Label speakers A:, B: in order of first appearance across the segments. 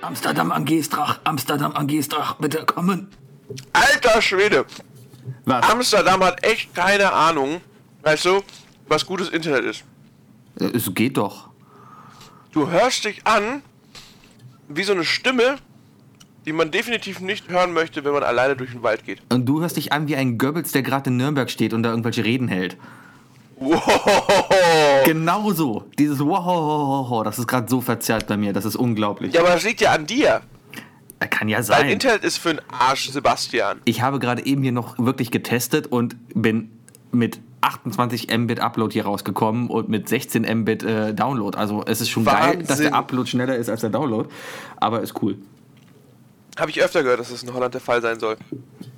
A: Amsterdam an Geestrach, Amsterdam an Geestrach, bitte kommen.
B: Alter Schwede,
C: Was?
B: Amsterdam hat echt keine Ahnung, weißt du, was gutes Internet ist.
C: Äh, Es geht doch.
B: Du hörst dich an wie so eine Stimme, die man definitiv nicht hören möchte, wenn man alleine durch den Wald geht.
C: Und du hörst dich an wie ein Goebbels, der gerade in Nürnberg steht und da irgendwelche Reden hält.
B: Wow.
C: Genau so. Dieses Wohohohoho, das ist gerade so verzerrt bei mir. Das ist unglaublich.
B: Ja, aber das liegt ja an dir.
C: Äh, Kann ja
B: Dein
C: sein.
B: Internet ist für den Arsch, Sebastian.
C: Ich habe gerade eben hier noch wirklich getestet und bin mit 28 Mbit Upload hier rausgekommen und mit 16 Mbit äh, Download. Also es ist schon geil, dass
B: Wahnsinn.
C: der Upload schneller ist als der Download. Aber ist cool.
B: Habe ich öfter gehört, dass das in Holland der Fall sein soll.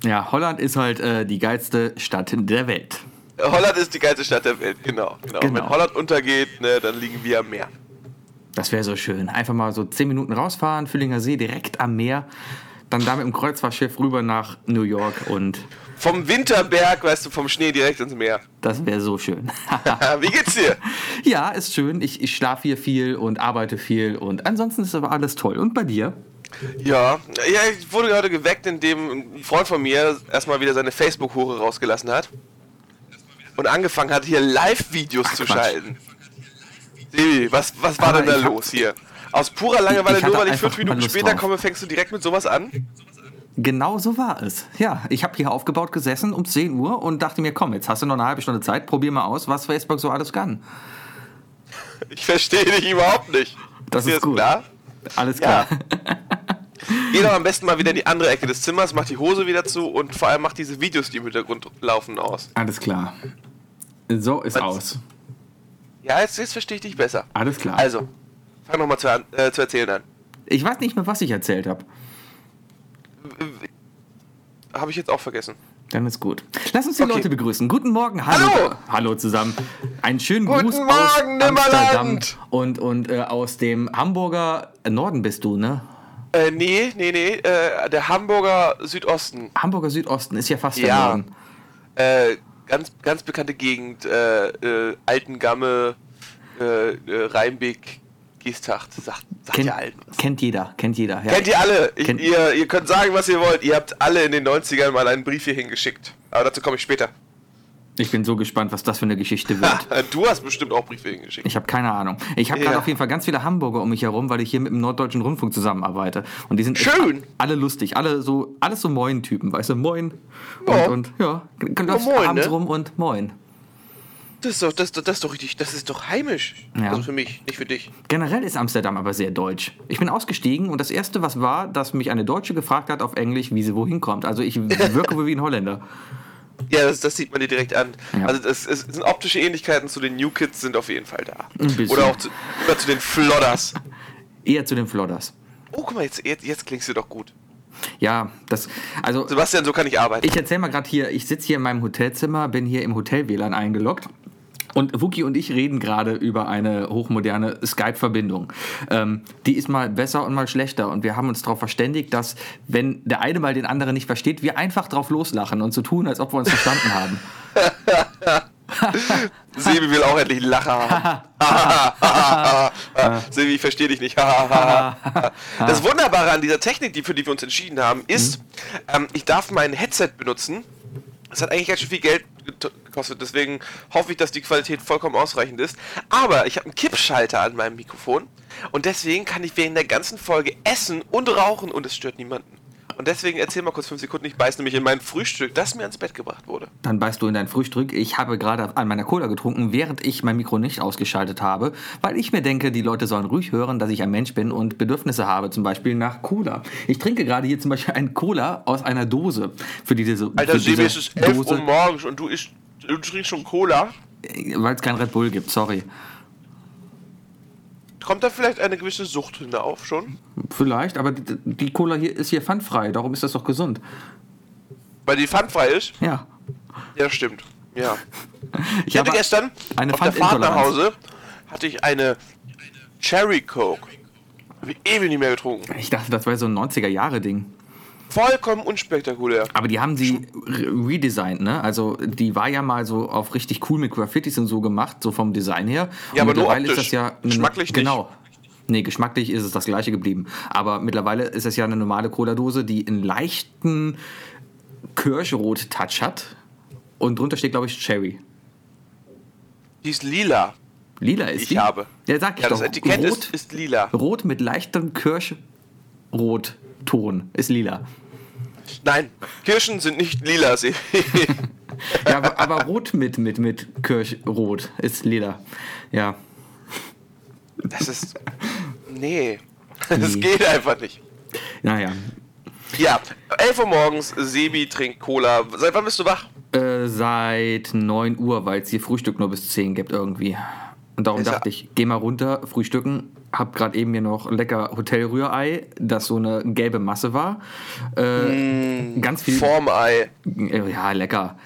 C: Ja, Holland ist halt äh, die geilste Stadt der Welt.
B: Holland ist die geilste Stadt der Welt, genau. genau.
C: Genau.
B: Wenn Holland untergeht, ne, dann liegen wir am Meer.
C: Das wäre so schön. Einfach mal so 10 Minuten rausfahren, Füllinger See direkt am Meer. Dann da mit dem Kreuzfahrtschiff rüber nach New York und
B: Vom Winterberg, weißt du, vom Schnee direkt ins Meer.
C: das wäre so schön.
B: Wie geht's dir?
C: ja, ist schön. Ich, ich schlafe hier viel und arbeite viel und ansonsten ist aber alles toll. Und bei dir?
B: Ja, ja, ich wurde heute geweckt, indem ein Freund von mir erstmal wieder seine Facebook-Hure rausgelassen hat und angefangen hat, hier Live-Videos zu
C: Quatsch.
B: schalten. Sebi, was, was war
C: Aber
B: denn da
C: ich hab-
B: los hier? Aus purer Langeweile,
C: Ich- ich
B: nur weil
C: hatte
B: ich fünf
C: einfach
B: Minuten
C: mal Lust
B: später
C: drauf.
B: komme, fängst du direkt mit sowas an?
C: Genau so war es. Ja, ich habe hier aufgebaut gesessen um 10 Uhr und dachte mir, komm, jetzt hast du noch eine halbe Stunde Zeit, probier mal aus, was Facebook so alles kann.
B: Ich verstehe dich überhaupt nicht.
C: Das
B: dir
C: ist gut.
B: Klar?
C: Alles
B: Ja.
C: klar.
B: Geh doch am besten mal wieder in die andere Ecke des Zimmers, mach die Hose wieder zu und vor allem mach diese Videos, die im Hintergrund laufen, aus.
C: Alles klar. So ist
B: Was?
C: aus.
B: Ja, jetzt, jetzt verstehe ich dich besser.
C: Alles klar.
B: Also, fang nochmal zu, an- äh, zu erzählen an.
C: ich weiß nicht mehr, was ich erzählt habe.
B: Habe ich jetzt auch vergessen.
C: Dann ist gut. Lass uns die
B: Okay.
C: Leute begrüßen. Guten Morgen, hallo.
B: Hallo.
C: Hallo zusammen. Einen schönen
B: Guten
C: Gruß
B: Morgen,
C: aus Amsterdam
B: Nimmerland.
C: und, und äh, aus dem Hamburger Norden bist du, ne?
B: Äh, nee, nee, nee, äh, der Hamburger Südosten.
C: Hamburger Südosten ist ja fast der
B: Ja.
C: Norden.
B: Äh, ganz, ganz bekannte Gegend, äh, äh, Altengamme, äh, äh, Rheinbeck, Geestacht, sagt, sagt
C: Kennt,
B: ihr allen was.
C: kennt jeder, kennt jeder. Ja.
B: Kennt ihr alle? Ich,
C: Kennt-
B: ihr, ihr könnt sagen, was ihr wollt. Ihr habt alle in den 90ern mal einen Brief hier hingeschickt. Aber dazu komme ich später.
C: Ich bin so gespannt, was das für eine Geschichte wird.
B: Ha, Du hast bestimmt auch Briefe hingeschickt.
C: Ich habe keine Ahnung. Ich habe
B: Ja.
C: gerade auf jeden Fall ganz viele Hamburger um mich herum, weil ich hier mit dem Norddeutschen Rundfunk zusammenarbeite. Und die sind echt
B: Schön.
C: a- alle lustig, alle so, alles so Moin-Typen, weißt du? Moin.
B: Ja.
C: Und, und ja, du läufst
B: Moin,
C: abends
B: ne?
C: rum und Moin.
B: Das ist doch, das, das, das ist doch richtig, das ist doch heimisch.
C: Ja.
B: Also für mich, nicht für dich.
C: Generell ist Amsterdam aber sehr deutsch. Ich bin ausgestiegen und das Erste, was war, dass mich eine Deutsche gefragt hat auf Englisch, wie sie wohin kommt. Also ich wirke wohl wie ein Holländer.
B: Ja, das, das sieht man dir direkt an.
C: Ja.
B: Also das, es sind optische Ähnlichkeiten zu den New Kids sind auf jeden Fall da.
C: Ein bisschen.
B: Oder auch zu, oder zu den Flodders.
C: Eher zu den Flodders.
B: Oh, guck mal, jetzt, jetzt, jetzt klingst du doch gut.
C: Ja, das. Also
B: Sebastian, so kann ich arbeiten.
C: ich erzähle mal gerade hier, ich sitze hier in meinem Hotelzimmer, bin hier im Hotel WLAN eingeloggt. Und Wookie und ich reden gerade über eine hochmoderne Skype-Verbindung. Ähm, die ist mal besser und mal schlechter. Und wir haben uns darauf verständigt, dass, wenn der eine mal den anderen nicht versteht, wir einfach drauf loslachen und so tun, als ob wir uns verstanden haben.
B: Sebi will auch endlich einen Lacher haben. Sebi, ich verstehe dich nicht. das Wunderbare an dieser Technik, die für die wir uns entschieden haben, ist, ähm, ich darf mein Headset benutzen. Es hat eigentlich ganz schön viel Geld get- gekostet, deswegen hoffe ich, dass die Qualität vollkommen ausreichend ist. Aber ich habe einen Kippschalter an meinem Mikrofon und deswegen kann ich während der ganzen Folge essen und rauchen und es stört niemanden. Und deswegen erzähl mal kurz fünf Sekunden, ich beiß nämlich in mein Frühstück, das mir ans Bett gebracht wurde.
C: Dann beißt du in dein Frühstück. Ich habe gerade an meiner Cola getrunken, während ich mein Mikro nicht ausgeschaltet habe, weil ich mir denke, die Leute sollen ruhig hören, dass ich ein Mensch bin und Bedürfnisse habe, zum Beispiel nach Cola. Ich trinke gerade hier zum Beispiel einen Cola aus einer Dose. Für die diese
B: Alter,
C: für
B: Sebi,
C: diese
B: es ist 11 Uhr morgens und du, isch, du trinkst schon Cola.
C: Weil es kein Red Bull gibt, sorry.
B: Kommt da vielleicht eine gewisse Sucht hinauf schon?
C: Vielleicht, aber die, die Cola hier ist hier pfandfrei, darum ist das doch gesund.
B: Weil die pfandfrei ist?
C: Ja.
B: Ja, das stimmt. Ja.
C: Ich
B: Ich hatte
C: habe-
B: gestern
C: eine
B: auf der Fahrt nach
C: Pfandintoleranz.
B: Hause hatte ich eine Cherry Coke. Hab ich ewig nicht mehr getrunken.
C: Ich dachte, das wäre so ein 90er-Jahre-Ding.
B: Vollkommen unspektakulär.
C: Aber die haben sie re- redesigned, ne? Also die war ja mal so auf richtig cool mit Graffitis und so gemacht, so vom Design her.
B: Ja,
C: und
B: aber nur
C: mittlerweile
B: optisch.
C: ist das ja
B: Geschmacklich nicht.
C: genau. Nee, geschmacklich ist es das gleiche geblieben. Aber mittlerweile ist es ja eine normale Cola-Dose, die einen leichten Kirschrot-Touch hat. Und drunter steht, glaube ich, Cherry.
B: Die ist lila.
C: Lila ist
B: Ich
C: die.
B: habe.
C: Ja, sag ich
B: Ja,
C: doch.
B: das Etikett
C: Rot,
B: ist, ist lila.
C: Rot mit leichtem Kirschrotton ist lila.
B: Nein, Kirschen sind nicht lila, sie.
C: Ja, aber, aber rot mit, mit, mit Kirschrot ist lila. Ja.
B: Das ist. Nee. Das geht einfach nicht.
C: Naja.
B: Ja, 11 Uhr morgens, Sebi trinkt Cola. Seit wann bist du wach?
C: Äh, seit 9 Uhr, weil es hier Frühstück nur bis 10 gibt irgendwie. Und darum
B: Ist ja-
C: dachte ich, geh mal runter, frühstücken. Hab gerade eben mir noch lecker Hotelrührei, das so eine gelbe Masse war. Äh,
B: Mm,
C: ganz viel.
B: Formei.
C: Äh, Ja, lecker.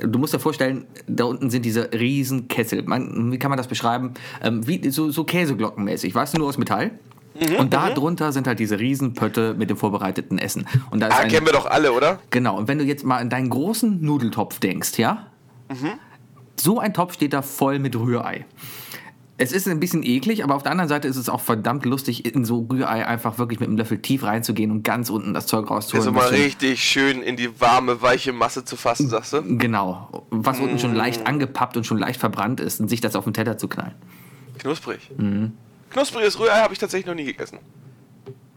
C: Du musst dir vorstellen, da unten sind diese riesen Kessel. Man, wie kann man das beschreiben? Ähm, wie, so, so Käseglockenmäßig, weißt du, nur aus Metall. und da drunter sind halt diese riesen Pötte mit dem vorbereiteten Essen. Und da ist
B: Ah,
C: ein-
B: kennen wir doch alle, oder?
C: Genau, und wenn du jetzt mal an deinen großen Nudeltopf denkst, ja? So ein Topf steht da voll mit Rührei. Es ist ein bisschen eklig, aber auf der anderen Seite ist es auch verdammt lustig, in so Rührei einfach wirklich mit einem Löffel tief reinzugehen und ganz unten das Zeug rauszuholen.
B: Also mal
C: was du-
B: richtig schön in die warme, weiche Masse zu fassen, sagst du?
C: Genau, was unten schon leicht angepappt und schon leicht verbrannt ist und sich das auf den Teller zu knallen.
B: Knusprig.
C: Mhm.
B: Knuspriges Rührei habe ich tatsächlich noch nie gegessen.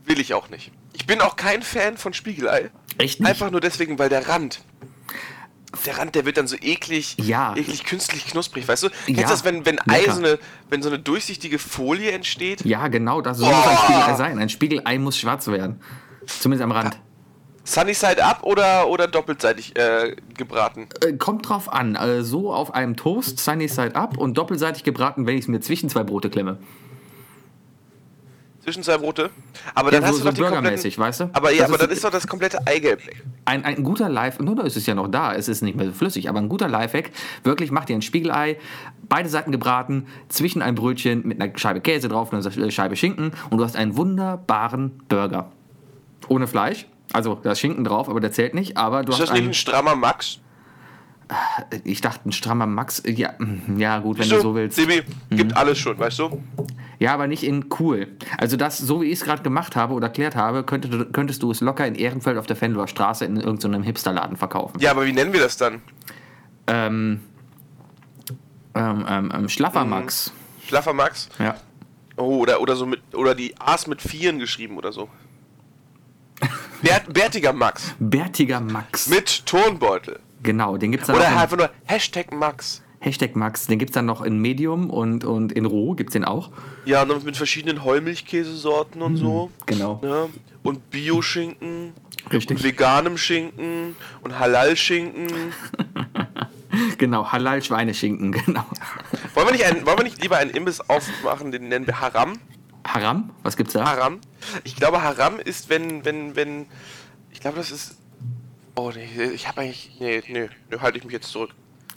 B: Will ich auch nicht. Ich bin auch kein Fan von Spiegelei.
C: Echt nicht?
B: Einfach nur deswegen, weil der Rand. Der Rand, der wird dann so eklig,
C: Ja.
B: eklig künstlich knusprig, weißt du? Kennst
C: Ja.
B: du das, wenn, wenn Ei
C: Lecker.
B: so eine, wenn so eine durchsichtige Folie entsteht?
C: Ja, genau, das soll ein Spiegelei sein. Ein Spiegelei muss schwarz werden. Zumindest am Rand.
B: Sunny side up oder, oder doppeltseitig äh, gebraten?
C: Äh, kommt drauf an. Äh, so auf einem Toast, sunny side up und doppelseitig gebraten, wenn ich es mir zwischen zwei Brote klemme.
B: Zwischen zwei Brote. Aber dann
C: Ja, so-
B: hast du
C: so
B: doch den
C: burgermäßig,
B: kompletten,
C: weißt du?
B: Aber ja,
C: Das
B: aber
C: ist-
B: dann ist doch das komplette Eigelb weg.
C: Ein, ein guter Live, nur da ist es ja noch da, es ist nicht mehr so flüssig, aber ein guter Lifehack, wirklich macht ihr ein Spiegelei, beide Seiten gebraten, zwischen ein Brötchen mit einer Scheibe Käse drauf, einer Sa- äh, Scheibe Schinken und du hast einen wunderbaren Burger. Ohne Fleisch, also da ist Schinken drauf, aber der zählt nicht, aber du
B: Ist das
C: hast
B: nicht
C: einen,
B: ein strammer Max?
C: ich dachte ein strammer Max, äh, ja, mm, ja gut, wenn du
B: So,
C: so willst. Mhm.
B: Sebi, gibt alles schon, weißt du?
C: Ja, aber nicht in cool. Also das, so wie ich es gerade gemacht habe oder erklärt habe, könnte, du- könntest du es locker in Ehrenfeld auf der Fenloer Straße in irgendeinem Hipsterladen verkaufen.
B: Ja, aber wie nennen wir das dann?
C: Ähm, ähm, ähm, ähm, Schlaffer
B: Mhm.
C: Max.
B: Schlaffer Max?
C: Ja.
B: Oh, oder, oder so mit, oder die A's mit Vieren geschrieben oder so. Bärt, bärtiger Max.
C: Bärtiger Max.
B: Mit Turnbeutel.
C: genau, den gibt's dann
B: Oder
C: noch
B: einfach nur Hashtag Max.
C: in, Hashtag Max. Den gibt's dann noch in Medium und, und in Roh gibt's den auch.
B: Ja, und dann mit verschiedenen Heumilchkäsesorten und so.
C: genau.
B: Ja, und Bio-Schinken.
C: Richtig.
B: Und veganem Schinken. Und Halal-Schinken.
C: Genau, Halal Schweineschinken, genau.
B: Wollen, wir nicht einen- wollen wir nicht lieber einen Imbiss aufmachen, den nennen wir Haram?
C: Haram, was gibt's da?
B: Haram. Ich glaube, Haram ist, wenn, wenn, wenn. Ich glaube, das ist. Oh nee, ich habe eigentlich. Nee, nee, nee halte ich mich jetzt zurück.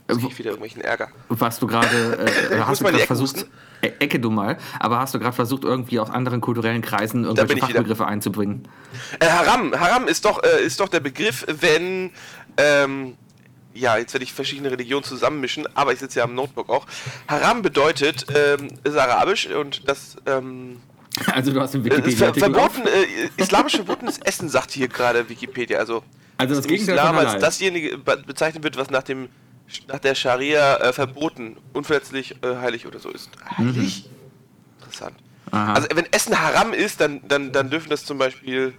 B: Jetzt krieg ich wieder irgendwelchen Ärger.
C: Was du gerade äh,
B: muss
C: hast du
B: mal in die
C: gerade
B: Ecke
C: versucht
B: husten.
C: E- Ecke du mal, aber hast du gerade versucht irgendwie aus anderen kulturellen Kreisen irgendwelche
B: bin ich wieder.
C: Fachbegriffe einzubringen?
B: Äh, Haram, Haram ist doch, äh, ist doch der Begriff, wenn. Ähm, ja, jetzt werde ich verschiedene Religionen zusammenmischen, aber ich sitze ja am Notebook auch. Haram bedeutet, ähm, ist arabisch und das. Ähm,
C: Also du hast den
B: äh, ist ver
C: Wikipedia-Artikel auf.
B: verboten, äh, islamisch verbotenes Essen, sagt hier gerade Wikipedia. Also,
C: Also das
B: im
C: Gegenteil von
B: Islam als
C: halal.
B: dasjenige be- bezeichnet wird, was nach dem nach der Scharia äh, verboten, unverletzlich, äh, heilig oder so ist. Heilig? Interessant.
C: Mhm. Aha.
B: Also wenn Essen haram ist, dann, dann, dann dürfen das zum Beispiel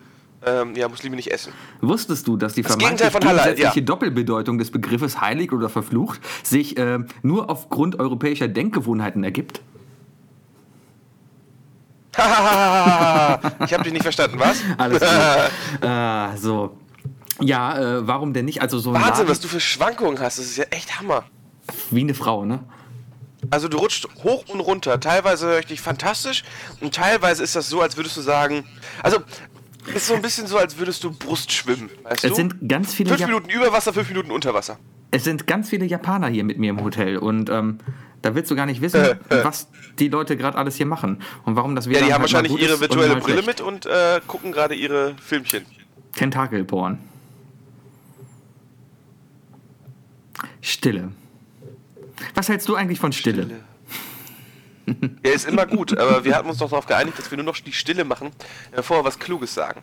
B: ähm, ja, Muslime nicht essen.
C: Wusstest du, dass die
B: Gegenteil
C: vermeintlich
B: von Halal,
C: gegensätzliche
B: ja.
C: Doppelbedeutung des Begriffes heilig oder verflucht sich äh, nur aufgrund europäischer Denkgewohnheiten ergibt?
B: ich habe dich nicht verstanden, was?
C: Alles gut. äh, so. Ja, äh, warum denn nicht? Also so ein
B: Wahnsinn,
C: Laden
B: was du für Schwankungen hast. Das ist ja echt Hammer.
C: wie eine Frau, ne?
B: Also du rutscht hoch und runter. Teilweise höre ich dich fantastisch und teilweise ist das so, als würdest du sagen, also ist so ein bisschen so, als würdest du Brust schwimmen. Weißt du?
C: Es sind ganz viele
B: fünf
C: Jap-
B: Minuten über Wasser, fünf Minuten unter Wasser.
C: es sind ganz viele Japaner hier mit mir im Hotel und ähm, da willst du gar nicht wissen, was die Leute gerade alles hier machen und warum das
B: Äh, Ja,
C: WLAN
B: die haben
C: halt mal
B: wahrscheinlich
C: gut
B: ihre
C: ist und
B: virtuelle
C: mal
B: Brille
C: schlecht.
B: mit und äh, gucken gerade ihre Filmchen.
C: Tentakelporn. Stille. Was hältst du eigentlich von Stille?
B: Ja, ist immer gut, aber wir hatten uns doch darauf geeinigt, dass wir nur noch die Stille machen, bevor wir was Kluges sagen.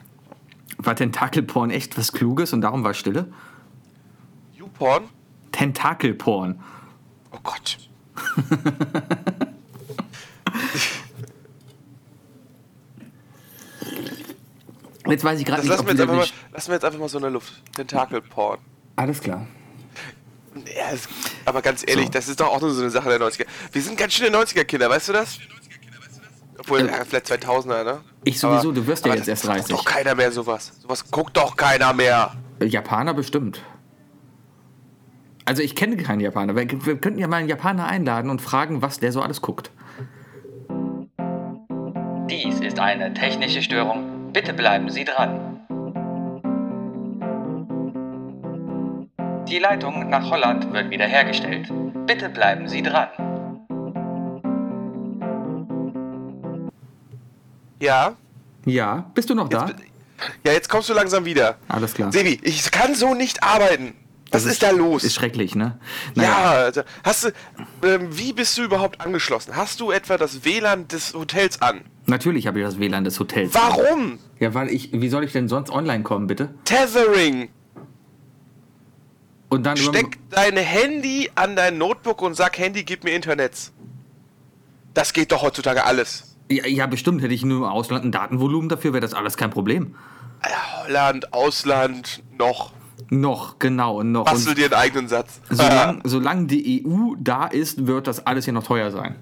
C: War Tentakelporn echt was Kluges und darum war Stille?
B: YouPorn?
C: Tentakelporn.
B: Oh Gott.
C: Jetzt weiß ich gerade
B: Das
C: nicht,
B: lassen
C: ob
B: wir, jetzt
C: wieder
B: einfach mal,
C: nicht-
B: lassen wir jetzt einfach mal so in der Luft. Tentakelporn.
C: Alles klar.
B: Ja, es- aber ganz ehrlich,
C: So.
B: das ist doch auch nur so eine Sache der 90er. Wir sind ganz schöne 90er-Kinder, weißt du das? Obwohl,
C: Ähm,
B: ja, vielleicht 2000er, ne?
C: ich sowieso,
B: Aber-
C: du wirst ja
B: aber
C: jetzt
B: das
C: erst
B: guckt
C: 30.
B: doch keiner mehr sowas. Sowas guckt doch keiner mehr.
C: Äh, Japaner bestimmt. Also ich kenne keinen Japaner, weil wir könnten ja mal einen Japaner einladen und fragen, was der so alles guckt.
D: Dies ist eine technische Störung. Bitte bleiben Sie dran. Die Leitung nach Holland wird wiederhergestellt. Bitte bleiben Sie dran.
B: Ja?
C: Ja, bist du noch da?
B: Ja, jetzt kommst du langsam wieder.
C: Alles klar.
B: Sebi, ich kann so nicht arbeiten. Was ist, da los?
C: Ist schrecklich, ne?
B: ja, also, hast du. Ähm, wie bist du überhaupt angeschlossen? Hast du etwa das WLAN des Hotels an?
C: Natürlich habe ich das WLAN des Hotels.
B: Warum?
C: Ja, weil ich, wie soll ich denn sonst online kommen, bitte?
B: Tethering.
C: Und dann über-
B: Steck dein Handy an dein Notebook und sag, Handy, gib mir Internets. Das geht doch heutzutage alles.
C: Ja, ja, bestimmt hätte ich nur im Ausland ein Datenvolumen dafür, wäre das alles kein Problem.
B: Alter, Holland, Ausland, noch.
C: Noch, genau, noch.
B: Bastel
C: Und
B: dir einen eigenen Satz. Ah.
C: solange, solange die EU da ist, wird das alles hier noch teuer sein.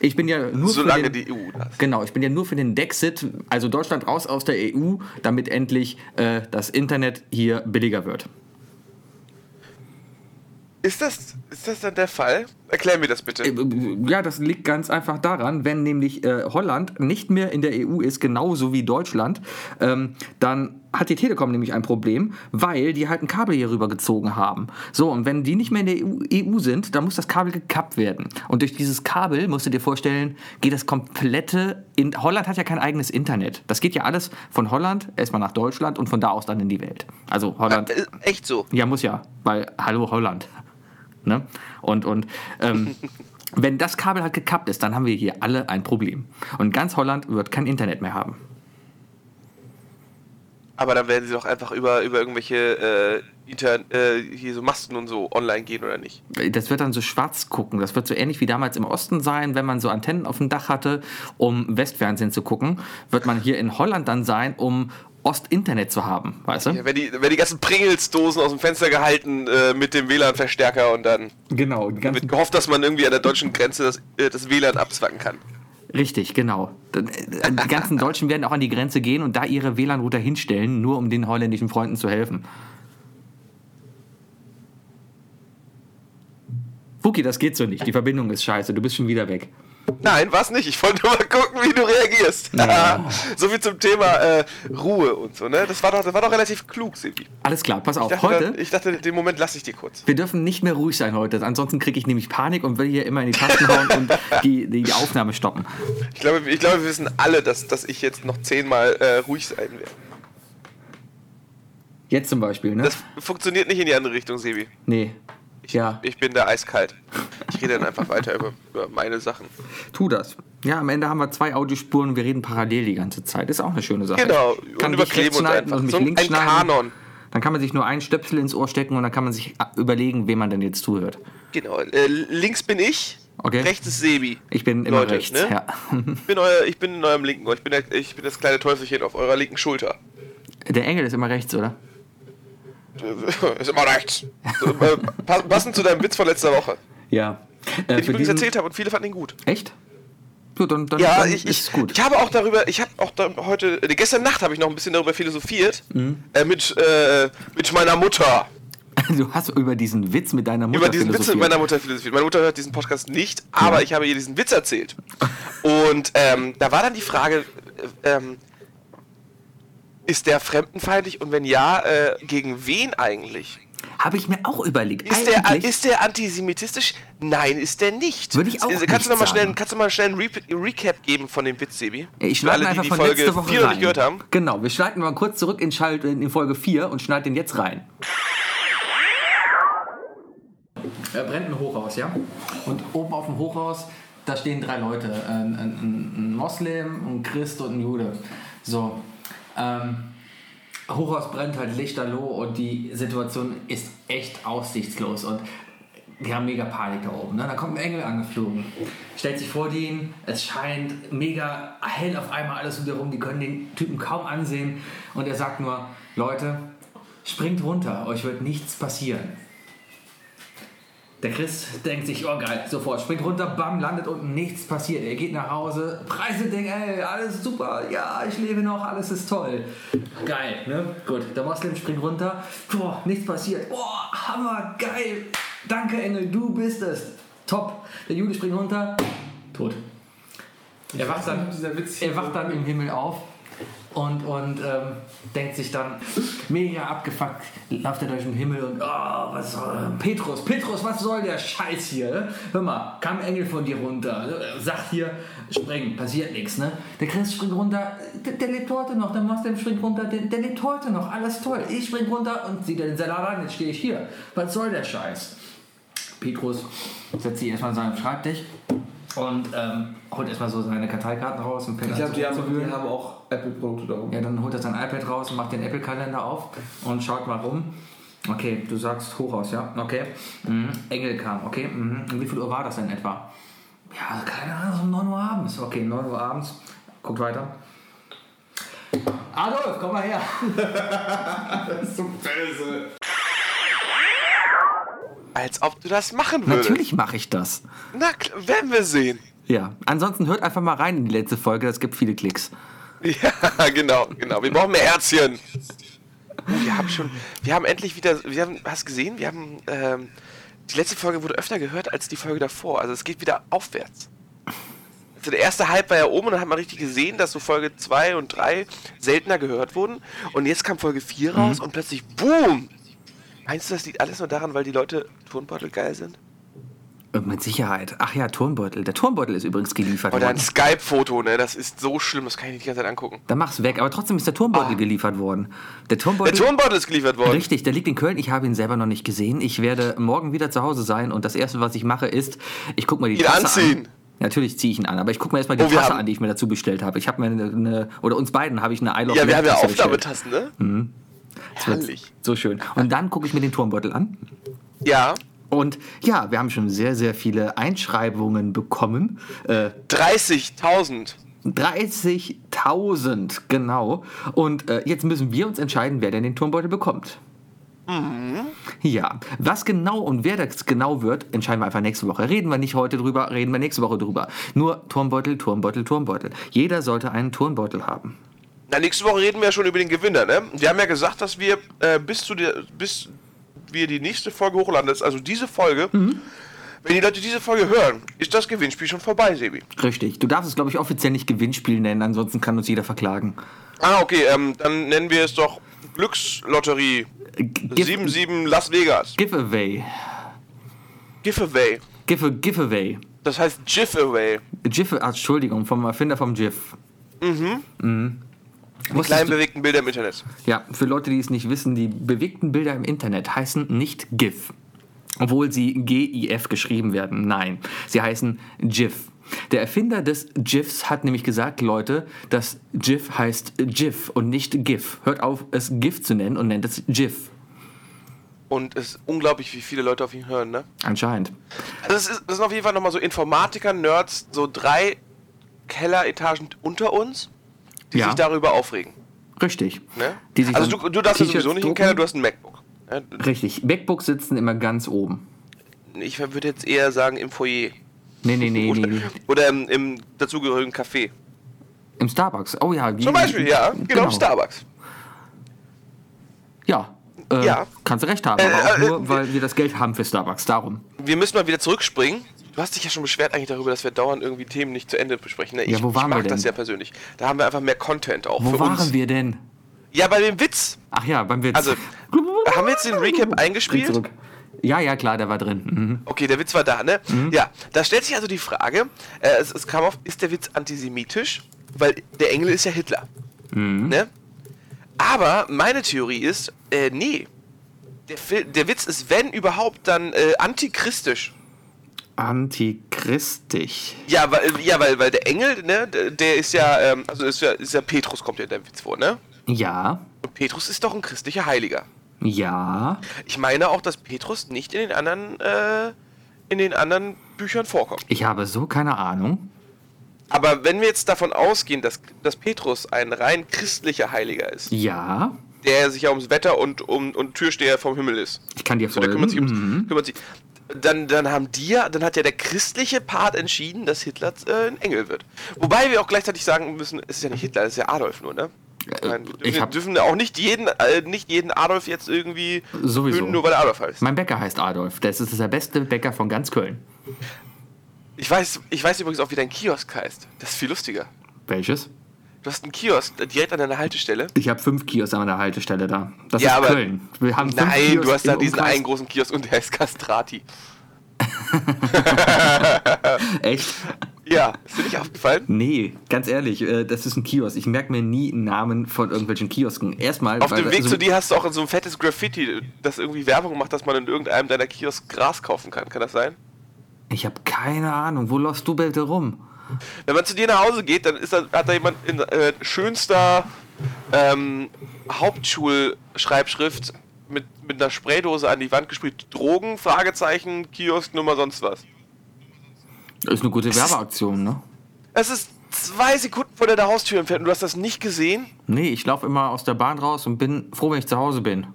C: Ich bin ja nur
B: Solange
C: für den,
B: die Uh, EU da ist.
C: Genau, ich bin ja nur für den Dexit, also Deutschland raus aus der EU, damit endlich äh, das Internet hier billiger wird.
B: Ist das, ist das dann der Fall? Erklär mir das bitte.
C: Äh, Ja, das liegt ganz einfach daran, wenn nämlich äh, Holland nicht mehr in der EU ist, genauso wie Deutschland, ähm, dann hat die Telekom nämlich ein Problem, weil die halt ein Kabel hier rübergezogen haben. So, und wenn die nicht mehr in der E EU, EU sind, dann muss das Kabel gekappt werden. Und durch dieses Kabel, musst du dir vorstellen, geht das komplette... In Holland hat ja kein eigenes Internet. Das geht ja alles von Holland erstmal nach Deutschland und von da aus dann in die Welt. Also Holland...
B: Äh, Echt so.
C: Ja, muss ja, weil hallo Holland. Ne? Und, und ähm, wenn das Kabel halt gekappt ist, dann haben wir hier alle ein Problem. Und ganz Holland wird kein Internet mehr haben.
B: Aber dann werden sie doch einfach über, über irgendwelche äh, Inter äh, hier so Masten und so online gehen, oder nicht?
C: Das wird dann so schwarz gucken. Das wird so ähnlich wie damals im Osten sein, wenn man so Antennen auf dem Dach hatte, um Westfernsehen zu gucken. Wird man hier in Holland dann sein, um Ostinternet zu haben, weißt du?
B: Ja, wenn, die, wenn die ganzen Pringles-Dosen aus dem Fenster gehalten äh, mit dem WLAN-Verstärker und dann
C: Genau, die ganzen
B: wird gehofft, dass man irgendwie an der deutschen Grenze das, äh, das WLAN abzwacken kann.
C: Richtig, genau. Dann, äh, Die ganzen Deutschen werden auch an die Grenze gehen und da ihre WLAN-Router hinstellen, nur um den holländischen Freunden zu helfen. Wookie, das geht so nicht. Die Verbindung ist scheiße. Du bist schon wieder weg.
B: Nein, was nicht. Ich wollte nur mal gucken, wie du reagierst. so viel zum Thema äh, Ruhe und so, ne? Das war doch, das war doch relativ klug, Sebi.
C: Alles klar, pass auf.
B: Ich dachte,
C: Heute,
B: ich dachte, den Moment lasse ich dir kurz.
C: wir dürfen nicht mehr ruhig sein heute. Ansonsten kriege ich nämlich Panik und will hier immer in die Tasten hauen und die, die Aufnahme stoppen.
B: Ich glaube, ich glaube wir wissen alle, dass, dass ich jetzt noch zehnmal äh, ruhig sein werde.
C: Jetzt zum Beispiel, ne?
B: Das funktioniert nicht in die andere Richtung, Sebi.
C: nee.
B: Ich,
C: Ja,
B: ich bin da eiskalt. Ich rede dann einfach weiter über, über meine Sachen.
C: tu das. Ja, am Ende haben wir zwei Audiospuren und wir reden parallel die ganze Zeit. Ist auch eine schöne Sache.
B: Genau,
C: Ich Kann
B: und
C: dich
B: überkleben
C: rechts
B: uns
C: schneiden
B: einfach.
C: und mich
B: So ein-
C: links
B: ein
C: schneiden.
B: Kanon.
C: Dann kann man sich nur einen Stöpsel ins Ohr stecken und dann kann man sich äh, überlegen, wem man denn jetzt zuhört.
B: Genau. Äh, links bin ich,
C: Okay.
B: rechts ist Sebi.
C: Ich bin immer
B: Leute,
C: rechts.
B: ne?
C: Ja.
B: Ich bin, euer, ich bin in eurem linken Ohr. Ich bin, der, ich bin das kleine Teufelchen auf eurer linken Schulter.
C: Der Engel ist immer rechts, oder?
B: Ist immer rechts. So, äh, pa- passend zu deinem Witz von letzter Woche. Den
C: Ja. Äh,
B: ich
C: für
B: übrigens
C: diesen,
B: erzählt habe und viele fanden ihn gut.
C: echt? So, dann, dann,
B: Ja,
C: dann
B: ich,
C: ist
B: ich,
C: es gut.
B: ich habe auch darüber, ich habe auch da heute, äh, gestern Nacht habe ich noch ein bisschen darüber philosophiert.
C: Mhm.
B: Äh, mit, äh, mit meiner Mutter.
C: du hast über diesen Witz mit deiner Mutter
B: über diesen Witz mit
C: philosophiert.
B: meiner Mutter philosophiert. Meine Mutter hört diesen Podcast nicht, aber ich habe ihr diesen Witz erzählt. Und ähm, da war dann die Frage, äh, ähm, ist der fremdenfeindlich und wenn ja, äh, gegen wen eigentlich?
C: Habe ich mir auch überlegt.
B: Ist der,
C: Eigentlich-
B: ist der antisemitistisch? Nein, ist der nicht. Äh,
C: Würde ich auch
B: kannst
C: nicht
B: du noch mal schnell,
C: sagen.
B: Kannst du mal schnell einen Re Recap geben von dem Witz, Sebi?
C: Äh, Ich
B: Für
C: schneide
B: alle,
C: einfach
B: die die
C: von
B: Folge
C: letzte Woche
B: 4 noch
C: rein.
B: nicht gehört haben.
C: Genau, wir schneiden mal kurz zurück in, Schalt, in Folge 4 und schneiden den jetzt rein. Er brennt ein Hochhaus, ja? Und oben auf dem Hochhaus Da stehen drei Leute, ein, ein, ein Moslem, ein Christ und ein Jude. So, ähm, Hochhaus brennt halt lichterloh und die Situation ist echt aussichtslos und die haben mega Panik da oben. Ne? Da kommt ein Engel angeflogen, stellt sich vor denen, es scheint mega hell auf einmal alles um die rum, die können den Typen kaum ansehen und er sagt nur, Leute, springt runter, euch wird nichts passieren. Der Chris denkt sich, oh geil, sofort, springt runter, bam, landet unten, nichts passiert. Er geht nach Hause, preiselt, denkt, ey, alles super, ja, ich lebe noch, alles ist toll. Geil, ne? Gut, der Moslem springt runter, boah, nichts passiert, boah, Hammer, geil, danke Engel, du bist es, top. Der Jude springt runter, tot. Er wacht, dann, er wacht dann im Himmel auf und, und ähm, denkt sich dann mega abgefuckt, läuft er durch den Himmel und oh, was soll Petrus, Petrus, was soll der Scheiß hier? ne? Hör mal, kam ein Engel von dir runter, äh, sagt hier, spring, passiert nichts, ne? Der Christ springt runter, der, der lebt heute noch, der Moslem springt runter, der, der lebt heute noch, alles toll. Ich spring runter und sieh dir den Salat an, jetzt stehe ich hier. Was soll der Scheiß? Petrus setzt sich erstmal an seinen Schreibtisch und ähm, holt erstmal so seine Karteikarten raus und fängt
E: Ich glaube,
C: an zu-
E: die
C: zu
E: haben,
C: wühlen.
E: die haben auch Apple-Produkte da oben.
C: Ja, dann holt er sein iPad raus und macht den Apple-Kalender auf und schaut mal rum. Okay, du sagst Hochhaus, ja? Okay. Mhm. Engel kam, okay. Mhm. Und wie viel Uhr war das denn etwa? Ja, keine Ahnung, so um 9 Uhr abends. Okay, 9 Uhr abends. Guckt weiter. Adolf, komm mal her.
B: Als ob du das machen würdest.
C: Natürlich mache ich das.
B: Na klar, werden wir sehen.
C: Ja, ansonsten hört einfach mal rein in die letzte Folge, das gibt viele Klicks.
B: Ja, genau, genau. Wir brauchen mehr Herzchen. Oh, Wir haben schon, wir haben endlich wieder, wir haben, hast gesehen, wir haben, ähm, die letzte Folge wurde öfter gehört als die Folge davor. Also es geht wieder aufwärts. Also der erste Hype war ja oben und dann hat man richtig gesehen, dass so Folge 2 und 3 seltener gehört wurden. Und jetzt kam Folge 4 raus und plötzlich BOOM! Meinst du, das liegt alles nur daran, weil die Leute Turnbeutel geil sind?
C: Und Äh, mit Sicherheit. Ach ja, Turnbeutel. Der Turnbeutel ist übrigens geliefert
B: Oder ein
C: worden.
B: Skype-Foto, ne? Das ist so schlimm, das kann ich nicht die ganze Zeit angucken.
C: Dann mach's weg. Aber trotzdem ist der Turnbeutel geliefert worden. Der Turnbeutel.
B: Ah. Der Turnbeutel ist geliefert worden.
C: Richtig, der liegt in Köln. Ich habe ihn selber noch nicht gesehen. Ich werde morgen wieder zu Hause sein und das Erste, was ich mache, ist, ich gucke mir die
B: Ihn
C: Tasse
B: anziehen.
C: an. Natürlich ziehe ich ihn an, aber ich gucke mir erstmal die
B: Oh, wir
C: Tasse
B: haben-
C: an, die ich mir dazu bestellt habe. Ich habe mir eine, eine, oder uns beiden habe ich eine I Love
B: Ja, wir haben ja
C: Tasse bestellt.
B: Aufnahmetasten, ne?
C: Das wird
B: Herrlich.
C: So schön. Und dann gucke ich mir den Turmbeutel an.
B: Ja.
C: Und ja, wir haben schon sehr, sehr viele Einschreibungen bekommen. Äh,
B: 30.000.
C: 30.000, genau. Und äh, jetzt müssen wir uns entscheiden, wer denn den Turmbeutel bekommt. Ja, was genau und wer das genau wird, entscheiden wir einfach nächste Woche. Reden wir nicht heute drüber, reden wir nächste Woche drüber. Nur Turmbeutel, Turmbeutel, Turmbeutel. Jeder sollte einen Turmbeutel haben.
B: Na, nächste Woche reden wir ja schon über den Gewinner, ne? Wir haben ja gesagt, dass wir äh, bis zu der, bis wir die nächste Folge hochladen, das ist also diese Folge.
C: Mhm.
B: Wenn die Leute diese Folge hören, ist das Gewinnspiel schon vorbei, Sebi.
C: Richtig. Du darfst es, glaube ich, offiziell nicht Gewinnspiel nennen, ansonsten kann uns jeder verklagen.
B: Ah, okay, ähm, dann nennen wir es doch Glückslotterie
C: Äh, Give,
B: 77 Las Vegas.
C: giveaway.
B: Giveaway.
C: Give, giveaway.
B: Das heißt Giveaway.
C: Gif, ah, Entschuldigung, vom Erfinder vom GIF. Mhm. Mhm.
B: Klein
C: Wusstest du,
B: bewegten Bilder im Internet.
C: Ja, für Leute, die es nicht wissen, die bewegten Bilder im Internet heißen nicht GIF. Obwohl sie GIF geschrieben werden. Nein, sie heißen GIF. Der Erfinder des GIFs hat nämlich gesagt, Leute, das GIF heißt GIF und nicht GIF. Hört auf, es GIF zu nennen und nennt es GIF.
B: Und es ist unglaublich, wie viele Leute auf ihn hören, ne?
C: Anscheinend.
B: Also das, ist, das sind auf jeden Fall nochmal so Informatiker, Nerds, so drei Kelleretagen unter uns, die
C: Ja.
B: sich darüber aufregen.
C: Richtig.
B: Ne?
C: Die sich
B: also
C: dann
B: du, du darfst ja
C: T-Shirts
B: sowieso nicht im
C: drucken.
B: Keller, du hast ein MacBook. Ja,
C: Richtig. MacBooks sitzen immer ganz oben.
B: Ich würde jetzt eher sagen im Foyer.
C: Nee, nee, nee, nee.
B: oder
C: nee.
B: oder im, im dazugehörigen Café.
C: Im Starbucks. Oh ja. die-
B: Zum Beispiel, ja, genau, im Starbucks.
C: Ja. Äh,
B: Ja.
C: Kannst du recht haben, aber
B: Äh,
C: auch
B: äh,
C: nur,
B: äh,
C: weil wir das Geld haben für Starbucks. Darum.
B: Wir müssen mal wieder zurückspringen. Du hast dich ja schon beschwert eigentlich darüber, dass wir dauernd irgendwie Themen nicht zu Ende besprechen. Ne? Ich,
C: wo waren
B: ich mag
C: wir denn?
B: das ja persönlich. Da haben wir einfach mehr Content auch
C: Wo
B: für
C: waren
B: uns.
C: wir denn?
B: Ja, bei dem Witz.
C: Ach ja, beim Witz.
B: Also, haben wir jetzt den Recap eingespielt?
C: Dreh zurück. Ja, ja, klar, der war drin. Mhm.
B: Okay, der Witz war da, ne? Ja, da stellt sich also die Frage, äh, es, es kam auf, ist der Witz antisemitisch? Weil der Engel ist ja Hitler. Ne? Aber meine Theorie ist, äh, nee. Der, Fil- der Witz ist, wenn überhaupt, dann äh, antichristisch.
C: antichristisch.
B: Ja, weil, ja, weil, weil der Engel, ne, der- der ist ja, ähm, also ist ja, ist ja Petrus kommt ja in deinem Witz vor, ne?
C: Ja,
B: Und Petrus ist doch ein christlicher Heiliger.
C: ja,
B: Ich meine auch, dass Petrus nicht in den anderen, äh, in den anderen Büchern vorkommt.
C: ich habe so keine Ahnung.
B: Aber wenn wir jetzt davon ausgehen, dass, dass Petrus ein rein christlicher Heiliger ist,
C: Ja,
B: der sich ja ums Wetter und um und Türsteher vom Himmel ist,
C: ich kann dir
B: so, der kümmert sich ums,
C: folgen. Mhm.
B: kümmert sich, dann, dann haben die ja, dann hat ja der christliche Part entschieden, dass Hitler äh, ein Engel wird. Wobei wir auch gleichzeitig sagen müssen, es ist ja nicht Hitler, es ist ja Adolf nur, ne? Ich meine, wir
C: Äh, ich
B: dürfen-
C: hab-
B: dürfen auch nicht jeden, äh, nicht jeden Adolf jetzt irgendwie
C: Sowieso.
B: töten, nur weil er Adolf heißt.
C: Mein Bäcker heißt Adolf. Das ist der beste Bäcker von ganz Köln.
B: Ich weiß, ich weiß übrigens auch, wie dein Kiosk heißt. Das ist viel lustiger.
C: Welches?
B: Du hast einen Kiosk direkt an deiner Haltestelle.
C: Ich habe fünf Kios an der Haltestelle da. Das
B: Ja,
C: ist
B: aber-
C: Köln. Wir haben fünf
B: Nein,
C: Kios
B: du hast da
C: im
B: diesen
C: Umkreis.
B: einen großen Kiosk und der heißt Castrati.
C: Echt?
B: Ja, ist dir nicht aufgefallen?
C: Nee, ganz ehrlich, äh, das ist ein Kiosk. Ich merke mir nie einen Namen von irgendwelchen Kiosken. Erstmal.
B: Auf
C: weil-
B: dem Weg
C: also-
B: zu dir hast du auch so ein fettes Graffiti, das irgendwie Werbung macht, dass man in irgendeinem deiner Kiosk Gras kaufen kann. Kann das sein?
C: Ich habe keine Ahnung. Wo läufst du bitte rum?
B: Wenn man zu dir nach Hause geht, dann ist da, hat da jemand in äh, schönster ähm, Hauptschulschreibschrift mit, mit einer Spraydose an die Wand gesprüht. Drogen, Fragezeichen, Kiosk, Nummer, sonst was.
C: Ist eine gute Werbeaktion, ne?
B: Es ist zwei Sekunden vor deiner Haustür entfernt und du hast das nicht gesehen?
C: Nee, ich laufe immer aus der Bahn raus und bin froh, wenn ich zu Hause bin.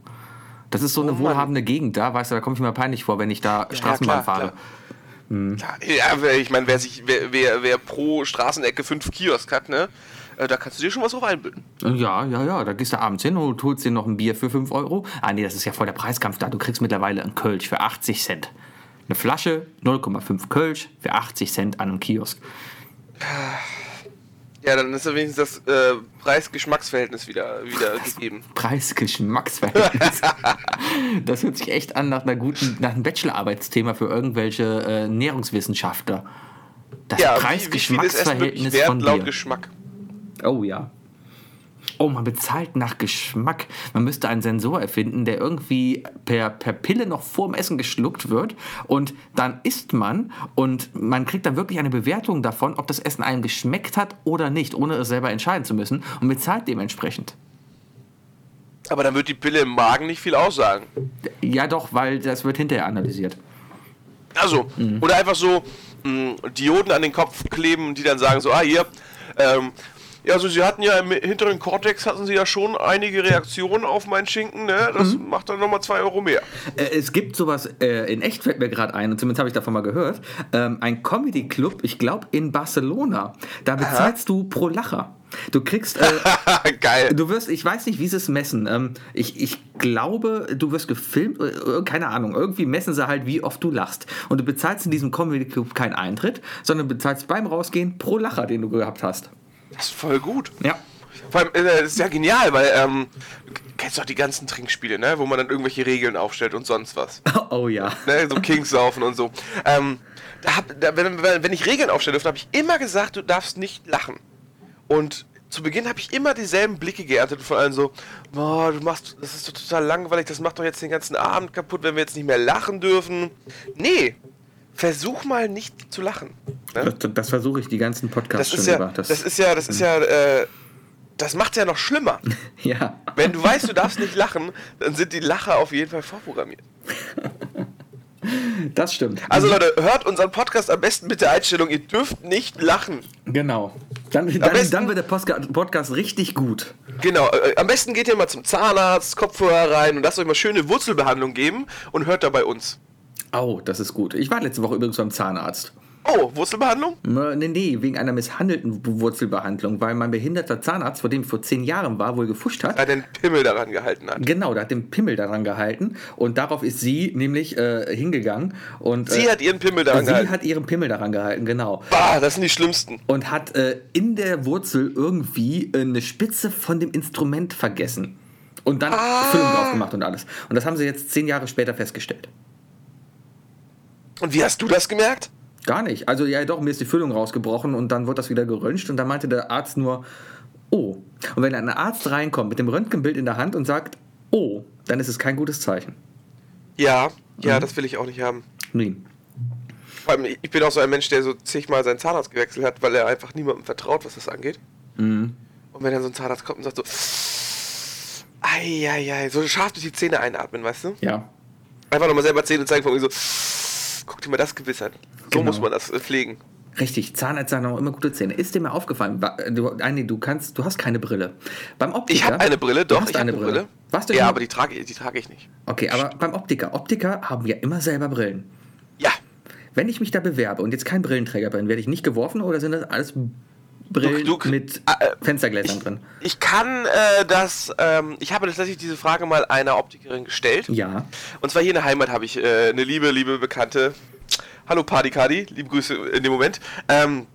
C: Das ist so eine wohlhabende Gegend da, weißt du, da komme ich mir peinlich vor, wenn ich da
B: klar,
C: Straßenbahn fahre.
B: klar. Ja, wer- ich meine, wer sich, wer, wer, wer pro Straßenecke fünf Kiosk hat, ne? äh, Da kannst du dir schon was drauf einbilden.
C: Ja, ja, ja, da gehst du abends hin und holst dir noch ein Bier für 5 Euro. Ah, nee, das ist ja voll der Preiskampf da. Du kriegst mittlerweile einen Kölsch für 80 Cent. Eine Flasche, 0,5 Kölsch für 80 Cent an einem Kiosk.
B: Ja, dann ist ja wenigstens das äh, Preis-Geschmacksverhältnis wieder, wieder gegeben.
C: Preis-Geschmacksverhältnis. das hört sich echt an nach, einer guten, nach einem Bachelorarbeitsthema für irgendwelche äh, Nährungswissenschaftler. Das
B: Ja, wie, wie viel ist Essen wirklich
C: Preis-Geschmacksverhältnis von
B: wert laut
C: Bier.
B: Geschmack?
C: Oh ja. Oh, man bezahlt nach Geschmack. Man müsste einen Sensor erfinden, der irgendwie per, per Pille noch vorm Essen geschluckt wird. Und dann isst man und man kriegt dann wirklich eine Bewertung davon, ob das Essen einem geschmeckt hat oder nicht, ohne es selber entscheiden zu müssen. Und bezahlt dementsprechend.
B: Aber dann wird die Pille im Magen nicht viel aussagen.
C: Ja, doch, weil das wird hinterher analysiert.
B: Also, oder einfach so mh, Dioden an den Kopf kleben, die dann sagen so, ah hier, ähm, ja, also sie hatten ja im hinteren Kortex hatten sie ja schon einige Reaktionen auf meinen Schinken, ne? Das macht dann nochmal zwei Euro mehr.
C: Äh, Es gibt sowas, äh, in echt fällt mir gerade ein, und zumindest habe ich davon mal gehört, ähm, ein Comedy-Club, ich glaube in Barcelona. Da bezahlst du pro Lacher. Du kriegst... Äh,
B: Geil.
C: Du wirst, ich weiß nicht, wie sie es messen. Ähm, ich, ich glaube, du wirst gefilmt, äh, keine Ahnung, irgendwie messen sie halt, wie oft du lachst. Und du bezahlst in diesem Comedy Club keinen Eintritt, sondern bezahlst beim Rausgehen pro Lacher, den du gehabt hast.
B: Das ist voll gut.
C: Ja.
B: Vor allem, äh, das ist ja genial, weil, ähm, du kennst doch die ganzen Trinkspiele, ne? Wo man dann irgendwelche Regeln aufstellt und sonst was.
C: Oh ja.
B: ne? So Kings saufen und so. Ähm, da hab, da, wenn, wenn wenn ich Regeln aufstellen durfte, habe ich immer gesagt, du darfst nicht lachen. Und zu Beginn habe ich immer dieselben Blicke geerntet von allen so, boah, du machst, das ist doch total langweilig, das macht doch jetzt den ganzen Abend kaputt, wenn wir jetzt nicht mehr lachen dürfen. Nee, versuch mal nicht zu lachen. Ne?
C: Das, das versuche ich die ganzen Podcasts
B: Das ist
C: schon
B: ja,
C: über.
B: das ist ja, das ist ja, äh, das macht's ja noch schlimmer.
C: ja.
B: Wenn du weißt, du darfst nicht lachen, dann sind die Lacher auf jeden Fall vorprogrammiert.
C: Das stimmt.
B: Also Leute, hört unseren Podcast am besten mit der Einstellung, ihr dürft nicht lachen.
C: genau. Dann, dann,
B: besten-
C: dann wird der Postka- Podcast richtig gut.
B: Genau, äh, am besten geht ihr mal zum Zahnarzt, Kopfhörer rein und lasst euch mal schöne Wurzelbehandlung geben und hört da bei uns.
C: Oh, das ist gut. Ich war letzte Woche übrigens beim Zahnarzt.
B: Oh, Wurzelbehandlung?
C: Äh, Nee, nee, wegen einer misshandelten Wurzelbehandlung, weil mein behinderter Zahnarzt, vor dem ich vor zehn Jahren war, wohl gefuscht hat.
B: Weil den Pimmel daran gehalten hat.
C: Genau, da hat den Pimmel daran gehalten und darauf ist sie nämlich äh, hingegangen und
B: Sie
C: äh,
B: hat ihren Pimmel daran
C: sie
B: gehalten.
C: hat ihren Pimmel daran gehalten, genau.
B: Bah, das sind die Schlimmsten.
C: Und hat äh, in der Wurzel irgendwie äh, eine Spitze von dem Instrument vergessen. Und dann
B: Ah.
C: Füllung drauf gemacht und alles. Und das haben sie jetzt zehn Jahre später festgestellt.
B: Und wie hast du das gemerkt?
C: Gar nicht. Also ja, doch, mir ist die Füllung rausgebrochen und dann wurde das wieder geröntgt und dann meinte der Arzt nur, oh. Und wenn ein Arzt reinkommt mit dem Röntgenbild in der Hand und sagt, oh, dann ist es kein gutes Zeichen. Mhm.
B: Ja, ja, das will ich auch nicht haben.
C: Nee.
B: Vor allem, ich bin auch so ein Mensch, der so zigmal seinen Zahnarzt gewechselt hat, weil er einfach niemandem vertraut, was das angeht.
C: Mhm.
B: Und wenn dann so ein Zahnarzt kommt und sagt so, eieiei, so scharf durch die Zähne einatmen, weißt du?
C: Ja.
B: Einfach nochmal selber Zähne zeigen, von mir so, guck dir mal das Gebiss an. So
C: Genau.
B: muss man das äh, pflegen.
C: Richtig, Zahnärzte haben auch immer gute Zähne. Ist dir mal aufgefallen? wa- Du, ah, nee, du kannst, du hast keine Brille. Beim Optiker.
B: Ich habe eine Brille, doch,
C: Du hast
B: ich hab
C: eine Brille. Was du
B: ja,
C: schon-
B: aber die trage, die trage ich nicht.
C: Okay, aber beim Optiker. Optiker haben ja immer selber Brillen.
B: Ja,
C: Wenn ich mich da bewerbe und jetzt kein Brillenträger bin, werde ich nicht geworfen oder sind das alles Brillen
B: Du- du-
C: mit
B: Ah, äh,
C: Fenstergläsern drin?
B: ich kann äh, das, ähm, ich habe tatsächlich diese Frage mal einer Optikerin gestellt.
C: Ja.
B: Und zwar hier in der Heimat habe ich äh, eine liebe, liebe Bekannte. Hallo Party Kadi, liebe Grüße in dem Moment. Ähm,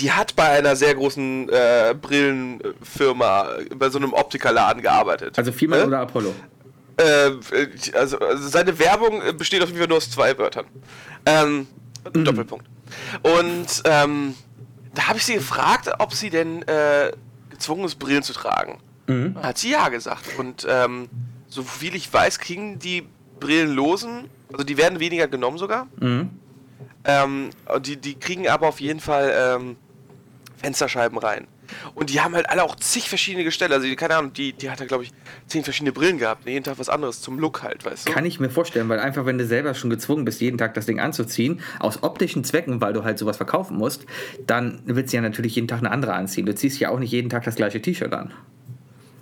B: die hat bei einer sehr großen äh, Brillenfirma, äh, bei so einem Optikerladen gearbeitet.
C: Also Viermann
B: Äh?
C: oder Apollo.
B: Äh, äh, also, also seine Werbung äh, besteht auf jeden Fall nur aus zwei Wörtern. Ähm,
C: Mhm.
B: Doppelpunkt. Und ähm, da habe ich sie gefragt, ob sie denn äh, gezwungen ist, Brillen zu tragen. Hat sie ja gesagt. Und ähm, soviel ich weiß, kriegen die Brillenlosen, also die werden weniger genommen sogar.
C: Mhm.
B: Ähm, und die, die kriegen aber auf jeden Fall ähm, Fensterscheiben rein. Und die haben halt alle auch zig verschiedene Gestelle. Also, die, keine Ahnung, die, die hat da, glaube ich, zehn verschiedene Brillen gehabt. und Jeden Tag was anderes zum Look halt, weißt du?
C: Kann ich mir vorstellen, weil einfach, wenn du selber schon gezwungen bist, jeden Tag das Ding anzuziehen, aus optischen Zwecken, weil du halt sowas verkaufen musst, dann willst du ja natürlich jeden Tag eine andere anziehen. Du ziehst ja auch nicht jeden Tag das gleiche T-Shirt an.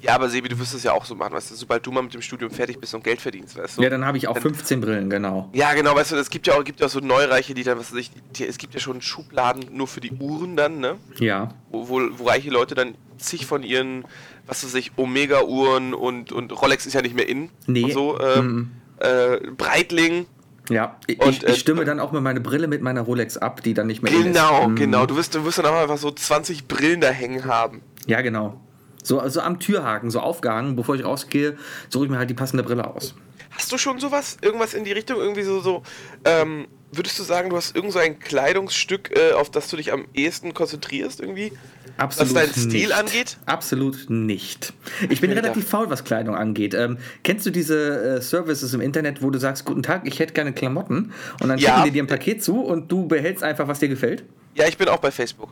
B: Ja, aber Sebi, du wirst das ja auch so machen, weißt du? Sobald du mal mit dem Studium fertig bist und Geld verdienst, weißt du?
C: Ja, dann habe ich auch 15 Brillen, genau.
B: Ja, genau, weißt du, es gibt ja auch, gibt ja auch so Neureiche, die dann, was weiß ich, die, es gibt ja schon Schubladen nur für die Uhren dann, ne?
C: Ja.
B: Wo, wo, wo reiche Leute dann zig von ihren, was weiß ich, Omega-Uhren und, und Rolex ist ja nicht mehr in.
C: Nee. Mhm.
B: Und so, ähm, äh, Breitling.
C: Ja, ich,
B: Und,
C: ich,
B: äh,
C: ich stimme dann auch mal meine Brille mit meiner Rolex ab, die dann nicht mehr in ist.
B: Genau,
C: Mhm.
B: genau. Du wirst, du wirst dann auch einfach so 20 Brillen da hängen haben.
C: Ja, genau. So, so am Türhaken, so aufgehangen, bevor ich rausgehe, suche ich mir halt die passende Brille aus.
B: Hast du schon sowas? Irgendwas in die Richtung? Irgendwie so, so ähm, würdest du sagen, du hast irgend so ein Kleidungsstück, äh, auf das du dich am ehesten konzentrierst irgendwie?
C: Absolut
B: Was deinen Stil
C: nicht.
B: angeht?
C: Absolut nicht. Ich bin
B: mir
C: relativ faul, was Kleidung angeht. Ähm, kennst du diese äh, Services im Internet, wo du sagst, guten Tag, ich hätte gerne Klamotten und dann
B: Ja.
C: schicken die dir ein Paket zu und du behältst einfach, was dir gefällt?
B: Ja, ich bin auch bei Facebook.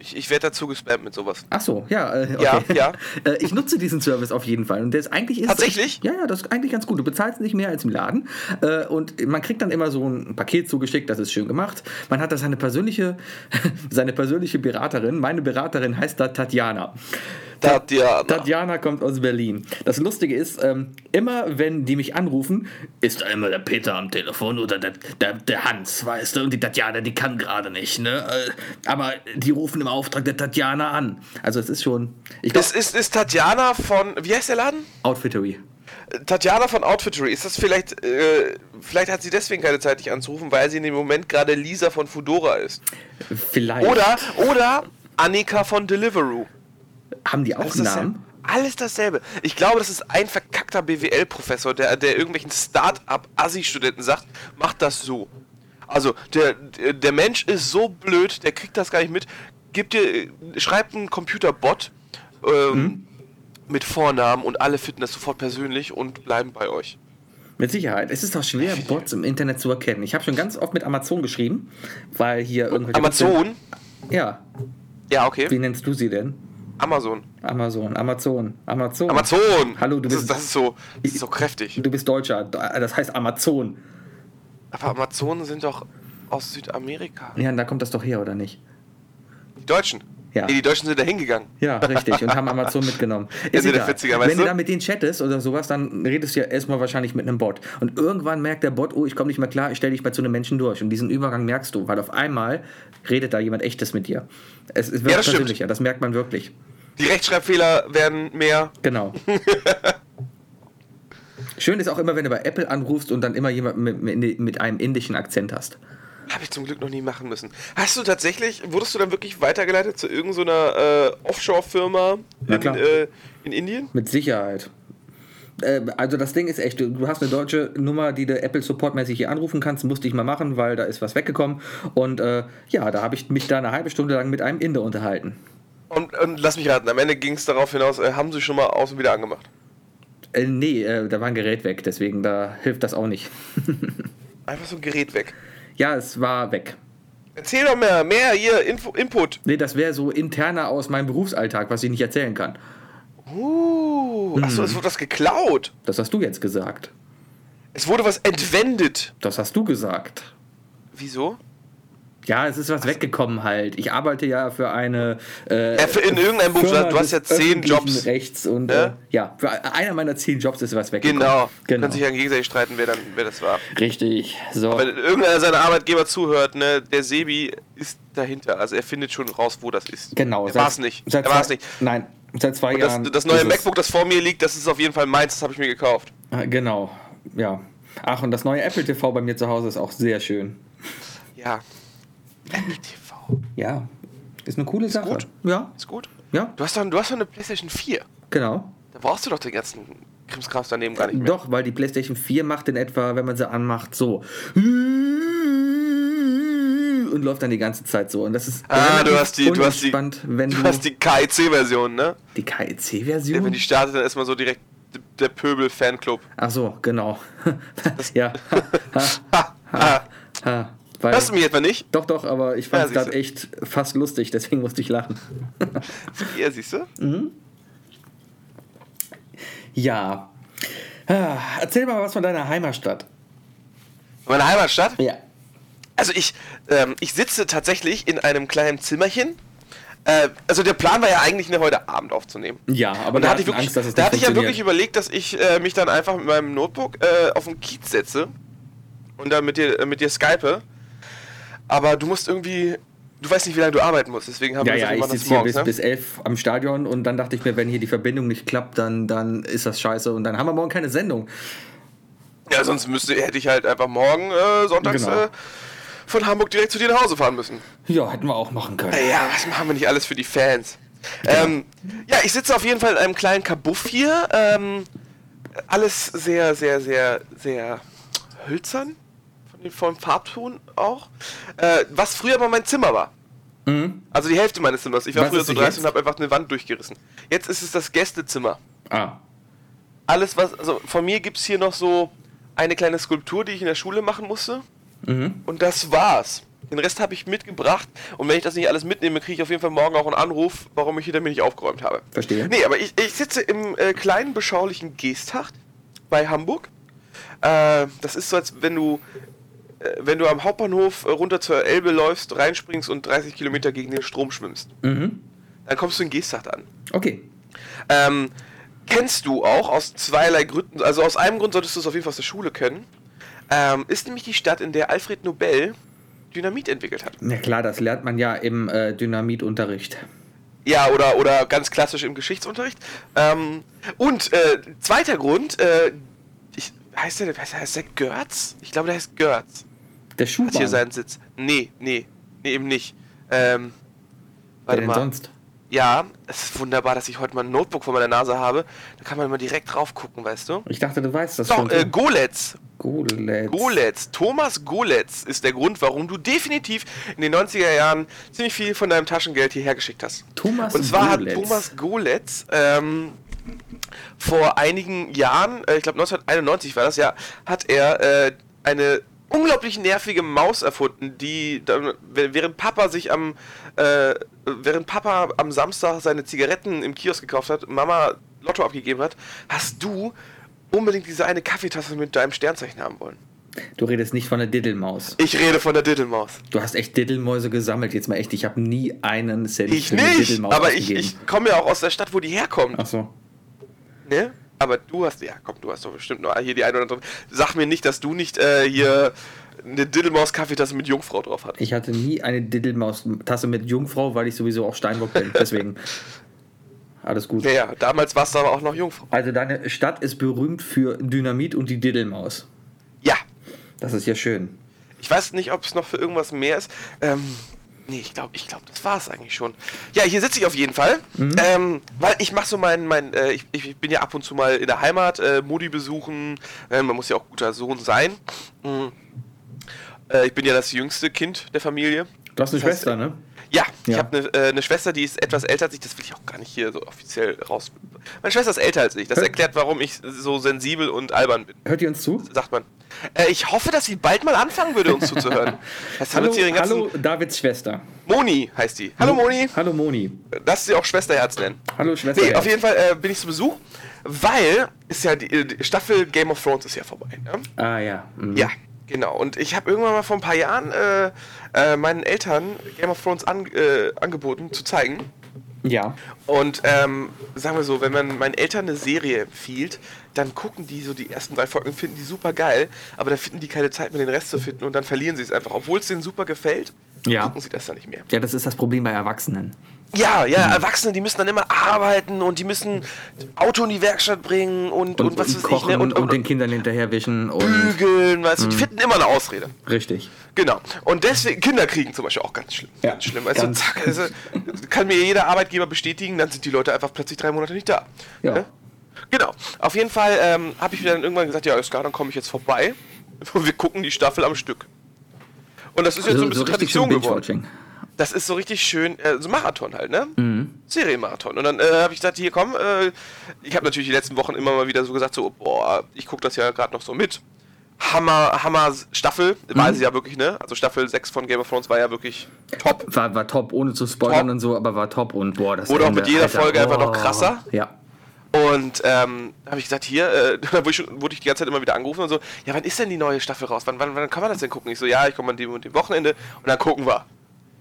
B: Ich, ich werde dazu gespammt mit sowas.
C: Ach so, ja. Äh, okay.
B: Ja, ja.
C: Äh, ich nutze diesen Service auf jeden Fall. Und der ist eigentlich ist
B: Tatsächlich?
C: ja, ja, das ist eigentlich ganz gut. Du bezahlst nicht mehr als im Laden. Äh, und man kriegt dann immer so ein Paket zugeschickt, das ist schön gemacht. Man hat da seine persönliche, seine persönliche Beraterin. Meine Beraterin heißt da Tatjana.
B: Tatjana.
C: Tatjana kommt aus Berlin. Das Lustige ist, ähm, immer wenn die mich anrufen, ist da immer der Peter am Telefon oder der, der, der Hans, weißt du, und die Tatjana, die kann gerade nicht, ne? Äh, Aber die rufen im Auftrag der Tatjana an. Also es ist schon, ich glaube,
B: Das ist, ist Tatjana von. Wie heißt der Laden?
C: Outfittery.
B: Äh, Tatjana von Outfittery. Ist das vielleicht. Äh, vielleicht hat sie deswegen keine Zeit, dich anzurufen, weil sie in dem Moment gerade Lisa von Fudora ist.
C: Vielleicht.
B: Oder. Oder Annika von Deliveroo.
C: haben die auch
B: Alles dasselbe.
C: Namen?
B: Alles dasselbe. Ich glaube, das ist ein verkackter BWL-Professor, der, der irgendwelchen Start-up-Assi-Studenten sagt, macht das so. Also, der, der der Mensch ist so blöd, der kriegt das gar nicht mit. Gibt dir, äh, schreibt einen Computerbot ähm, mit Vornamen und alle finden das sofort persönlich und bleiben bei euch.
C: Mit Sicherheit. Es ist doch schwer, Bots im Internet zu erkennen. Ich habe schon ganz oft mit Amazon geschrieben, weil hier irgendwelche.
B: Amazon?
C: Ja.
B: Ja, okay.
C: Wie nennst du sie denn?
B: Amazon.
C: Amazon, Amazon, Amazon.
B: Amazon!
C: Hallo, du
B: das,
C: bist-
B: ist- das ist so, das ist so kräftig.
C: Du bist Deutscher, das heißt Amazon.
B: Aber Amazonen sind doch aus Südamerika.
C: Ja, und da kommt das doch her, oder nicht?
B: Die Deutschen.
C: Ja.
B: Nee, die Deutschen sind da hingegangen.
C: Ja, richtig. Und haben Amazon mitgenommen. Ist
B: Ende der
C: egal.
B: 40er, weißt
C: Wenn du
B: du?
C: da mit denen chattest oder sowas, dann redest du ja erstmal wahrscheinlich mit einem Bot. Und irgendwann merkt der Bot, oh, ich komme nicht mehr klar, ich stelle dich mal zu einem Menschen durch. Und diesen Übergang merkst du, weil auf einmal redet da jemand Echtes mit dir. Es, es wird
B: Ja, das stimmt.
C: persönlicher, das merkt man wirklich.
B: Die Rechtschreibfehler werden mehr.
C: Genau. Schön ist auch immer, wenn du bei Apple anrufst und dann immer jemanden mit, mit, mit einem indischen Akzent hast.
B: Habe ich zum Glück noch nie machen müssen. Hast du tatsächlich, wurdest du dann wirklich weitergeleitet zu irgendeiner äh, Offshore-Firma
C: Na
B: in,
C: klar.
B: äh, in Indien?
C: Mit Sicherheit. Äh, Also das Ding ist echt, du- du hast eine deutsche Nummer, die du Apple supportmäßig hier anrufen kannst, musste ich mal machen, weil da ist was weggekommen. Und äh, ja, da habe ich mich da eine halbe Stunde lang mit einem Inder unterhalten.
B: Und, und lass mich raten, am Ende ging es darauf hinaus, äh, haben sie schon mal aus und wieder angemacht.
C: Äh, nee, äh, da war ein Gerät weg, deswegen da hilft das auch nicht.
B: Einfach so ein Gerät weg.
C: Ja, es war weg.
B: Erzähl doch mehr, mehr hier, Info, Input.
C: Nee, das wäre so interner aus meinem Berufsalltag, was ich nicht erzählen kann.
B: Uh, achso,
C: Mhm.
B: es wurde was geklaut.
C: Das hast du jetzt gesagt.
B: Es wurde was entwendet.
C: Das hast du gesagt.
B: Wieso?
C: Ja, es ist was weggekommen halt. Ich arbeite ja für eine. Äh,
B: Ja, für in irgendeinem Beruf,
C: Firma
B: du hast ja
C: des
B: zehn
C: öffentlichen
B: Jobs.
C: Rechts und
B: Ja?
C: ja, äh, ja für einer meiner zehn Jobs ist was weggekommen.
B: Genau. genau.
C: genau.
B: Kann sich ja gegenseitig streiten, wer, dann, wer das war.
C: Richtig. So.
B: Wenn irgendeiner seiner Arbeitgeber zuhört, ne, der Sebi ist dahinter. Also er findet schon raus, wo das ist.
C: Genau.
B: Er
C: seit-
B: war es nicht.
C: Seit
B: Er war es
C: zwei-
B: nicht.
C: Nein, seit zwei
B: Und das,
C: Jahren.
B: das neue
C: ist es.
B: MacBook, das vor mir liegt, das ist auf jeden Fall meins, das habe ich mir gekauft.
C: Ah, Genau, ja. Ach, und das neue Apple TV bei mir zu Hause ist auch sehr schön.
B: Ja. Apple TV.
C: Ja, ist eine coole Sache.
B: gut.
C: Ja,
B: Ist gut.
C: ja,
B: Du hast doch, du hast doch eine PlayStation 4.
C: genau.
B: Da brauchst du doch den ganzen Krimskrams daneben gar nicht mehr.
C: Äh, Doch, weil die PlayStation 4 macht in etwa, wenn man sie anmacht, so. Und läuft dann die ganze Zeit so. Und das ist
B: Ah, du
C: relativ
B: hast die, du hast die,
C: unentspannt, wenn
B: du hast die KIC-Version, ne?
C: die E
B: Ja, wenn
C: KIC-Version.
B: die startet, dann ist man so direkt d- der Pöbel-Fanclub.
C: Ach so, genau. ja.
B: Ha, ha.
C: ha, weil,
B: Hörst du mich etwa nicht?
C: doch, doch, aber ich fand es
B: Ja,
C: gerade echt fast lustig, deswegen musste ich lachen.
B: Ja, siehst du?
C: Ja. Ah, Erzähl mal was von deiner Heimatstadt.
B: Meine Heimatstadt?
C: Ja.
B: Also ich, ähm, ich sitze tatsächlich in einem kleinen Zimmerchen. Äh, also der Plan war ja eigentlich, ne, heute Abend aufzunehmen.
C: Ja, aber
B: Und da
C: wir
B: hatte ich,
C: hatten
B: wirklich,
C: Angst, dass es
B: da
C: nicht
B: hatte ich ja wirklich
C: funktioniert.
B: überlegt, dass ich äh, mich dann einfach mit meinem Notebook äh, auf den Kiez setze und dann mit dir, äh, mit dir skype. Aber du musst irgendwie, du weißt nicht, wie lange du arbeiten musst, deswegen haben
C: Ja,
B: wir
C: ja, ich
B: gesagt, wir machen
C: sitze
B: das morgens.
C: hier bis,
B: Ne?
C: bis elf am Stadion und dann dachte ich mir, wenn hier die Verbindung nicht klappt, dann, dann ist das scheiße und dann haben wir morgen keine Sendung.
B: Ja, sonst müsste, hätte ich halt einfach morgen äh, sonntags
C: Genau.
B: äh, von Hamburg direkt zu dir nach Hause fahren müssen.
C: Ja, hätten wir auch machen können.
B: Naja, was machen wir nicht alles für die Fans?
C: Genau.
B: Ähm, ja, ich sitze auf jeden Fall in einem kleinen Kabuff hier. Ähm, alles sehr, sehr, sehr, sehr hölzern. Von den, vom Farbton auch. Äh, was früher aber mein Zimmer war.
C: Mhm.
B: Also die Hälfte meines Zimmers. Ich war
C: Was
B: früher
C: ist
B: so
C: denn
B: 30
C: jetzt?
B: und habe einfach eine Wand durchgerissen. Jetzt ist es das Gästezimmer.
C: Ah,
B: Alles, was. Also von mir gibt es hier noch so eine kleine Skulptur, die ich in der Schule machen musste. Und das war's. Den Rest habe ich mitgebracht und wenn ich das nicht alles mitnehme, kriege ich auf jeden Fall morgen auch einen Anruf, warum ich hier damit nicht aufgeräumt habe.
C: Verstehe.
B: Nee, aber ich, ich sitze im äh, kleinen, beschaulichen Geesthacht bei Hamburg. Äh, das ist so, als wenn du, äh, wenn du am Hauptbahnhof äh, runter zur Elbe läufst, reinspringst und 30 Kilometer gegen den Strom schwimmst. Dann kommst du in Geesthacht an.
C: mhm. okay.
B: Ähm, kennst du auch aus zweierlei Gründen. Also aus einem Grund solltest du es auf jeden Fall aus der Schule können. Ähm, ist nämlich die Stadt, in der Alfred Nobel Dynamit entwickelt hat.
C: Na klar, das lernt man ja im äh, Dynamitunterricht.
B: Ja, oder, oder ganz klassisch im Geschichtsunterricht. Ähm, und äh, zweiter Grund, äh, ich, heißt, der, heißt, der, heißt der Görz? Ich glaube, der heißt Görz.
C: Der
B: Hat hier
C: Schuhmann.
B: seinen Sitz. Nee, nee, nee, eben nicht. Ähm,
C: Wer
B: warte
C: denn
B: mal.
C: sonst?
B: Ja, es ist wunderbar, dass ich heute mal ein Notebook vor meiner Nase habe. Da kann man immer direkt drauf gucken, weißt du?
C: Ich dachte, du weißt das
B: Doch,
C: schon.
B: äh, Goletz.
C: Golez.
B: Goletz, Thomas Goletz ist der Grund, warum du definitiv in den 90er Jahren ziemlich viel von deinem Taschengeld hierher geschickt hast.
C: Thomas
B: Und zwar
C: Goletz.
B: hat Thomas Goletz ähm, vor einigen Jahren, äh, ich glaube 1991 war das ja, hat er äh, eine unglaublich nervige Maus erfunden, die dann, w- während Papa sich am äh, während Papa am Samstag seine Zigaretten im Kiosk gekauft hat, Mama Lotto abgegeben hat, hast du unbedingt diese eine Kaffeetasse mit deinem Sternzeichen haben wollen.
C: Du redest nicht von der Diddelmaus.
B: Ich rede von der Diddelmaus.
C: Du hast echt Diddelmäuse gesammelt. Jetzt mal echt, ich habe nie einen Cent
B: Ich
C: für eine
B: nicht,
C: Diddelmaus
B: aber ich,
C: ausgegeben. Ah.
B: ich komme ja auch aus der Stadt, wo die herkommt.
C: Ach so.
B: Ne? Aber du hast, ja komm, du hast doch bestimmt noch hier die eine oder andere. Sag mir nicht, dass du nicht äh, hier eine Diddelmaus-Kaffeetasse mit Jungfrau drauf hattest.
C: Ich hatte nie eine Diddelmaus-Tasse mit Jungfrau, weil ich sowieso auch Steinbock bin. Deswegen. Alles gut.
B: Ja, ja, damals warst du aber auch noch Jungfrau.
C: Also deine Stadt ist berühmt für Dynamit und die Diddelmaus.
B: Ja,
C: Das ist ja schön.
B: ich weiß nicht, ob es noch für irgendwas mehr ist. Ähm, nee, ich glaube, ich glaub, das war es eigentlich schon. Ja, hier sitze ich auf jeden Fall.
C: Mhm.
B: Ähm, weil ich mache so mein, mein äh, ich, ich bin ja ab und zu mal in der Heimat, äh, Modi besuchen. Äh, man muss ja auch guter Sohn sein. Mhm. Äh, ich bin ja das jüngste Kind der Familie.
C: Du hast
B: Das
C: eine
B: heißt, äh,
C: Schwester, ne?
B: Ja, ich
C: Ja.
B: habe eine äh, ne Schwester, die ist etwas älter als ich. Das will ich auch gar nicht hier so offiziell raus. Meine Schwester ist älter als ich. Das erklärt, warum ich so sensibel und albern bin,
C: Hört ihr uns zu?
B: sagt man. Äh, ich hoffe, dass sie bald mal anfangen würde, uns zuzuhören. Das
C: Hallo,
B: wird sie ihren ganzen
C: hallo Davids Schwester.
B: Moni heißt die. Hallo Moni.
C: Hallo Moni.
B: Lass sie auch Schwesterherz nennen.
C: Hallo Schwester.
B: Nee, auf jeden Fall äh, bin ich zu Besuch, weil ist ja die, äh, die Staffel Game of Thrones ist ja vorbei. Ne?
C: Ah ja. Mhm.
B: Ja, genau. Und ich habe irgendwann mal vor ein paar Jahren äh, äh, meinen Eltern Game of Thrones an, äh, angeboten zu zeigen.
C: Ja.
B: Und ähm, sagen wir so, wenn man meinen Eltern eine Serie empfiehlt, dann gucken die so die ersten drei Folgen, finden die super geil, aber dann finden die keine Zeit mehr, den Rest zu finden und dann verlieren sie es einfach. Obwohl es denen super gefällt,
C: Ja.
B: gucken sie das dann nicht mehr.
C: Ja, das ist das Problem bei Erwachsenen.
B: Ja, ja,
C: Mhm.
B: Erwachsene, die müssen dann immer arbeiten und die müssen Auto in die Werkstatt bringen und, Hm. und, was weiß ich,
C: kochen
B: ne?
C: und, den Mhm. Kindern hinterherwischen und
B: bügeln, weißt du, die finden immer eine Ausrede.
C: richtig.
B: Genau. Und deswegen, Kinder kriegen zum Beispiel auch ganz schlimm.
C: Ja,
B: ganz schlimm. Also,
C: ganz.
B: zack, also, kann mir jeder Arbeitgeber bestätigen, dann sind die Leute einfach plötzlich drei Monate nicht da.
C: Ja.
B: Ne? Genau. Auf jeden Fall ähm, habe ich mir dann irgendwann gesagt, ja, alles klar, dann komme ich jetzt vorbei und wir gucken die Staffel am Stück. Und das ist
C: Also
B: jetzt so, ein bisschen Tradition geworden. Das ist so richtig schön, äh, so Marathon halt, ne? Serienmarathon. Und dann äh, habe ich gesagt, hier komm, äh, ich habe natürlich die letzten Wochen immer mal wieder so gesagt, so, boah, ich gucke das ja gerade noch so mit. Hammer, Hammer Staffel, war sie ja wirklich, ne? Also Staffel 6 von Game of Thrones war ja wirklich top.
C: War, war top, ohne zu spoilern
B: Top.
C: und so, aber war top und boah, das
B: Wurde auch mit jeder Folge einfach noch
C: boah.
B: krasser.
C: Ja.
B: Und ähm, da habe ich gesagt, hier, äh, da wurde ich, schon- wurde ich die ganze Zeit immer wieder angerufen und so, ja, wann ist denn die neue Staffel raus? Wann, wann, wann kann man das denn gucken? Ich so, ja, ich komme an dem und dem Wochenende und dann gucken wir.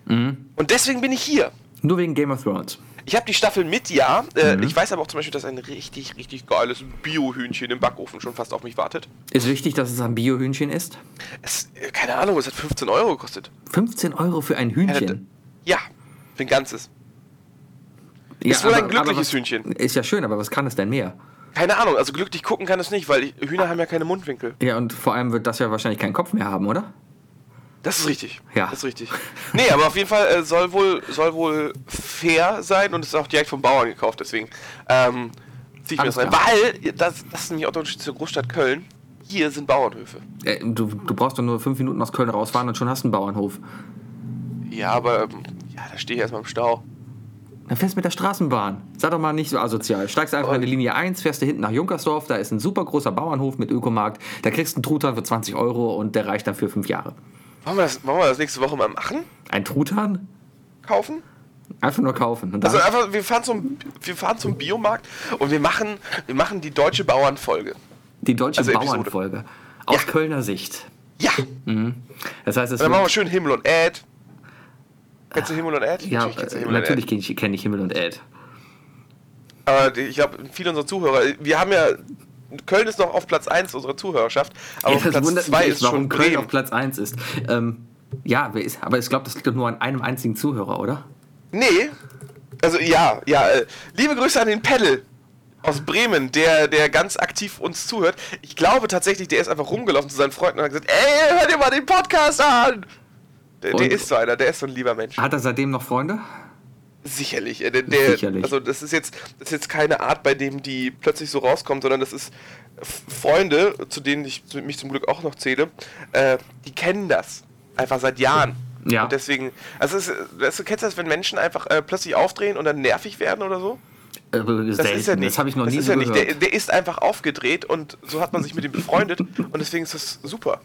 B: Und deswegen bin ich hier.
C: Nur wegen Game of Thrones.
B: Ich habe die Staffeln mit, ja. Äh, Ich weiß aber auch zum Beispiel, dass ein richtig, richtig geiles Bio-Hühnchen im Backofen schon fast auf mich wartet.
C: Ist wichtig, dass es ein Bio-Hühnchen ist?
B: Es, äh, keine Ahnung, es hat 15 Euro gekostet.
C: 15 Euro für ein
B: Ja, das-
C: Hühnchen.
B: Ja, für ein ganzes.
C: Ja,
B: ist wohl ein
C: aber-
B: glückliches
C: aber was,
B: Hühnchen.
C: Ist ja schön, aber was kann es denn mehr?
B: Keine Ahnung, also glücklich gucken kann es nicht, weil ich, Hühner haben ja keine Mundwinkel.
C: Ja, und vor allem wird das ja wahrscheinlich keinen Kopf mehr haben, oder?
B: Das ist richtig.
C: Ja.
B: Das ist richtig. Nee, aber auf jeden Fall äh, soll, wohl, soll wohl fair sein und es ist auch direkt vom Bauern gekauft, deswegen ähm, zieh ich mir
C: Alles
B: das rein.
C: klar.
B: Weil, das, das ist nämlich auch der Unterschied zur Großstadt Köln, hier sind Bauernhöfe.
C: Äh, Du, du brauchst doch nur fünf Minuten aus Köln rausfahren und schon hast du einen Bauernhof.
B: Ja, aber ähm, ja, da stehe ich erstmal im Stau.
C: Dann fährst du mit der Straßenbahn. Sei doch mal nicht so asozial. Steigst einfach in die Linie 1, fährst du hinten nach Junkersdorf. Da ist ein super großer Bauernhof mit Ökomarkt. Da kriegst du einen Truthahn für 20 Euro und der reicht dann für fünf Jahre.
B: Wollen wir, das, wollen wir das nächste Woche mal machen?
C: Ein Truthahn?
B: Kaufen?
C: Einfach nur kaufen. Und dann,
B: Also einfach, wir fahren zum, wir fahren zum Biomarkt und wir machen, wir machen die deutsche Bauernfolge.
C: die deutsche
B: also Episode.
C: Bauernfolge. Aus Kölner Sicht.
B: Ja!
C: Mhm. Das heißt, es
B: Dann machen wir
C: wird,
B: schön Himmel und Ed. Kennst du Himmel und Ed?
C: ja,
B: kennst du
C: äh,
B: Himmel und
C: natürlich kenne ich, kenn ich Himmel und Ed.
B: Ed. Aber die- ich glaube, viele unserer Zuhörer, wir haben ja, Köln ist noch auf Platz 1 unserer Zuhörerschaft, aber
C: Ey,
B: auf Platz 2 ist schon
C: warum Köln
B: Bremen.
C: auf Platz 1 ist. Ähm, ja, wer ist- aber ich glaube, das liegt doch nur an einem einzigen Zuhörer, oder?
B: Nee. Also ja, ja. äh, Liebe Grüße an den Pedel aus Bremen, der, der ganz aktiv uns zuhört. Ich glaube tatsächlich, der ist einfach rumgelaufen zu seinen Freunden und hat gesagt, ey, hört ihr mal den Podcast an! Der,
C: Und-
B: der ist so einer, der ist so ein lieber Mensch.
C: Hat er seitdem noch Freunde? Äh,
B: Sicherlich. äh, Der, der,
C: Sicherlich.
B: Also das ist jetzt das ist jetzt keine Art, bei dem die plötzlich so rauskommt, sondern das ist F- Freunde, zu denen ich zu- mich zum Glück auch noch zähle, äh, die kennen das einfach seit Jahren.
C: Ja.
B: Und deswegen, also es ist, weißt du kennst du das, wenn Menschen einfach äh, plötzlich aufdrehen und dann nervig werden oder so?
C: Äh,
B: Das
C: selten.
B: ist ja nicht.
C: Das habe ich noch
B: das
C: nie
B: ist
C: so
B: ja
C: gehört.
B: nicht. Der, der ist einfach aufgedreht und so hat man sich mit ihm befreundet und deswegen ist das super.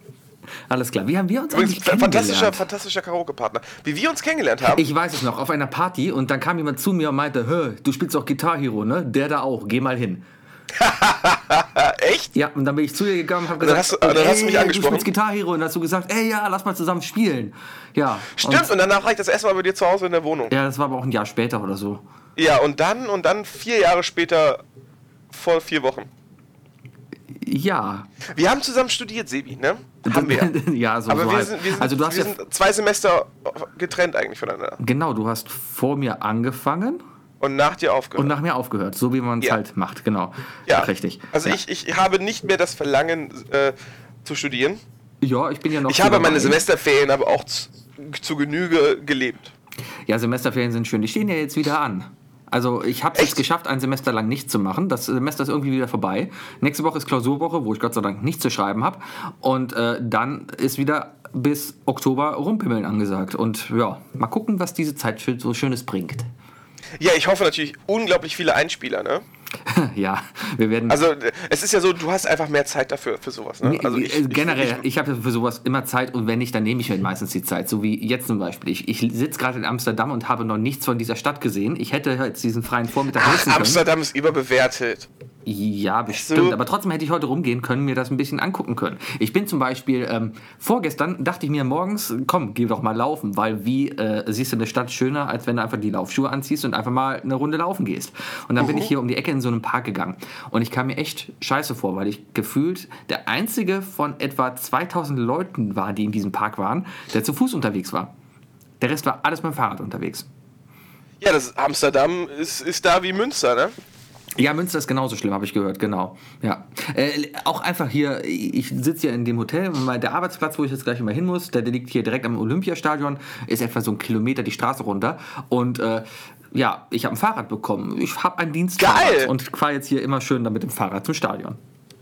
C: Alles klar. Wie haben wir uns
B: Übrigens,
C: eigentlich
B: fantastischer,
C: kennengelernt?
B: fantastischer Karaoke-Partner. Wie wir uns kennengelernt haben.
C: Ich weiß es noch, auf einer Party und dann kam jemand zu mir und meinte, Hö, du spielst auch Guitar Hero, ne? Der da auch, geh mal hin.
B: Echt?
C: Ja, und dann bin ich zu dir gegangen und habe
B: dann
C: gesagt,
B: hast du- dann hast du mich
C: du
B: angesprochen."
C: spielst Guitar Hero und dann hast du gesagt, ey, ja, lass mal zusammen spielen. Ja.
B: Stimmt, und danach reicht das erstmal bei dir zu Hause in der Wohnung.
C: Und, ja, das war aber auch ein Jahr später oder so.
B: Ja, und dann, und dann vier Jahre später, vor vier Wochen.
C: Ja.
B: Wir haben zusammen studiert, Sebi, ne? Haben wir.
C: ja, so,
B: Aber
C: so
B: wir
C: halt.
B: sind, wir sind,
C: also du hast
B: wir
C: ja,
B: sind zwei Semester getrennt eigentlich voneinander.
C: genau, du hast vor mir angefangen
B: Und nach dir aufgehört.
C: und nach mir aufgehört, so wie man es
B: Ja.
C: halt macht, genau.
B: ja,
C: Richtig.
B: Also
C: ja.
B: ich, ich habe nicht mehr das Verlangen äh, zu studieren.
C: ja, ich bin ja noch
B: Ich habe
C: dabei.
B: meine Semesterferien aber auch zu, zu Genüge gelebt.
C: Ja, Semesterferien sind schön, die stehen ja jetzt wieder an. Also ich habe es geschafft, ein Semester lang nichts zu machen. Das Semester ist irgendwie wieder vorbei. Nächste Woche ist Klausurwoche, wo ich Gott sei Dank nichts zu schreiben habe. Und äh, dann ist wieder bis Oktober Rumpimmeln angesagt. Und ja, mal gucken, was diese Zeit für so Schönes bringt.
B: Ja, ich hoffe natürlich unglaublich viele Einspieler, ne?
C: ja, wir werden.
B: Also es ist ja so, du hast einfach mehr Zeit dafür für sowas, ne?
C: Nee,
B: Also
C: äh, generell, ich, habe für sowas immer Zeit und wenn nicht, dann nehme ich mir meistens die Zeit. So wie jetzt zum Beispiel. Ich, ich sitze gerade in Amsterdam und habe noch nichts von dieser Stadt gesehen. Ich hätte jetzt diesen freien Vormittag
B: Ach,
C: nutzen können.
B: Amsterdam ist überbewertet.
C: Ja, bestimmt.
B: so.
C: Aber trotzdem hätte ich heute rumgehen können, mir das ein bisschen angucken können. Ich bin zum Beispiel, ähm, vorgestern dachte ich mir morgens, komm, geh doch mal laufen, weil wie äh, siehst du eine Stadt schöner, als wenn du einfach die Laufschuhe anziehst und einfach mal eine Runde laufen gehst. Und dann bin ich hier um die Ecke in so einem Park gegangen. Und ich kam mir echt scheiße vor, weil ich gefühlt der einzige von etwa 2000 Leuten war, die in diesem Park waren, der zu Fuß unterwegs war. Der Rest war alles mit dem Fahrrad unterwegs.
B: Ja, das Amsterdam ist, ist da wie Münster, ne?
C: Ja, Münster ist genauso schlimm, habe ich gehört, genau. Ja. Äh, auch einfach hier, ich sitze ja in dem Hotel, und mein- der Arbeitsplatz, wo ich jetzt gleich immer hin muss, der, der liegt hier direkt am Olympiastadion, ist etwa so ein Kilometer die Straße runter. Und äh, ja, ich habe ein Fahrrad bekommen. Ich habe einen Dienstfahrrad
B: Geil!
C: und fahre jetzt hier immer schön dann mit dem Fahrrad zum Stadion.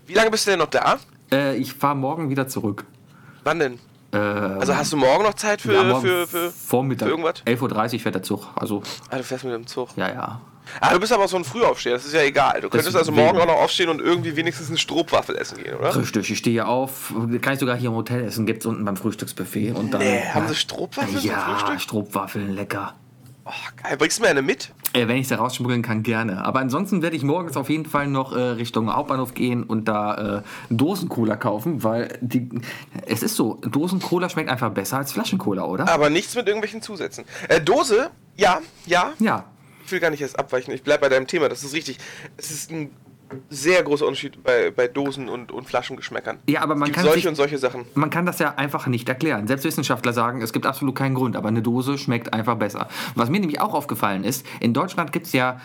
B: Wie lange bist du denn noch da?
C: Äh, ich fahre morgen wieder zurück.
B: Wann denn? also hast du morgen noch Zeit für,
C: Ähm, Ja, morgen
B: für, für,
C: Vormittag.
B: für irgendwas?
C: 11.30 Uhr fährt der Zug. Also,
B: Ah, du fährst mit dem Zug.
C: ja, ja.
B: Ah, du bist aber auch so ein Frühaufsteher, das ist ja egal. Du könntest also morgen auch noch aufstehen und irgendwie wenigstens eine Strohwaffel essen gehen, oder?
C: Richtig, ich stehe hier auf, kann ich sogar hier im Hotel essen, gibt's unten beim Frühstücksbuffet. Und dann,
B: Nee, haben sie Strohwaffeln zum
C: Ja,
B: Frühstück?
C: Strohwaffeln, lecker.
B: Oh, geil. Bringst du mir eine mit?
C: Äh, wenn ich da rausschmuggeln kann, gerne. Aber ansonsten werde ich morgens auf jeden Fall noch äh, Richtung Hauptbahnhof gehen und da äh, Dosencola kaufen, weil die, es ist so, Dosencola schmeckt einfach besser als Flaschencola, oder?
B: Aber nichts mit irgendwelchen Zusätzen. Äh, Dose? Ja, ja.
C: Ja.
B: Ich will gar nicht erst abweichen. Ich bleib bei deinem Thema. Das ist richtig. Es ist ein sehr großer Unterschied bei, bei Dosen und, und Flaschengeschmäckern.
C: Ja, aber man
B: es gibt
C: kann
B: solche
C: sich-
B: und solche Sachen.
C: Man kann das ja einfach nicht erklären. Selbst Wissenschaftler sagen, es gibt absolut keinen Grund, aber eine Dose schmeckt einfach besser. Was mir nämlich auch aufgefallen ist, in Deutschland gibt's ja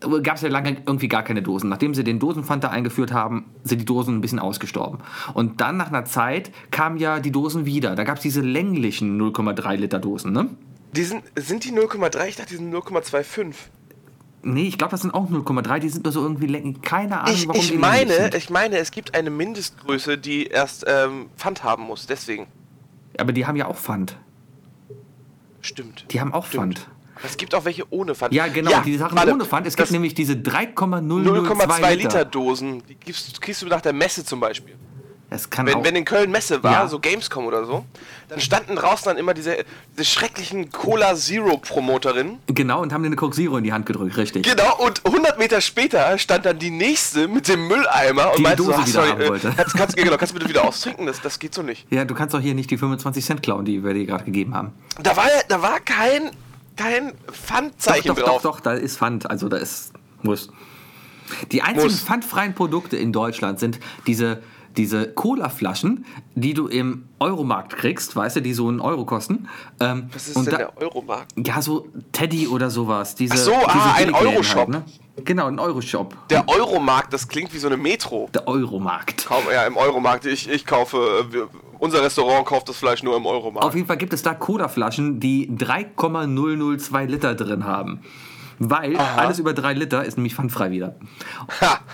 C: gab es ja lange irgendwie gar keine Dosen. Nachdem sie den Dosenfanta eingeführt haben, sind die Dosen ein bisschen ausgestorben. Und dann nach einer Zeit kamen ja die Dosen wieder. Da gab es diese länglichen 0,3 Liter Dosen, ne?
B: Die sind, sind die 0,3? Ich dachte, die sind 0,25.
C: Nee, ich glaube, das sind auch 0,3, die sind nur so irgendwie länglich. Keine Ahnung,
B: Ich,
C: warum die
B: ich,
C: länglich
B: meine,
C: sind.
B: ich meine, es gibt eine Mindestgröße, die erst ähm, Pfand haben muss. Deswegen.
C: Aber die haben ja auch Pfand.
B: Stimmt.
C: Die haben auch Pfand.
B: Aber Es gibt auch welche ohne Pfand.
C: Ja, genau, die Sachen
B: warte,
C: ohne Pfand. Es
B: das
C: gibt nämlich diese 3,002
B: 0,2
C: Liter.
B: Liter Dosen. Die kriegst, kriegst du nach der Messe zum Beispiel.
C: Das kann
B: Wenn,
C: auch.
B: wenn in Köln Messe war,
C: Genau. Ja.
B: so Gamescom oder so, dann standen draußen dann immer diese, diese schrecklichen Cola Zero Promoterinnen.
C: Genau, und haben dir eine Coke Zero in die Hand gedrückt, richtig.
B: Genau, und 100 Meter später stand dann die nächste mit dem Mülleimer und
C: Die
B: meinte
C: Dose
B: so, "Ah,
C: wieder haben wollte.
B: kannst, kannst, genau, kannst du bitte wieder austrinken, das, das geht so nicht.
C: Ja, du kannst doch hier nicht die 25 Cent klauen, die wir dir gerade gegeben haben.
B: Da war, da war kein, kein Pfandzeichen
C: doch, doch,
B: drauf.
C: doch, doch, da ist Pfand. Also da ist. Muss. Die einzigen
B: Muss.
C: pfandfreien Produkte in Deutschland sind diese, diese Cola-Flaschen, die du im Euromarkt kriegst, weißt du, die so einen Euro kosten. Ähm,
B: Was ist
C: und
B: denn
C: da-
B: der Euromarkt?
C: Ja, so Teddy oder sowas. Diese,
B: Ach so,
C: diese
B: ah, ein
C: Billigläden halt,
B: Euroshop.
C: Genau, ein Euroshop.
B: Der Euromarkt, das klingt wie so eine Metro.
C: Der Euromarkt.
B: Kaum, ja, im Euromarkt. Ich, ich kaufe, äh, wir, unser Restaurant kauft das Fleisch nur im Euromarkt.
C: Auf jeden Fall gibt es da Cola-Flaschen, die 3,002 Liter drin haben. Weil alles über 3 Liter ist nämlich pfandfrei wieder.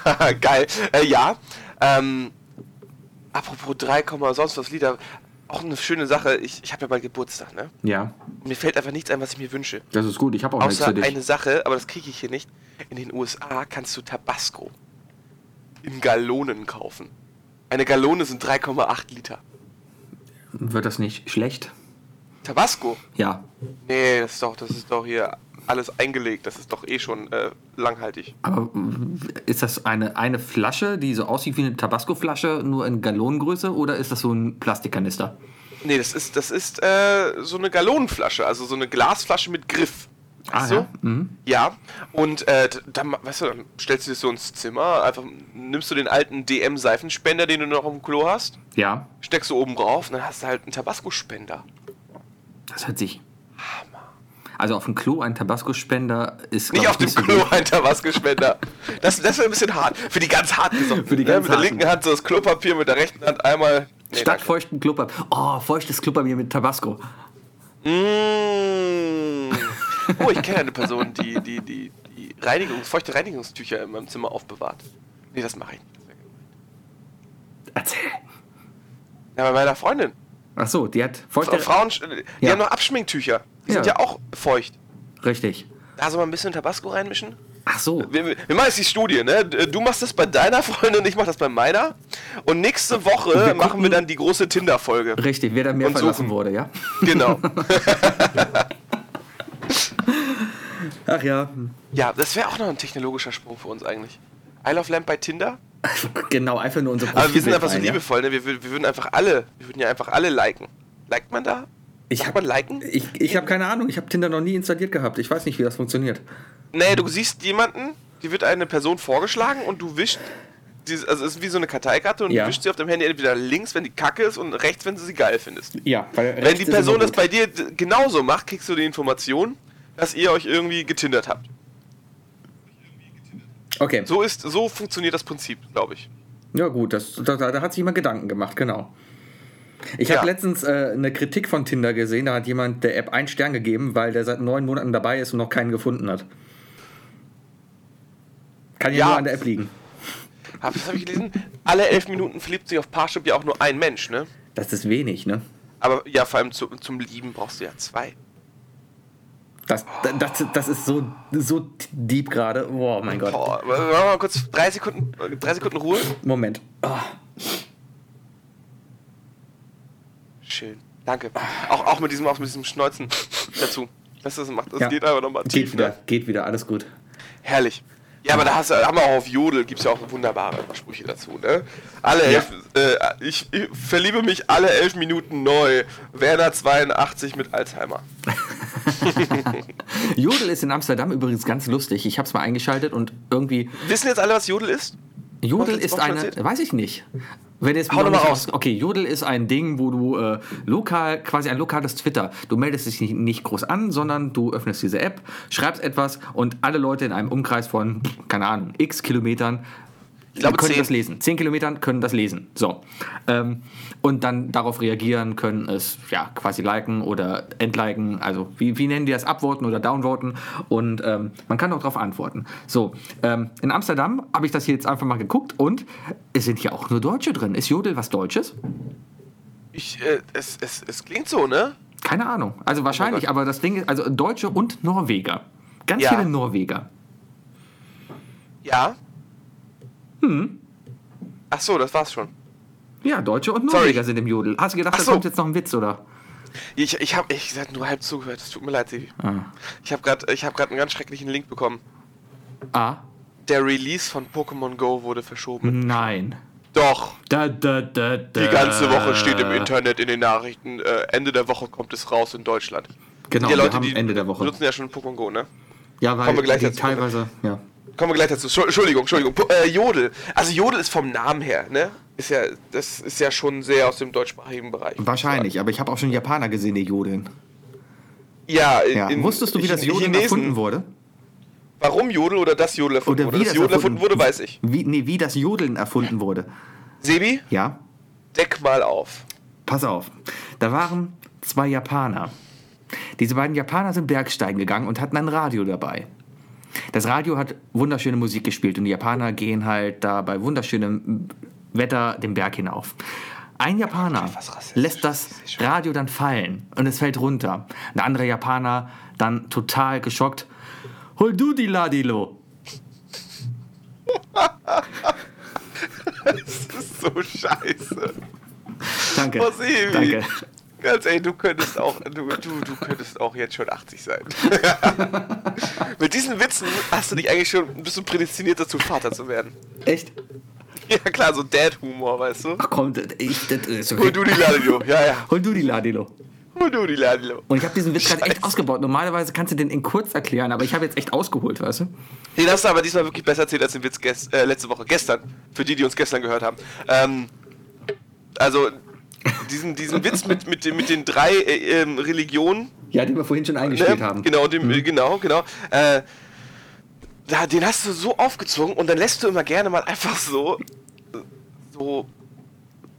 B: Ha, Geil. Äh, ja. Ähm, apropos 3, Komma sonst was Lieder. Auch eine schöne Sache. Ich, ich habe ja mal Geburtstag, ne?
C: Ja,
B: Und mir fällt einfach nichts ein, was ich mir wünsche.
C: das ist gut. Ich habe auch nichts
B: Außer
C: für
B: eine
C: dich.
B: Sache, aber das kriege ich hier nicht. In den USA kannst du Tabasco in Gallonen kaufen. Eine Gallone sind 3,8 Liter.
C: Wird das nicht schlecht?
B: Tabasco?
C: Ja.
B: Nee, das ist doch, das ist doch hier alles eingelegt. Das ist doch eh schon äh, langhaltig.
C: Aber ist das eine, eine Flasche, die so aussieht wie eine Tabasco-Flasche, nur in Gallonengröße? Oder ist das so ein Plastikkanister?
B: Nee, das ist, das ist äh, so eine Gallonenflasche, also so eine Glasflasche mit Griff.
C: Ah,
B: so?
C: ja.
B: Ja, und äh, d- dann, ma- weißt du, dann stellst du das so ins Zimmer, einfach nimmst du den alten DM-Seifenspender, den du noch im Klo hast,
C: Ja,
B: steckst du oben drauf und dann hast du halt einen Tabasco-Spender.
C: das hört sich. Also auf dem Klo ein Tabasco-Spender ist. glaub
B: Nicht
C: ich,
B: auf dem
C: so
B: Klo
C: gut.
B: ein Tabasco-Spender. Das, das wäre ein bisschen hart. Für die ganz harten Socken.
C: Für die ganz
B: mit der
C: Harten.
B: linken Hand so das Klopapier, mit der rechten Hand einmal. Nee,
C: Statt
B: danke.
C: feuchten Klopapier. Oh, feuchtes Klopapier mit Tabasco.
B: Mm. Mmh. Oh, ich kenne eine Person, die, die, die, die Reinigungs, feuchte Reinigungstücher in meinem Zimmer aufbewahrt. Nee, das mache ich nicht.
C: Erzähl.
B: Ja, bei meiner Freundin.
C: Ach so, die hat feuchte.
B: Fra- Frauen, die
C: Ja.
B: haben noch Abschminktücher. Die sind
C: Ja.
B: ja auch feucht.
C: Richtig.
B: Da soll man ein bisschen Tabasco reinmischen?
C: Ach so.
B: Wir, wir machen jetzt die Studie, ne? Du machst das bei deiner Freundin und ich mach das bei meiner. Und nächste Woche
C: wir
B: machen
C: gucken-
B: wir dann die große Tinder-Folge.
C: Richtig, wer da mehr
B: Und
C: verlassen
B: suchen.
C: wurde, ja?
B: Genau.
C: Ach ja.
B: ja, das wäre auch noch ein technologischer Sprung für uns eigentlich. Isle of Lamp bei Tinder?
C: Genau, einfach nur unsere
B: Aber wir sind
C: Profilbild
B: einfach so
C: rein, ja.
B: liebevoll, ne? Wir, wür- wir würden einfach alle, wir würden ja einfach alle liken. Liked man da?
C: Ich
B: Sagt
C: hab-
B: man liken?
C: Ich, ich habe keine Ahnung, ich habe Tinder noch nie installiert gehabt. Ich weiß nicht, wie das funktioniert.
B: Nee, du siehst jemanden, die wird eine Person vorgeschlagen und du wischst. Dieses, also es ist wie so eine Karteikarte und
C: Ja.
B: du wischst sie auf dem Handy entweder links, wenn die kacke ist, und rechts, wenn du sie geil findest.
C: Ja, weil
B: Wenn die Person das bei dir d- genauso macht, kriegst du die Information, dass ihr euch irgendwie getindert habt.
C: Okay,
B: So ist, so funktioniert das Prinzip, glaube ich.
C: ja gut, das, da, da da hat sich jemand Gedanken gemacht, genau. Ich
B: Ja.
C: habe letztens äh, eine Kritik von Tinder gesehen, da hat jemand der App einen Stern gegeben, weil der seit neun Monaten dabei ist und noch keinen gefunden hat. Kann ja,
B: Ja.
C: nur an der App liegen.
B: Hab, das habe ich gelesen. Alle elf Minuten verliebt sich auf Parship ja auch nur ein Mensch, ne?
C: Das ist wenig, ne?
B: Aber ja, vor allem zu, zum Lieben brauchst du ja zwei.
C: Das, das, das ist so, so deep gerade. Oh mein Gott.
B: Boah, w- w- mal kurz drei Sekunden, äh, drei Sekunden Ruhe.
C: Moment. Ah,
B: Schön. Danke. Auch, auch mit diesem, auch mit diesem Schneuzen dazu. Das, das macht, das
C: Ja.
B: geht einfach nochmal
C: geht
B: tief.
C: wieder,
B: Ne?
C: geht wieder, alles gut.
B: Herrlich. Ja, aber da hast, du- haben wir auch auf Jodel, gibt's ja auch wunderbare Sprüche dazu, ne? Alle elf, äh, ich, ich verliebe mich alle elf Minuten neu. Werner 82 mit Alzheimer.
C: Jodel ist in Amsterdam übrigens ganz lustig. Ich habe es mal eingeschaltet und irgendwie
B: Wissen jetzt alle, was Jodel ist?
C: Jodel
B: Hast du
C: ist
B: das schon
C: eine,
B: erzählt?
C: weiß ich nicht. Wenn jetzt
B: Hau doch mal
C: nicht
B: raus.
C: aus- Okay, Jodel ist ein Ding, wo du äh, lokal, quasi ein lokales Twitter. Du meldest dich nicht, nicht groß an, sondern du öffnest diese App, schreibst etwas und alle Leute in einem Umkreis von, keine Ahnung, x Kilometern
B: Ich glaube,
C: können
B: zehn.
C: das lesen. Zehn Kilometern können das lesen. So. Ähm, und dann darauf reagieren, können es ja quasi liken oder entliken. Also, wie, wie nennen die das? Upvoten oder downvoten. Und ähm, man kann auch darauf antworten. So. Ähm, in Amsterdam habe ich das hier jetzt einfach mal geguckt und es sind hier auch nur Deutsche drin. Ist Jodel was Deutsches?
B: Ich, äh, es, es, es klingt so, ne?
C: Keine Ahnung. Also, wahrscheinlich,
B: Gott.
C: aber das Ding ist, also Deutsche und Norweger. Ganz
B: Ja.
C: viele Norweger.
B: Ja. Hm.
C: Hm.
B: Ach so, das war's schon.
C: Ja, Deutsche und
B: Sorry.
C: Norweger sind im Jodel. Hast du gedacht,
B: Ach
C: da
B: so.
C: kommt jetzt noch ein Witz, oder?
B: Ich, ich habe ich gesagt nur halb zugehört. Es tut mir leid, Sebi. Ich habe gerade hab grad einen ganz schrecklichen Link bekommen.
C: Ah,
B: Der Release von Pokémon Go wurde verschoben.
C: nein.
B: Doch.
C: Da, da, da, da.
B: Die ganze Woche steht
C: Äh.
B: im Internet in den Nachrichten, äh, Ende der Woche kommt es raus in Deutschland.
C: Genau,
B: Die
C: wir
B: Leute,
C: haben
B: die
C: Ende der Woche.
B: nutzen ja schon Pokémon Go, ne?
C: Ja, weil
B: Kommen wir gleich
C: die
B: dazu.
C: teilweise, ja.
B: Kommen wir gleich dazu. Schu- Entschuldigung, Entschuldigung. Po- äh, Jodel. Also Jodel ist vom Namen her, ne? Ist ja, das ist ja schon sehr aus dem deutschsprachigen Bereich.
C: Wahrscheinlich, aber ich habe auch schon Japaner gesehen, die jodeln.
B: Ja, in,
C: Ja.
B: in-
C: Wusstest du, wie
B: in-
C: das Jodeln
B: Chinesen-
C: erfunden wurde?
B: Warum Jodel oder das Jodel erfunden
C: Oder
B: wurde?
C: wie
B: Dass
C: das
B: Jodel erfunden,
C: erfunden-
B: wurde, weiß ich.
C: Wie, nee, wie das Jodeln erfunden wurde.
B: Sebi,
C: Ja,
B: deck mal auf.
C: pass auf. Da waren zwei Japaner. Diese beiden Japaner sind Bergsteigen gegangen und hatten ein Radio dabei. Das Radio hat wunderschöne Musik gespielt und die Japaner gehen halt da bei wunderschönem Wetter den Berg hinauf. Ein Japaner lässt das Radio dann fallen und es fällt runter. Ein anderer Japaner dann total geschockt. Hol du die Ladilo.
B: Das ist so scheiße.
C: Danke.
B: Oh, Sebi.
C: Danke.
B: Ganz ehrlich, du könntest auch, du, du, du könntest auch jetzt schon 80 sein. Mit diesen Witzen hast du dich eigentlich schon ein bisschen prädestiniert dazu, Vater zu werden.
C: Echt?
B: Ja klar, so Dad-Humor, weißt du?
C: Ach komm, das- ich, das ist okay.
B: Hol du die Ladilo, ja, ja.
C: Hol du die Ladilo.
B: Hol du die Ladilo.
C: Und ich habe diesen Witz gerade echt
B: Scheiße.
C: ausgebaut. Normalerweise kannst du den in kurz erklären, aber ich habe jetzt echt ausgeholt, weißt du?
B: Den hast du aber diesmal wirklich besser erzählt als den Witz gest äh, letzte Woche, gestern. Für die, die uns gestern gehört haben. Ähm, also, diesen, diesen Witz mit, mit, den- mit den drei äh, ähm, Religionen,
C: Ja, den wir vorhin schon eingespielt
B: ne?
C: haben.
B: Genau, dem, genau, genau. Äh, da, den hast du so aufgezogen und dann lässt du immer gerne mal einfach so, so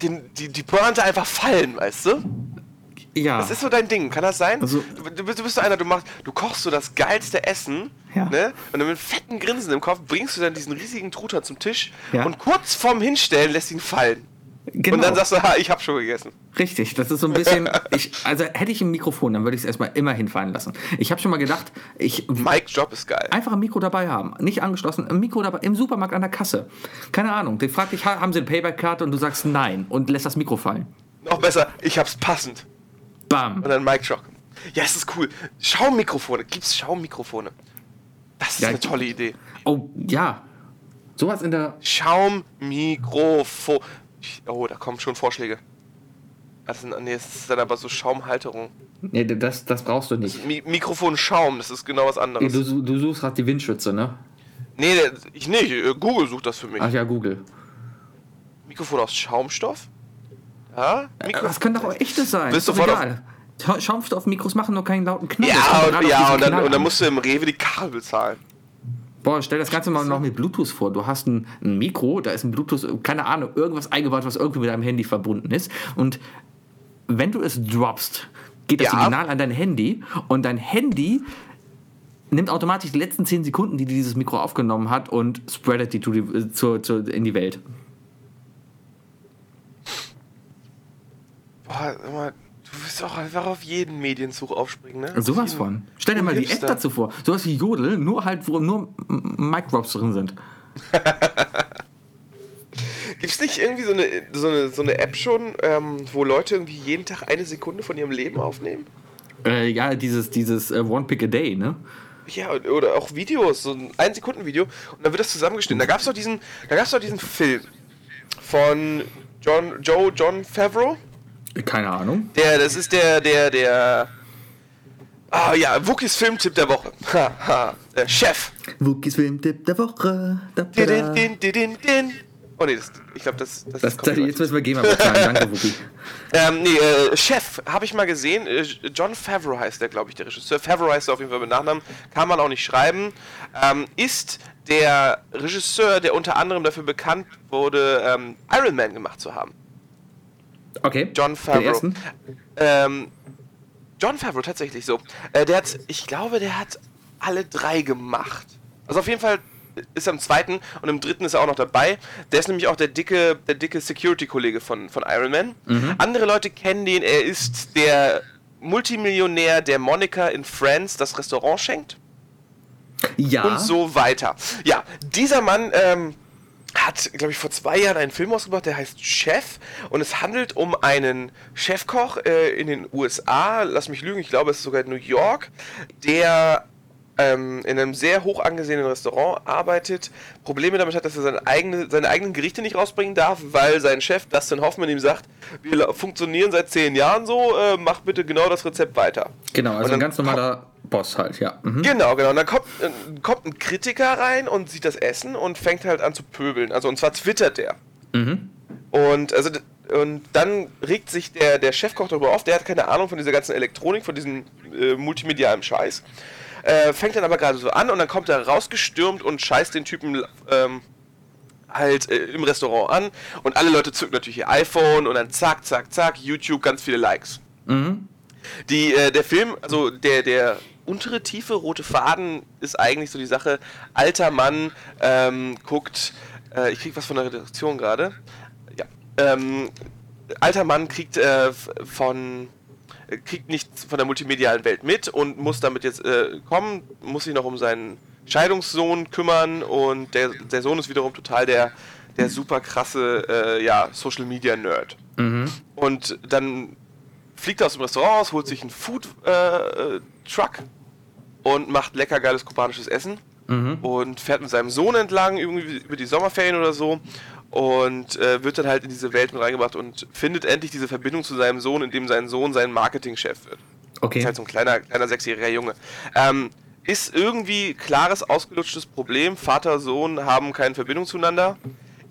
B: den, die, die Pointe einfach fallen, weißt du?
C: Ja.
B: Das ist so dein Ding, kann das sein?
C: Ah. Also-
B: du, du bist, du bist so einer, du machst, du kochst so das geilste Essen,
C: Ja.
B: ne? Und dann mit fetten Grinsen im Kopf bringst du dann diesen riesigen Truter zum Tisch
C: Ja.
B: und kurz vorm Hinstellen lässt ihn fallen.
C: genau.
B: Und dann sagst du, ha, ich hab schon gegessen.
C: Richtig, das ist so ein bisschen. Ich, also hätte ich ein Mikrofon, dann würde ich es erstmal immer hinfallen lassen. Ich habe schon mal gedacht, ich
B: Mike's Job ist geil.
C: einfach ein Mikro dabei haben, nicht angeschlossen, ein Mikro dabei im Supermarkt an der Kasse. Keine Ahnung, der fragt dich, ha- haben Sie eine Payback-Karte und du sagst nein und lässt das Mikro fallen.
B: Noch besser, ich hab's passend.
C: Bam.
B: Und dann Mike Job. Ja, es ist cool. Schaummikrofone, gibt's Schaummikrofone? Das ist
C: Ja,
B: eine
C: ich-
B: tolle Idee.
C: Oh ja, sowas in der.
B: Schaummikrofon. Oh, da kommen schon Vorschläge. Das sind, nee, das ist dann aber so Schaumhalterung.
C: Nee, das, das brauchst du nicht.
B: Mi Mikrofon Schaum, das ist genau was anderes.
C: Du, su- du suchst gerade die Windschütze, ne?
B: Nee, der- ich nicht. Äh, Google sucht das für mich.
C: Ach ja, Google.
B: Mikrofon aus Schaumstoff? Ja?
C: Äh,
B: Mikro
C: Das können doch auch echte sein.
B: Bist
C: Ist doch
B: du voll
C: egal. Scha- Schaumstoffmikros machen nur keinen lauten Knall. Das kommt
B: ja,
C: gerade
B: und,
C: auf
B: ja
C: diesen
B: und, dann,
C: Knall
B: und dann
C: an.
B: musst du im Rewe die Karre bezahlen.
C: Boah, stell das Ganze mal noch mit Bluetooth vor. Du hast ein, ein Mikro, da ist ein Bluetooth, keine Ahnung, irgendwas eingebaut, was irgendwie mit deinem Handy verbunden ist. Und wenn du es droppst, geht das
B: Ja.
C: Signal an dein Handy und dein Handy nimmt automatisch die letzten 10 Sekunden, die dieses Mikro aufgenommen hat und spreadet die, to die zur, zur, in die Welt.
B: Boah, sag mal, du wirst auch einfach auf jeden Medienzug aufspringen, ne?
C: Sowas
B: Auf
C: von.
B: jeden.
C: Stell dir mal die App
B: Hipster.
C: dazu vor. Sowas wie Jodel, nur halt, wo nur Mic-Drops drin sind.
B: Gibt's nicht irgendwie so eine, so eine, so eine App schon, ähm, wo Leute irgendwie jeden Tag eine Sekunde von ihrem Leben aufnehmen?
C: Äh, ja, dieses, dieses äh, One-Pick-a-Day, ne?
B: Ja, und- oder auch Videos, so ein 1-Sekunden-Video. Und dann wird das zusammengeschnitten. Da gab es doch diesen, da gab's doch diesen Film von John, Joe John Favreau.
C: Keine Ahnung.
B: Der, das ist der, der, der. Ah ja, Wookies Filmtipp der Woche. Ha, ha. Der Chef.
C: Wookies Filmtipp der Woche. Da, da,
B: Din,
C: da.
B: din, din, din, din. Oh nee, das, ich glaube, das, das,
C: Das,
B: ist
C: das,
B: Copyright.
C: jetzt müssen wir GEMA bezahlen. Danke, Wookie.
B: Ähm, nee, äh, Chef, habe ich mal gesehen. Äh, John Favreau heißt der, glaube ich, der Regisseur. Favreau heißt er auf jeden Fall mit Nachnamen. Kann man auch nicht schreiben. Ähm, ist der Regisseur, der unter anderem dafür bekannt wurde, ähm, Iron Man gemacht zu haben.
C: Okay.
B: John Favreau.
C: Den ersten?
B: Ähm, John Favreau, tatsächlich so. Äh, der hat, ich glaube, der hat alle drei gemacht. Also auf jeden Fall ist er im zweiten und im dritten ist er auch noch dabei. Der ist nämlich auch der dicke, der dicke Security-Kollege von, von Iron Man. Andere Leute kennen den, er ist der Multimillionär, der Monika in Friends das Restaurant schenkt
C: Ja.
B: und so weiter. Ja, dieser Mann ähm, hat, glaube ich, vor zwei Jahren einen Film ausgebracht, der heißt Chef und es handelt um einen Chefkoch äh, in den USA, lass mich lügen, ich glaube, es ist sogar in New York, der ähm, in einem sehr hoch angesehenen Restaurant arbeitet, Probleme damit hat, dass er seine, eigene, seine eigenen Gerichte nicht rausbringen darf, weil sein Chef Dustin Hoffman ihm sagt, wir la- funktionieren seit zehn Jahren so, äh, mach bitte genau das Rezept weiter.
C: Genau,
B: Und
C: also
B: dann
C: ein ganz normaler Boss halt, ja. Mhm.
B: Genau, genau. Und dann kommt, äh, kommt ein Kritiker rein und sieht das Essen und fängt halt an zu pöbeln. Also und zwar twittert der. Und also d- und dann regt sich der, der Chefkoch darüber auf, der hat keine Ahnung von dieser ganzen Elektronik, von diesem äh, multimedialen Scheiß. Äh, fängt dann aber gerade so an und dann kommt er rausgestürmt und scheißt den Typen ähm, halt äh, im Restaurant an und alle Leute zücken natürlich ihr iPhone und dann zack, zack, zack, YouTube, ganz viele Likes. Die, äh, der Film, also der, der untere tiefe rote Faden ist eigentlich so die Sache, alter Mann ähm, guckt, äh, ich krieg was von der Redaktion gerade, ja, ähm, alter Mann kriegt äh, f- von äh, kriegt nichts von der multimedialen Welt mit und muss damit jetzt äh, kommen, muss sich noch um seinen Scheidungssohn kümmern und der, der Sohn ist wiederum total der, der super krasse äh, ja, Social Media Nerd. Und dann fliegt er aus dem Restaurant raus, holt sich einen Food-Truck äh, äh, Truck und macht lecker geiles kubanisches Essen. Und fährt mit seinem Sohn entlang, irgendwie über die Sommerferien oder so. Und äh, wird dann halt in diese Welt mit reingebracht und findet endlich diese Verbindung zu seinem Sohn, indem sein Sohn sein Marketingchef wird.
C: Okay.
B: Ist halt so ein kleiner, kleiner sechsjähriger Junge. Ähm, ist irgendwie klares, ausgelutschtes Problem. Vater, Sohn haben keine Verbindung zueinander.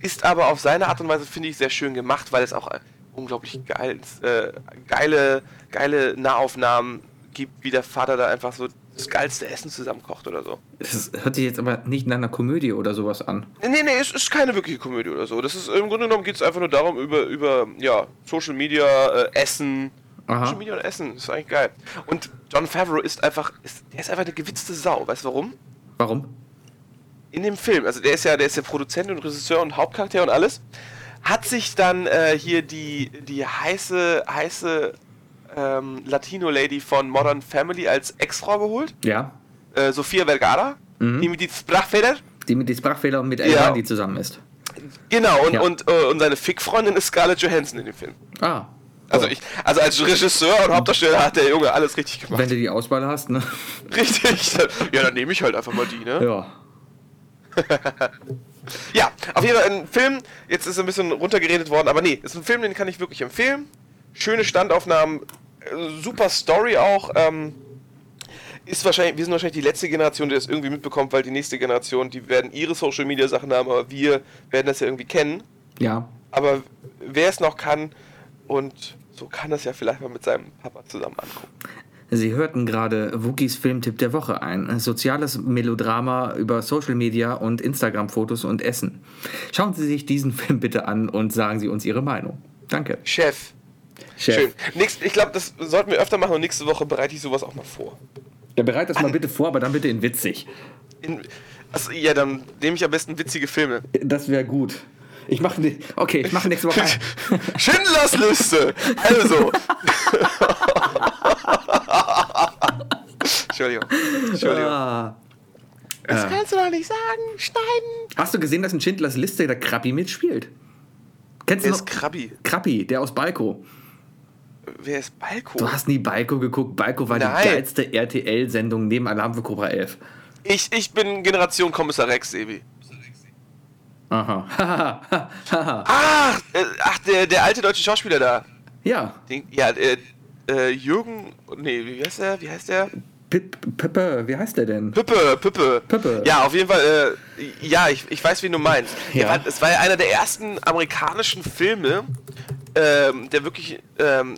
B: Ist aber auf seine Art und Weise, finde ich, sehr schön gemacht, weil es auch äh, unglaublich geil, äh, geile, geile Nahaufnahmen gibt, wie der Vater da einfach so das geilste Essen zusammenkocht oder so.
C: Das hört sich jetzt aber nicht nach einer Komödie oder sowas an.
B: Nee, nee, es ist keine wirkliche Komödie oder so. Das ist im Grunde genommen geht es einfach nur darum, über, über ja, Social Media, äh, Essen Social Media und Essen, das ist eigentlich geil. Und John Favreau ist einfach, ist, der ist einfach eine gewitzte Sau. Weißt du warum?
C: Warum?
B: in dem Film, also der ist ja, der ist ja Produzent und Regisseur und Hauptcharakter und alles, hat sich dann äh, hier die, die heiße, heiße ähm, Latino-Lady von Modern Family als Ex-Frau geholt,
C: Ja.
B: äh, Sofia Vergara, die mit die Sprachfeder.
C: Die mit den Sprachfehlern mit El
B: Ja.
C: Bundy zusammen ist.
B: Genau, und,
C: Ja.
B: und, äh, und seine Fickfreundin ist Scarlett Johansson in dem Film.
C: Ah.
B: Also, ich, also als Regisseur und Hauptdarsteller hat der Junge alles richtig gemacht.
C: Wenn du die Auswahl hast, ne?
B: Richtig. Ja, dann nehme ich halt einfach mal die, ne?
C: Ja.
B: Ja, auf jeden Fall ein Film, jetzt ist ein bisschen runtergeredet worden, aber nee, ist ein Film, den kann ich wirklich empfehlen. Schöne Standaufnahmen, äh, super Story auch. Ähm, ist wahrscheinlich, wir sind wahrscheinlich die letzte Generation, die das irgendwie mitbekommt, weil die nächste Generation, die werden ihre Social Media Sachen haben, aber wir werden das ja irgendwie kennen.
C: Ja.
B: Aber wer es noch kann und so kann das ja vielleicht mal mit seinem Papa zusammen angucken.
C: Sie hörten gerade Wookies Filmtipp der Woche ein. Soziales Melodrama über Social Media und Instagram-Fotos und Essen. Schauen Sie sich diesen Film bitte an und sagen Sie uns Ihre Meinung. Danke.
B: Chef,
C: Chef.
B: schön. Nächst, ich glaube, das sollten wir öfter machen und nächste Woche bereite ich sowas auch mal vor.
C: Ja, bereit das mal bitte vor, aber dann bitte in witzig.
B: In, also, ja, dann nehme ich am besten witzige Filme.
C: Das wäre gut. Ich mache ne okay, ich mache nächste Woche. ein-
B: Schindlers Liste. Also. Entschuldigung. Entschuldigung.
C: Ah.
B: Das kannst du doch nicht sagen. Schneiden.
C: Hast du gesehen, dass in Schindlers Liste der Krabbi mitspielt? Kennst du
B: Wer
C: noch?
B: ist Krabbi?
C: Krabbi, der aus Balko.
B: Wer ist Balko?
C: Du hast nie Balko geguckt. Balko war
B: Oh. Nein.
C: die geilste RTL-Sendung neben Alarm für Cobra 11.
B: Ich, ich bin Generation Kommissar Rex, Ebi.
C: Aha.
B: Ach, äh, ach der, der alte deutsche Schauspieler da.
C: ja,
B: Den, ja, äh, äh, Jürgen. Nee, wie heißt der? Wie heißt der?
C: Pip- Pippe, wie heißt der denn?
B: Püppe, Püppe.
C: Püppe.
B: Ja, auf jeden Fall, äh, ja, ich, ich weiß, wen du meinst.
C: Ja.
B: Der War, es war ja einer der ersten amerikanischen Filme, ähm, der wirklich ähm,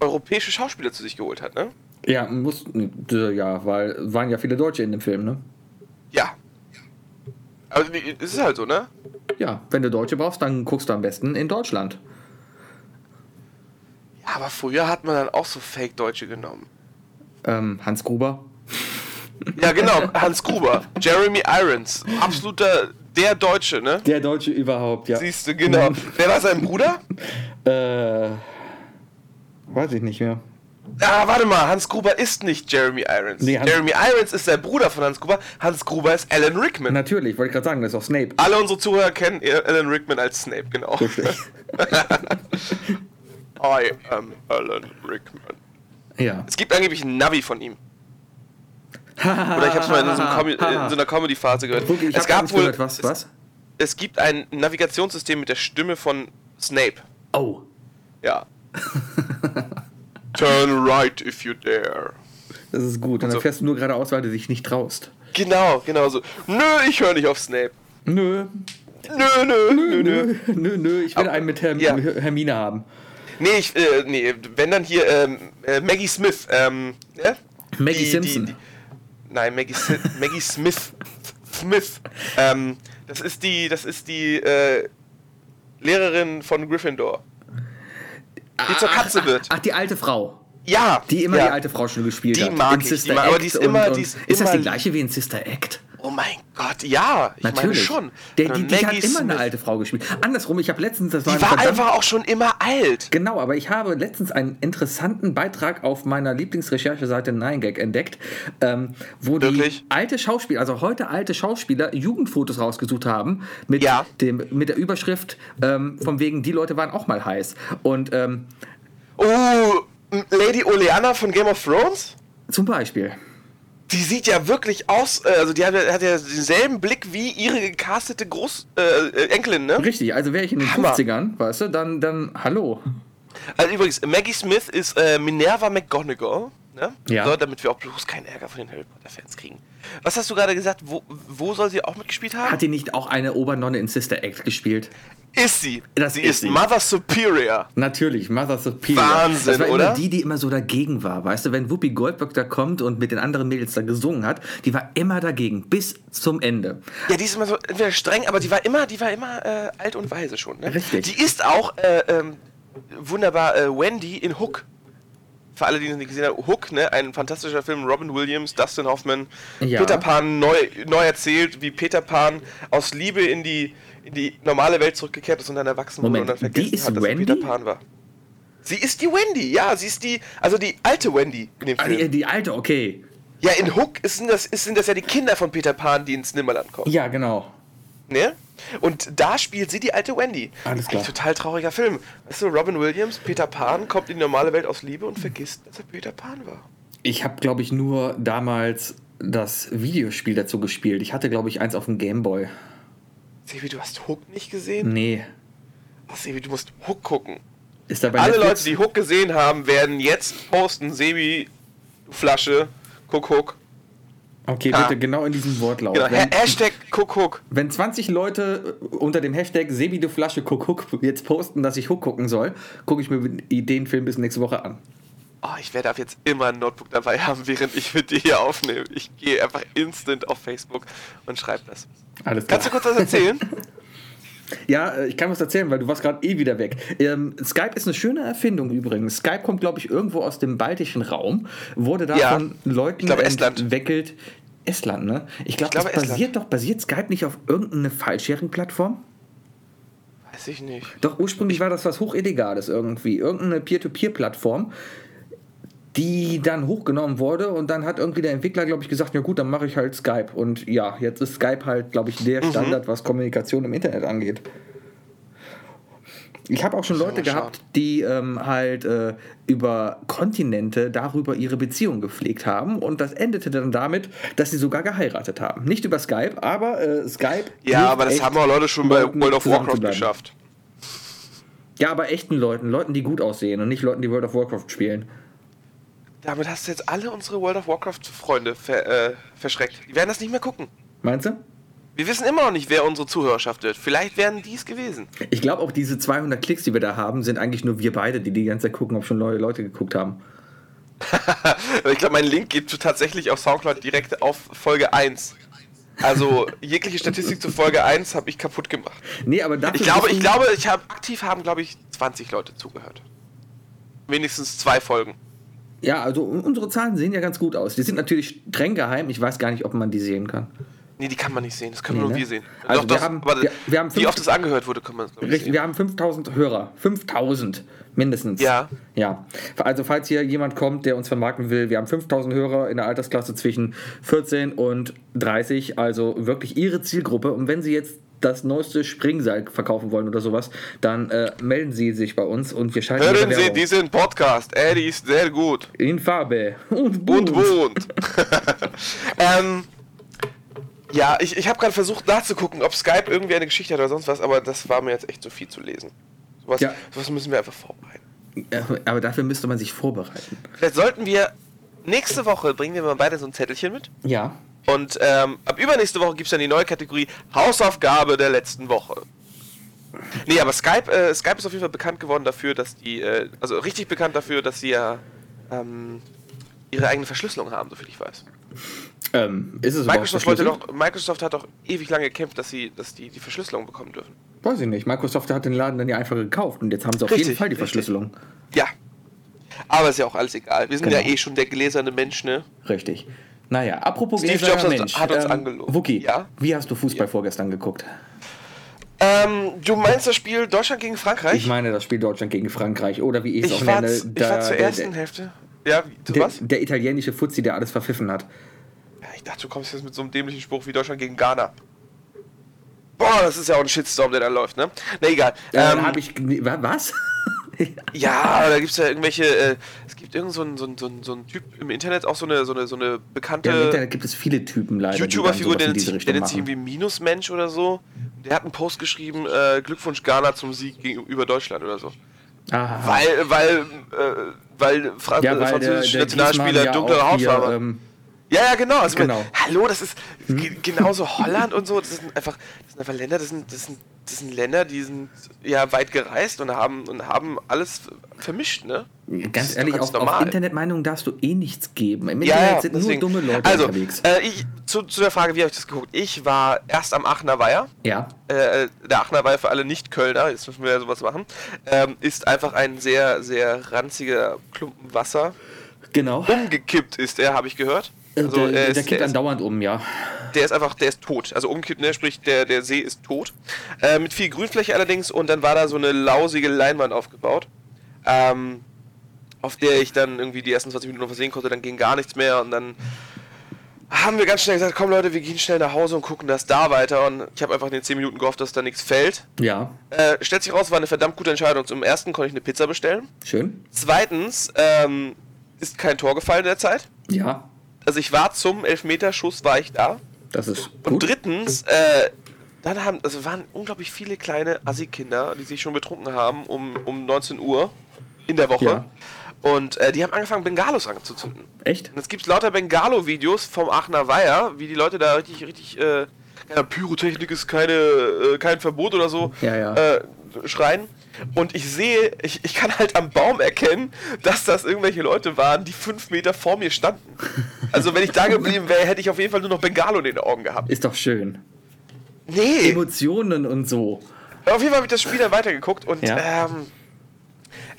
B: europäische Schauspieler zu sich geholt hat, ne?
C: Ja, muss, ja, weil waren ja viele Deutsche in dem Film, ne?
B: Ja. Aber die- es ist halt so, ne?
C: Ja, wenn du Deutsche brauchst, dann guckst du am besten in Deutschland.
B: Ja, aber früher hat man dann auch so Fake-Deutsche genommen.
C: Ähm, Hans Gruber.
B: Ja, genau, Hans Gruber, Jeremy Irons, absoluter der Deutsche, ne?
C: Der Deutsche überhaupt, ja. Mhm.
B: Siehst du, genau. Wer war sein Bruder?
C: Äh, weiß ich nicht mehr.
B: Ah, warte mal, Hans Gruber ist nicht Jeremy Irons.
C: Nee, Hans-
B: Jeremy Irons ist der Bruder von Hans Gruber. Hans Gruber ist Alan Rickman.
C: Natürlich, wollte ich gerade sagen, das ist auch Snape.
B: Alle unsere Zuhörer kennen Alan Rickman als Snape, genau. I am Alan Rickman.
C: Ja.
B: Es gibt angeblich ein Navi von ihm. Oder ich hab's mal in so, einem Com in so einer Comedy-Phase gehört.
C: Guck, ich
B: es
C: habe
B: gab
C: gab
B: wohl,
C: gehört, was, was?
B: es gibt ein Navigationssystem mit der Stimme von Snape.
C: Oh.
B: Ja. Turn right if you dare.
C: Das ist gut. Und dann
B: so.
C: fährst du nur geradeaus, weil du dich nicht traust.
B: Genau, genau so. Nö, ich höre nicht auf Snape.
C: Nö,
B: Nö, nö, nö, nö.
C: nö, nö, nö. Ich will
B: Aber-
C: einen mit Herm
B: ja.
C: Hermine haben.
B: Nee, ich, äh, nee, wenn dann hier, ähm, äh, Maggie Smith, ähm, ne?
C: Maggie Simpson.
B: nein, Maggie, Si Maggie Smith. Smith. Ähm, das ist die, das ist die, äh, Lehrerin von Gryffindor. Die zur Katze wird.
C: Ach, die alte Frau.
B: Ja.
C: Die immer
B: ja.
C: die alte Frau schon gespielt
B: Die
C: hat.
B: mag
C: In
B: ich, die
C: Sister
B: mag- aber die
C: Act
B: ist immer-
C: und,
B: die ist
C: und, ist das die
B: immer-
C: gleiche wie in Sister Act?
B: Oh mein Gott, ja. Ich meine
C: Natürlich.
B: schon.
C: Der, die, die hat
B: Maggie
C: immer eine
B: Smith.
C: alte Frau gespielt. Andersrum, ich habe letztens, das war,
B: Die
C: ein
B: war
C: verdammt-
B: einfach auch schon immer alt.
C: Genau, aber ich habe letztens einen interessanten Beitrag auf meiner Lieblingsrechercheseite 9gag entdeckt, ähm, wo die
B: Wirklich?
C: alte Schauspieler, also heute alte Schauspieler, Jugendfotos rausgesucht haben mit,
B: Ja.
C: dem, mit der Überschrift ähm, von wegen, die Leute waren auch mal heiß. Und ähm,
B: Oh, Lady Oleana von Game of Thrones?
C: zum Beispiel,
B: Die sieht ja wirklich aus, äh, also die hat, ja- hat ja denselben Blick wie ihre gecastete Groß äh, äh, Enkelin, ne?
C: richtig, also wäre ich in den
B: Hammer.
C: 50ern, weißt du, dann, dann hallo.
B: Also übrigens, Maggie Smith ist äh, Minerva McGonagall, ne?
C: Ja.
B: So, damit wir auch bloß keinen Ärger von den Harry Potter Fans kriegen. Was hast du gerade gesagt? Wo, wo soll sie auch mitgespielt haben?
C: Hat die nicht auch eine Obernonne in Sister Act gespielt?
B: ist sie.
C: Das
B: sie
C: ist
B: ist
C: sie.
B: Mother Superior.
C: Natürlich, Mother Superior.
B: Wahnsinn,
C: das war immer
B: oder?
C: die, die immer so dagegen war. Weißt du, wenn Whoopi Goldberg da kommt und mit den anderen Mädels da gesungen hat, die war immer dagegen, bis zum Ende.
B: Ja, die ist immer so entweder streng, aber die war immer, die war immer äh, alt und weise schon, ne?
C: Richtig.
B: Die ist auch äh, ähm, wunderbar äh, Wendy in Hook. für alle, die es nicht gesehen haben, Hook, ne, ein fantastischer Film, Robin Williams, Dustin Hoffman,
C: Ja.
B: Peter Pan neu, neu erzählt, wie Peter Pan aus Liebe in die, in die normale Welt zurückgekehrt ist und dann erwachsen wurde
C: Moment,
B: und dann
C: die
B: vergessen
C: ist
B: hat, dass
C: Wendy?
B: er Peter Pan war. Sie ist die Wendy, ja, sie ist die, also die alte Wendy in dem
C: Ah,
B: Film.
C: die, die alte, okay.
B: ja, in Hook ist, sind, das, ist, sind das ja die Kinder von Peter Pan, die ins Nimmerland kommen.
C: Ja, genau.
B: Ne? Und da spielt sie die alte Wendy.
C: Alles
B: Eigentlich
C: klar.
B: total trauriger Film. Weißt du, Robin Williams, Peter Pan, kommt in die normale Welt aus Liebe und vergisst, dass er Peter Pan war.
C: Ich habe, glaube ich, nur damals das Videospiel dazu gespielt. Ich hatte, glaube ich, eins auf dem Gameboy.
B: Sebi, du hast Hook nicht gesehen?
C: Nee. Hm.
B: Ach, Sebi, du musst Hook gucken.
C: Ist dabei
B: Alle Leute, die Hook gesehen haben, werden jetzt posten, Sebi, du Flasche, guck Hook.
C: Okay,
B: Ah.
C: bitte genau in diesem Wortlaut.
B: Genau,
C: Oh, Wenn,
B: Ha- Hashtag guck Hook.
C: wenn 20 Leute äh, unter dem Hashtag Sebi de Flasche guck, guck jetzt posten, dass ich Hook gucken soll, gucke ich mir den Film bis nächste Woche an.
B: Oh, ich werde ab jetzt immer ein Notebook dabei haben, während ich mit dir hier aufnehme. Ich gehe einfach instant auf Facebook und schreibe das.
C: Alles klar.
B: Kannst du kurz was erzählen?
C: Ja, äh, ich kann was erzählen, weil du warst gerade eh wieder weg. Ähm, Skype ist eine schöne Erfindung übrigens. Skype kommt, glaube ich, irgendwo aus dem baltischen Raum, wurde da
B: Ja.
C: von Leuten
B: Ich glaube, Estland.
C: entwickelt. Estland, ne? Ich, glaub,
B: Ich glaube,
C: das basiert doch, basiert Skype nicht auf irgendeine Fallscheren-Plattform?
B: Weiß ich nicht.
C: Doch ursprünglich war das was Hochillegales irgendwie. Irgendeine Peer-to-Peer-Plattform, die dann hochgenommen wurde und dann hat irgendwie der Entwickler, glaube ich, gesagt, ja gut, dann mache ich halt Skype. Und ja, jetzt ist Skype halt, glaube ich,
B: Mhm.
C: der Standard, was Kommunikation im Internet angeht. Ich habe auch schon Leute
B: mal schauen.
C: gehabt, die ähm, halt äh, über Kontinente darüber ihre Beziehung gepflegt haben und das endete dann damit, dass sie sogar geheiratet haben. Nicht über Skype, aber äh, Skype.
B: Ja,
C: hilft
B: aber das
C: echt,
B: haben auch Leute schon bei
C: Leuten
B: World of Warcraft
C: zusammenzubleiben.
B: geschafft.
C: Ja, aber echten Leuten, Leuten, die gut aussehen und nicht Leuten, die World of Warcraft spielen.
B: Damit hast du jetzt alle unsere World of Warcraft-Freunde ver äh, verschreckt. Die werden das nicht mehr gucken.
C: Meinst du?
B: Wir wissen immer noch nicht, wer unsere Zuhörerschaft wird. Vielleicht wären die es gewesen.
C: Ich glaube auch diese 200 Klicks, die wir da haben, sind eigentlich nur wir beide, die die ganze Zeit gucken, ob schon neue Leute geguckt haben.
B: ich glaube, mein Link geht tatsächlich auf Soundcloud direkt auf Folge 1. Also jegliche Statistik zu Folge 1 habe ich kaputt gemacht.
C: Nee, aber dafür
B: Ich glaube,
C: bist
B: ich
C: du-
B: glaube, ich habe aktiv haben, glaube ich, 20 Leute zugehört. Wenigstens zwei Folgen.
C: Ja, also unsere Zahlen sehen ja ganz gut aus. Die sind natürlich streng geheim. Ich weiß gar nicht, ob man die sehen kann.
B: Nee, die kann man nicht sehen. Das können
C: Nee,
B: nur
C: ne?
B: wir sehen.
C: Also
B: Doch,
C: wir
B: das-
C: haben-
B: aber
C: wir- wir haben
B: wie
C: fünf-
B: oft das angehört wurde, kann man es, glaube ich,
C: Richtig,
B: sehen.
C: wir haben 5000 Hörer. 5000 mindestens.
B: Ja.
C: Ja. Also, falls hier jemand kommt, der uns vermarkten will, wir haben 5000 Hörer in der Altersklasse zwischen 14 und 30, also wirklich ihre Zielgruppe. Und wenn sie jetzt das neueste Springseil verkaufen wollen oder sowas, dann äh, melden sie sich bei uns und wir schalten
B: Hören
C: ihre
B: Sie
C: Werbung.
B: diesen Podcast. Er ist sehr gut.
C: in Farbe und bunt.
B: und wohnt. ähm, ja, ich, ich habe gerade versucht nachzugucken, ob Skype irgendwie eine Geschichte hat oder sonst was, aber das war mir jetzt echt zu viel zu lesen. Sowas,
C: Ja.
B: sowas müssen wir einfach vorbereiten.
C: Äh, Aber dafür müsste man sich vorbereiten.
B: Vielleicht sollten wir nächste Woche bringen wir mal beide so ein Zettelchen mit.
C: Ja.
B: Und ähm, ab übernächste Woche gibt es dann die neue Kategorie Hausaufgabe der letzten Woche. Nee, aber Skype, äh, Skype ist auf jeden Fall bekannt geworden dafür, dass die, äh, also richtig bekannt dafür, dass sie ja ähm, ihre eigene Verschlüsselung haben, soviel ich weiß.
C: Ähm, ist es überhaupt
B: Microsoft, wollte
C: verschlüsselt?
B: doch, Microsoft hat doch ewig lange gekämpft, dass sie, dass die die Verschlüsselung bekommen dürfen.
C: Weiß ich nicht. Microsoft hat den Laden dann ja einfach gekauft und jetzt haben sie auf
B: Richtig,
C: jeden Fall die
B: richtig.
C: Verschlüsselung.
B: Ja. Aber ist ja auch alles egal. Wir sind ja
C: Genau.
B: eh schon der gläserne Mensch, ne?
C: Richtig. Naja, apropos
B: Steve
C: gläserner
B: Jobs hat-
C: Mensch. ähm,
B: hat uns angelogen.
C: Wookie,
B: Ja?
C: wie hast du Fußball vorgestern geguckt?
B: Ähm, du meinst das Spiel Deutschland gegen Frankreich?
C: Ich meine das Spiel Deutschland gegen Frankreich oder wie ich es auch
B: ich, war,
C: nenne.
B: z- ich war zur ersten
C: der,
B: Hälfte. Ja, wie- du
C: der,
B: was? Ähm,
C: der italienische Fuzzi, der alles verpfiffen hat.
B: Ja, ich dachte, du kommst jetzt mit so einem dämlichen Spruch wie Deutschland gegen Ghana. Boah, das ist ja auch ein Shitstorm, der da läuft, ne? Na egal.
C: Äh,
B: Ähm,
C: hab ich, wa- was?
B: Ja, da gibt's ja irgendwelche. Äh, es gibt irgend so einen so einen- so einen- so einen Typ im Internet, auch so eine, so eine, so eine bekannte.
C: ja, Im Internet gibt es viele Typen leider. die
B: äh, YouTuber-Figur, der
C: dann sowas in
B: nennt
C: diese
B: sich, der
C: Richtung
B: nennt sich
C: machen.
B: irgendwie Minusmensch oder so. Der hat einen Post geschrieben, äh, Glückwunsch Ghana zum Sieg gegenüber Deutschland oder so.
C: Aha.
B: Weil, weil, äh, weil, Fra
C: ja, weil der,
B: französische
C: der
B: Nationalspieler
C: Griezmann ja
B: dunklere
C: auch hier,
B: Hautfarbe. haben.
C: ähm,
B: ja, ja, genau. Also,
C: genau.
B: Hallo, das ist ge- genauso Holland und so. Das sind einfach, das sind einfach Länder, das sind, das sind das sind Länder, die sind ja weit gereist und haben, und haben alles vermischt, ne? Das
C: Ganz
B: ist
C: ehrlich,
B: doch
C: auf,
B: ganz
C: auf
B: normal.
C: Internetmeinungen darfst du eh nichts geben. Im
B: Ja,
C: Internet
B: ja,
C: sind
B: deswegen.
C: nur dumme Leute
B: also,
C: unterwegs.
B: Äh, ich, zu, zu der Frage, wie habe ich das geguckt? Ich war erst am Aachener Weiher.
C: ja.
B: Äh, der Aachener Weiher für alle Nicht-Kölner, jetzt müssen wir ja sowas machen, ähm, ist einfach ein sehr, sehr ranziger Klumpen Wasser.
C: Genau.
B: Umgekippt ist er, habe ich gehört. Also,
C: Äh, der,
B: er
C: der
B: ist,
C: kippt
B: der, ist,
C: andauernd um, ja.
B: der ist einfach, der ist tot. Also umkippt, ne? sprich, der, der See ist tot. Äh, mit viel Grünfläche allerdings und dann war da so eine lausige Leinwand aufgebaut. Ähm, auf der ich dann irgendwie die ersten 20 Minuten noch was sehen konnte, dann ging gar nichts mehr und dann haben wir ganz schnell gesagt, komm Leute, wir gehen schnell nach Hause und gucken das da weiter und ich habe einfach in den 10 Minuten gehofft, dass da nichts fällt.
C: Ja,
B: Äh, stellt sich raus, war eine verdammt gute Entscheidung. Zum ersten konnte ich eine Pizza bestellen.
C: schön.
B: Zweitens ähm, ist kein Tor gefallen in der Zeit.
C: Ja,
B: Also ich war zum Elfmeterschuss, war ich da.
C: das ist
B: Und
C: gut. Also
B: drittens, äh, dann haben, also waren unglaublich viele kleine Assi-Kinder, die sich schon betrunken haben um, um 19 Uhr in der Woche.
C: Ja.
B: Und äh, die haben angefangen, Bengalos anzuzünden.
C: Echt?
B: Und es gibt lauter Bengalo-Videos vom Aachener Weiher, wie die Leute da richtig, richtig, äh, keine Pyrotechnik ist keine, äh, kein Verbot oder so,
C: Ja, ja.
B: Äh, schreien. Und ich sehe, ich, ich kann halt am Baum erkennen, dass das irgendwelche Leute waren, die fünf Meter vor mir standen. Also wenn ich da geblieben wäre, hätte ich auf jeden Fall nur noch Bengalo in den Augen gehabt.
C: Ist doch schön.
B: Nee,
C: Emotionen und so.
B: auf jeden Fall habe ich das Spiel dann weitergeguckt und
C: Ja.
B: ähm,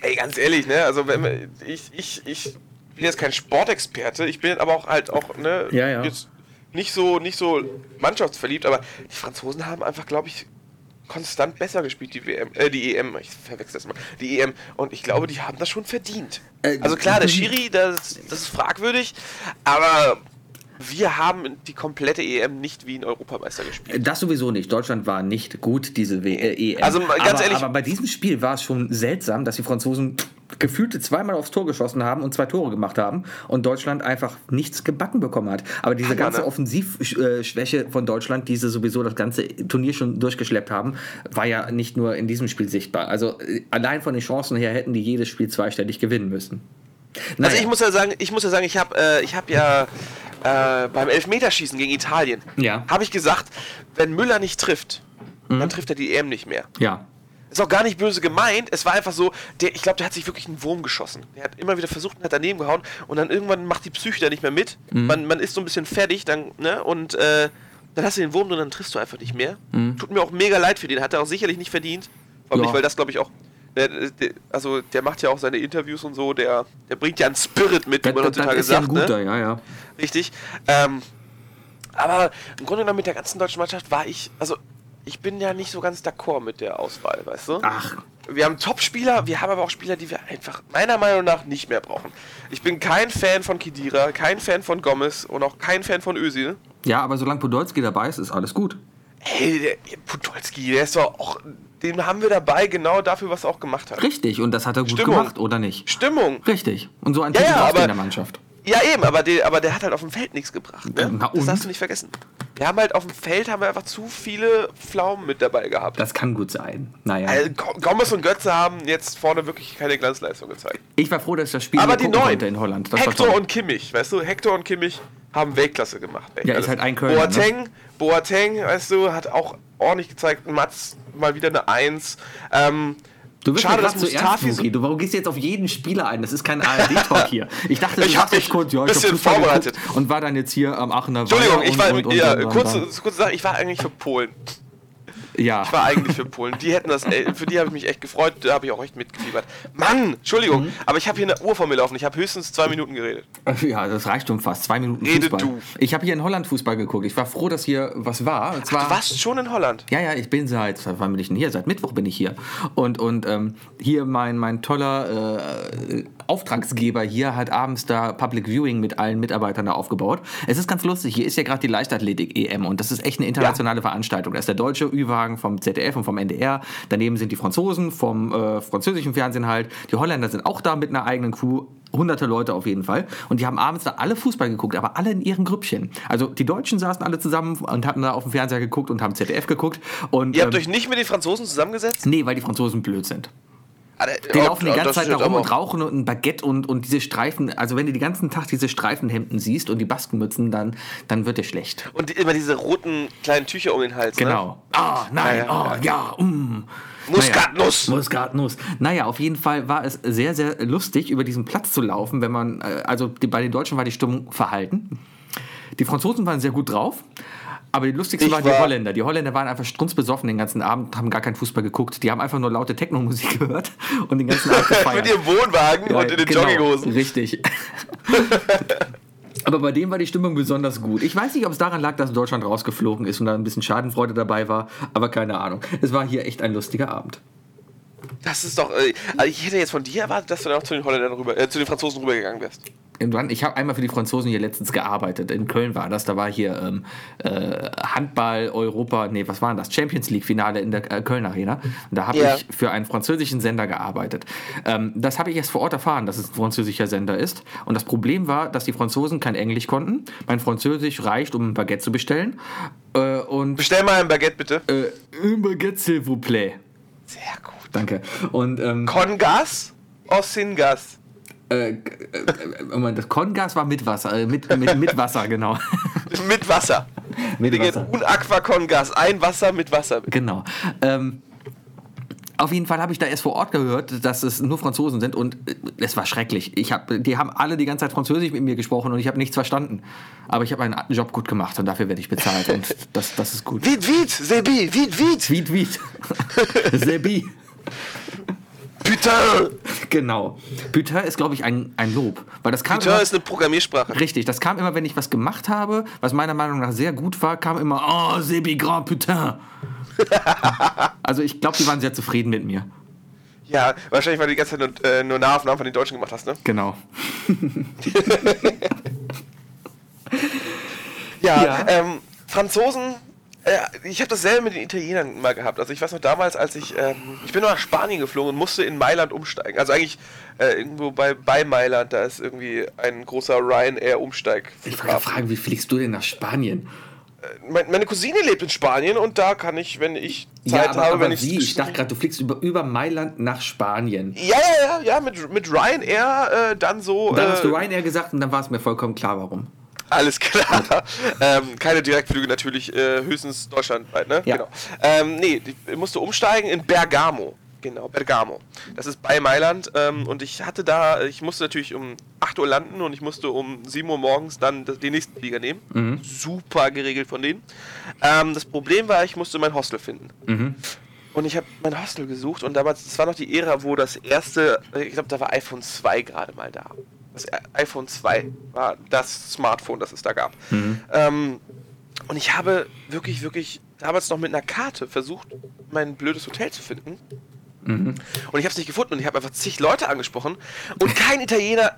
B: ey, ganz ehrlich, ne, also wenn wir- ich, ich, ich bin jetzt kein Sportexperte, ich bin aber auch halt auch, ne,
C: Ja, ja.
B: jetzt nicht so, nicht so mannschaftsverliebt, aber die Franzosen haben einfach, glaube ich, konstant besser gespielt, die WM, äh, die EM, ich verwechsel das mal, die EM und ich glaube, die haben das schon verdient.
C: Äh,
B: also klar, der Schiri, das, das ist fragwürdig, aber wir haben die komplette EM nicht wie ein Europameister gespielt.
C: Das sowieso nicht. Deutschland war nicht gut, diese w äh, EM.
B: Also, mal ganz
C: aber,
B: ehrlich-
C: Aber bei diesem Spiel war es schon seltsam, dass die Franzosen gefühlte zweimal aufs Tor geschossen haben und zwei Tore gemacht haben und Deutschland einfach nichts gebacken bekommen hat. Aber diese ganze
B: ne?
C: Offensivschwäche von Deutschland, die sie sowieso das ganze Turnier schon durchgeschleppt haben, war ja nicht nur in diesem Spiel sichtbar. Also äh, allein von den Chancen her hätten die jedes Spiel zweistellig gewinnen müssen. Naja.
B: Also ich muss ja sagen, ich muss ja sagen, ich habe äh, ich habe ja äh, beim Elfmeterschießen gegen Italien
C: Ja. Hm?
B: habe ich gesagt, wenn Müller nicht trifft, dann trifft er die EM nicht mehr.
C: Ja.
B: Ist auch gar nicht böse gemeint, es war einfach so, der ich glaube, der hat sich wirklich einen Wurm geschossen. Der hat immer wieder versucht und hat daneben gehauen und dann irgendwann macht die Psyche da nicht mehr mit.
C: Mhm.
B: Man, man ist so ein bisschen fertig, dann ne und äh, dann hast du den Wurm und dann triffst du einfach nicht mehr. Tut mir auch mega leid für den, hat er auch sicherlich nicht verdient. Vor allem
C: Mhm. Ja.
B: nicht, weil das glaube ich auch der, der, also der macht ja auch seine Interviews und so, der, der bringt ja einen Spirit mit, wie
C: Das,
B: man
C: das, das
B: heutzutage
C: ist ja ein
B: sagt, ne?
C: guter, ja, ja.
B: Richtig. Ähm, aber im Grunde genommen mit der ganzen deutschen Mannschaft war ich, also ich bin ja nicht so ganz d'accord mit der Auswahl, weißt du?
C: Ach.
B: Wir haben Top-Spieler, wir haben aber auch Spieler, die wir einfach meiner Meinung nach nicht mehr brauchen. Ich bin kein Fan von Kedira, kein Fan von Gomez und auch kein Fan von Özil.
C: Ja, aber solange Podolski dabei ist, ist alles gut.
B: Hey, der Podolski, der ist doch auch, den haben wir dabei genau dafür, was er auch gemacht hat.
C: Richtig, und das hat er gut
B: Stimmung.
C: gemacht, oder nicht?
B: Stimmung.
C: Richtig. Und so ein
B: Ja,
C: Typ
B: ja,
C: brauchst du in
B: aber-
C: der Mannschaft.
B: Ja, eben, aber, der, aber der hat halt auf dem Feld nichts gebracht. Ne?
C: Na
B: Das
C: und?
B: darfst du nicht vergessen. Wir haben halt auf dem Feld haben wir einfach zu viele Pflaumen mit dabei gehabt.
C: Das kann gut sein. Naja.
B: Also, Go- Gomez und Götze haben jetzt vorne wirklich keine Glanzleistung gezeigt.
C: ich war froh, dass ich das Spiel
B: Aber
C: hier
B: die
C: gucken
B: neuen,
C: konnte in Holland. Das war
B: Hector
C: toll.
B: und Kimmich, weißt du, Hector und Kimmich haben Weltklasse gemacht. ey.
C: Ja, ist
B: Also,
C: halt ein Kölner,
B: Boateng, Boateng, weißt du, hat auch ordentlich gezeigt. Matz mal wieder eine Eins. Ähm,
C: Du wirst
B: schade,
C: mir
B: dass
C: gerade zu ernst,
B: Mustafi so
C: Muki. Du, warum gehst du jetzt auf jeden Spieler ein? Das ist kein ARD-Talk hier. Ich dachte, du
B: Ich hab
C: sagst jetzt
B: mich
C: kurz, ja, ich hab
B: bisschen
C: Fußball geguckt
B: vorbereitet.
C: Und war dann jetzt hier am Aachener
B: Entschuldigung,
C: Weiher
B: ich war,
C: Ah und, und,
B: ja,
C: und, und,
B: kurze, kurze Sache, ich war eigentlich für Polen.
C: ja.
B: war eigentlich für Polen. Die hätten das, ey, für die habe ich mich echt gefreut, da habe ich auch echt mitgefiebert. Mann, Entschuldigung,
C: Mhm.
B: aber ich habe hier eine Uhr vor mir laufen. Ich habe höchstens zwei Minuten geredet.
C: Ja, das reicht schon fast. Zwei Minuten
B: Rede
C: Fußball.
B: du.
C: Ich habe hier in Holland Fußball geguckt. Ich war froh, dass hier was war. Und zwar
B: Du warst schon in Holland.
C: Ja, ja, ich bin seit, seit wann bin ich denn hier? Seit Mittwoch bin ich hier. Und, und ähm, hier mein, mein toller äh, Auftragsgeber hier hat abends da Public Viewing mit allen Mitarbeitern da aufgebaut. Es ist ganz lustig, hier ist ja gerade die Leichtathletik-EM und das ist echt eine internationale Veranstaltung. Da ist der deutsche Ü-Wagen vom ZDF und vom NDR, daneben sind die Franzosen vom äh, französischen Fernsehen halt, die Holländer sind auch da mit einer eigenen Crew. Hunderte Leute auf jeden Fall. Und die haben abends da alle Fußball geguckt, aber alle in ihren Grüppchen. Also die Deutschen saßen alle zusammen und hatten da auf dem Fernseher geguckt und haben ZDF geguckt. Und,
B: Ihr habt
C: ähm,
B: euch nicht mit den Franzosen zusammengesetzt?
C: Nee, weil die Franzosen blöd sind.
B: Ah, der-
C: Die
B: oh,
C: laufen die
B: oh,
C: ganze
B: das
C: Zeit da
B: stimmt,
C: rum
B: aber
C: und rauchen und ein Baguette und, und diese Streifen. Also wenn du den ganzen Tag diese Streifenhemden siehst und die Baskenmützen, dann, dann wird dir schlecht.
B: Und die, immer diese roten kleinen Tücher um den Hals. Ne?
C: Genau. Ah, nein,
B: Ja,
C: ah, ja, mm.
B: Muskatnuss.
C: Naja, Muskatnuss. Naja, auf jeden Fall war es sehr, sehr lustig, über diesen Platz zu laufen, wenn man, äh, also die, bei den Deutschen war die Stimmung verhalten. Die Franzosen waren sehr gut drauf, aber die lustigsten
B: Ich
C: waren
B: war-
C: die Holländer. Die Holländer waren einfach strunzbesoffen den ganzen Abend und haben gar keinen Fußball geguckt. Die haben einfach nur laute Techno-Musik gehört und den ganzen Abend gefeiert.
B: Mit ihrem Wohnwagen
C: Ja,
B: und in den
C: genau,
B: Jogginghosen.
C: Richtig. Aber bei dem war die Stimmung besonders gut. Ich weiß nicht, ob es daran lag, dass Deutschland rausgeflogen ist und da ein bisschen Schadenfreude dabei war, aber keine Ahnung. Es war hier echt ein lustiger Abend.
B: Das ist doch. Äh, also ich hätte jetzt von dir erwartet, dass du dann auch zu den Holländern rüber, äh, zu den Franzosen rübergegangen wärst.
C: Irgendwann- Ich habe einmal für die Franzosen hier letztens gearbeitet. In Köln war das. Da war hier ähm, äh, Handball Europa, nee, was war denn das? Champions League Finale in der äh, Köln Arena. Und da habe
B: Ja.
C: ich für einen französischen Sender gearbeitet. Ähm, das habe ich erst vor Ort erfahren, dass es ein französischer Sender ist. Und das Problem war, dass die Franzosen kein Englisch konnten. Mein Französisch reicht, um ein Baguette zu bestellen. Äh, und
B: Bestell mal ein Baguette bitte.
C: äh, un Baguette s'il vous plaît.
B: Sehr gut.
C: Danke. Und ähm,
B: Congas? Oder Singas?
C: äh, äh, äh, Moment, das Kongas war mit Wasser, äh, mit, mit, mit Wasser, genau.
B: Mit Wasser.
C: mit
B: Digga, Un Aqua con Gas. Ein Wasser mit Wasser. bitte.
C: Genau. Ähm, auf jeden Fall habe ich da erst vor Ort gehört, dass es nur Franzosen sind und äh, es war schrecklich. Ich hab, die haben alle die ganze Zeit Französisch mit mir gesprochen und ich habe nichts verstanden. Aber ich habe meinen Job gut gemacht und dafür werde ich bezahlt und das, das ist gut.
B: Vite, vite, Sebi, vite, vite.
C: Tweet, tweet. Sebi.
B: Putain.
C: Genau. Putain ist, glaube ich, ein, ein Lob. Weil das kam
B: Putain
C: immer-
B: ist eine Programmiersprache.
C: Richtig, das kam immer, wenn ich was gemacht habe, was meiner Meinung nach sehr gut war, kam immer, oh, Sebi Grand Putain. also ich glaube, die waren sehr zufrieden mit mir.
B: Ja, wahrscheinlich, weil du die ganze Zeit nur, äh, nur Nahaufnahmen von den Deutschen gemacht hast, ne?
C: Genau.
B: Ja,
C: Ja.
B: ähm, Franzosen, äh, ich habe dasselbe mit den Italienern mal gehabt. Also ich weiß noch damals, als ich, ähm, ich bin nur nach Spanien geflogen und musste in Mailand umsteigen. Also eigentlich äh, irgendwo bei, bei Mailand, da ist irgendwie ein großer Ryanair-Umsteig.
C: Ich wollte fragen, wie fliegst du denn nach Spanien?
B: Meine, meine Cousine lebt in Spanien und da kann ich, wenn ich Zeit
C: ja, aber,
B: habe,
C: aber
B: wenn ich...
C: wie? Ich dachte gerade, du fliegst über, über Mailand nach Spanien.
B: ja, ja, ja, ja, mit, mit Ryanair äh, dann so...
C: Dann hast du
B: äh,
C: Ryanair gesagt und dann war es mir vollkommen klar, warum.
B: Alles klar. ähm, keine Direktflüge natürlich, äh, höchstens deutschlandweit, ne?
C: Ja.
B: Genau. Ähm, nee, ich musste umsteigen in Bergamo. Genau, Bergamo. Das ist bei Mailand. Ähm, und ich hatte da, ich musste natürlich um 8 Uhr landen und ich musste um 7 Uhr morgens dann das- den nächsten Flieger nehmen.
C: Mhm.
B: Super geregelt von denen. Ähm, das Problem war, ich musste mein Hostel finden. Und ich habe mein Hostel gesucht und damals, das war noch die Ära, wo das erste, ich glaube, da war iPhone 2 gerade mal da. Das iPhone 2 war das Smartphone, das es da gab. Ähm, und ich habe wirklich, wirklich damals noch mit einer Karte versucht, mein blödes Hotel zu finden. Und ich habe es nicht gefunden und ich habe einfach zig Leute angesprochen und kein Italiener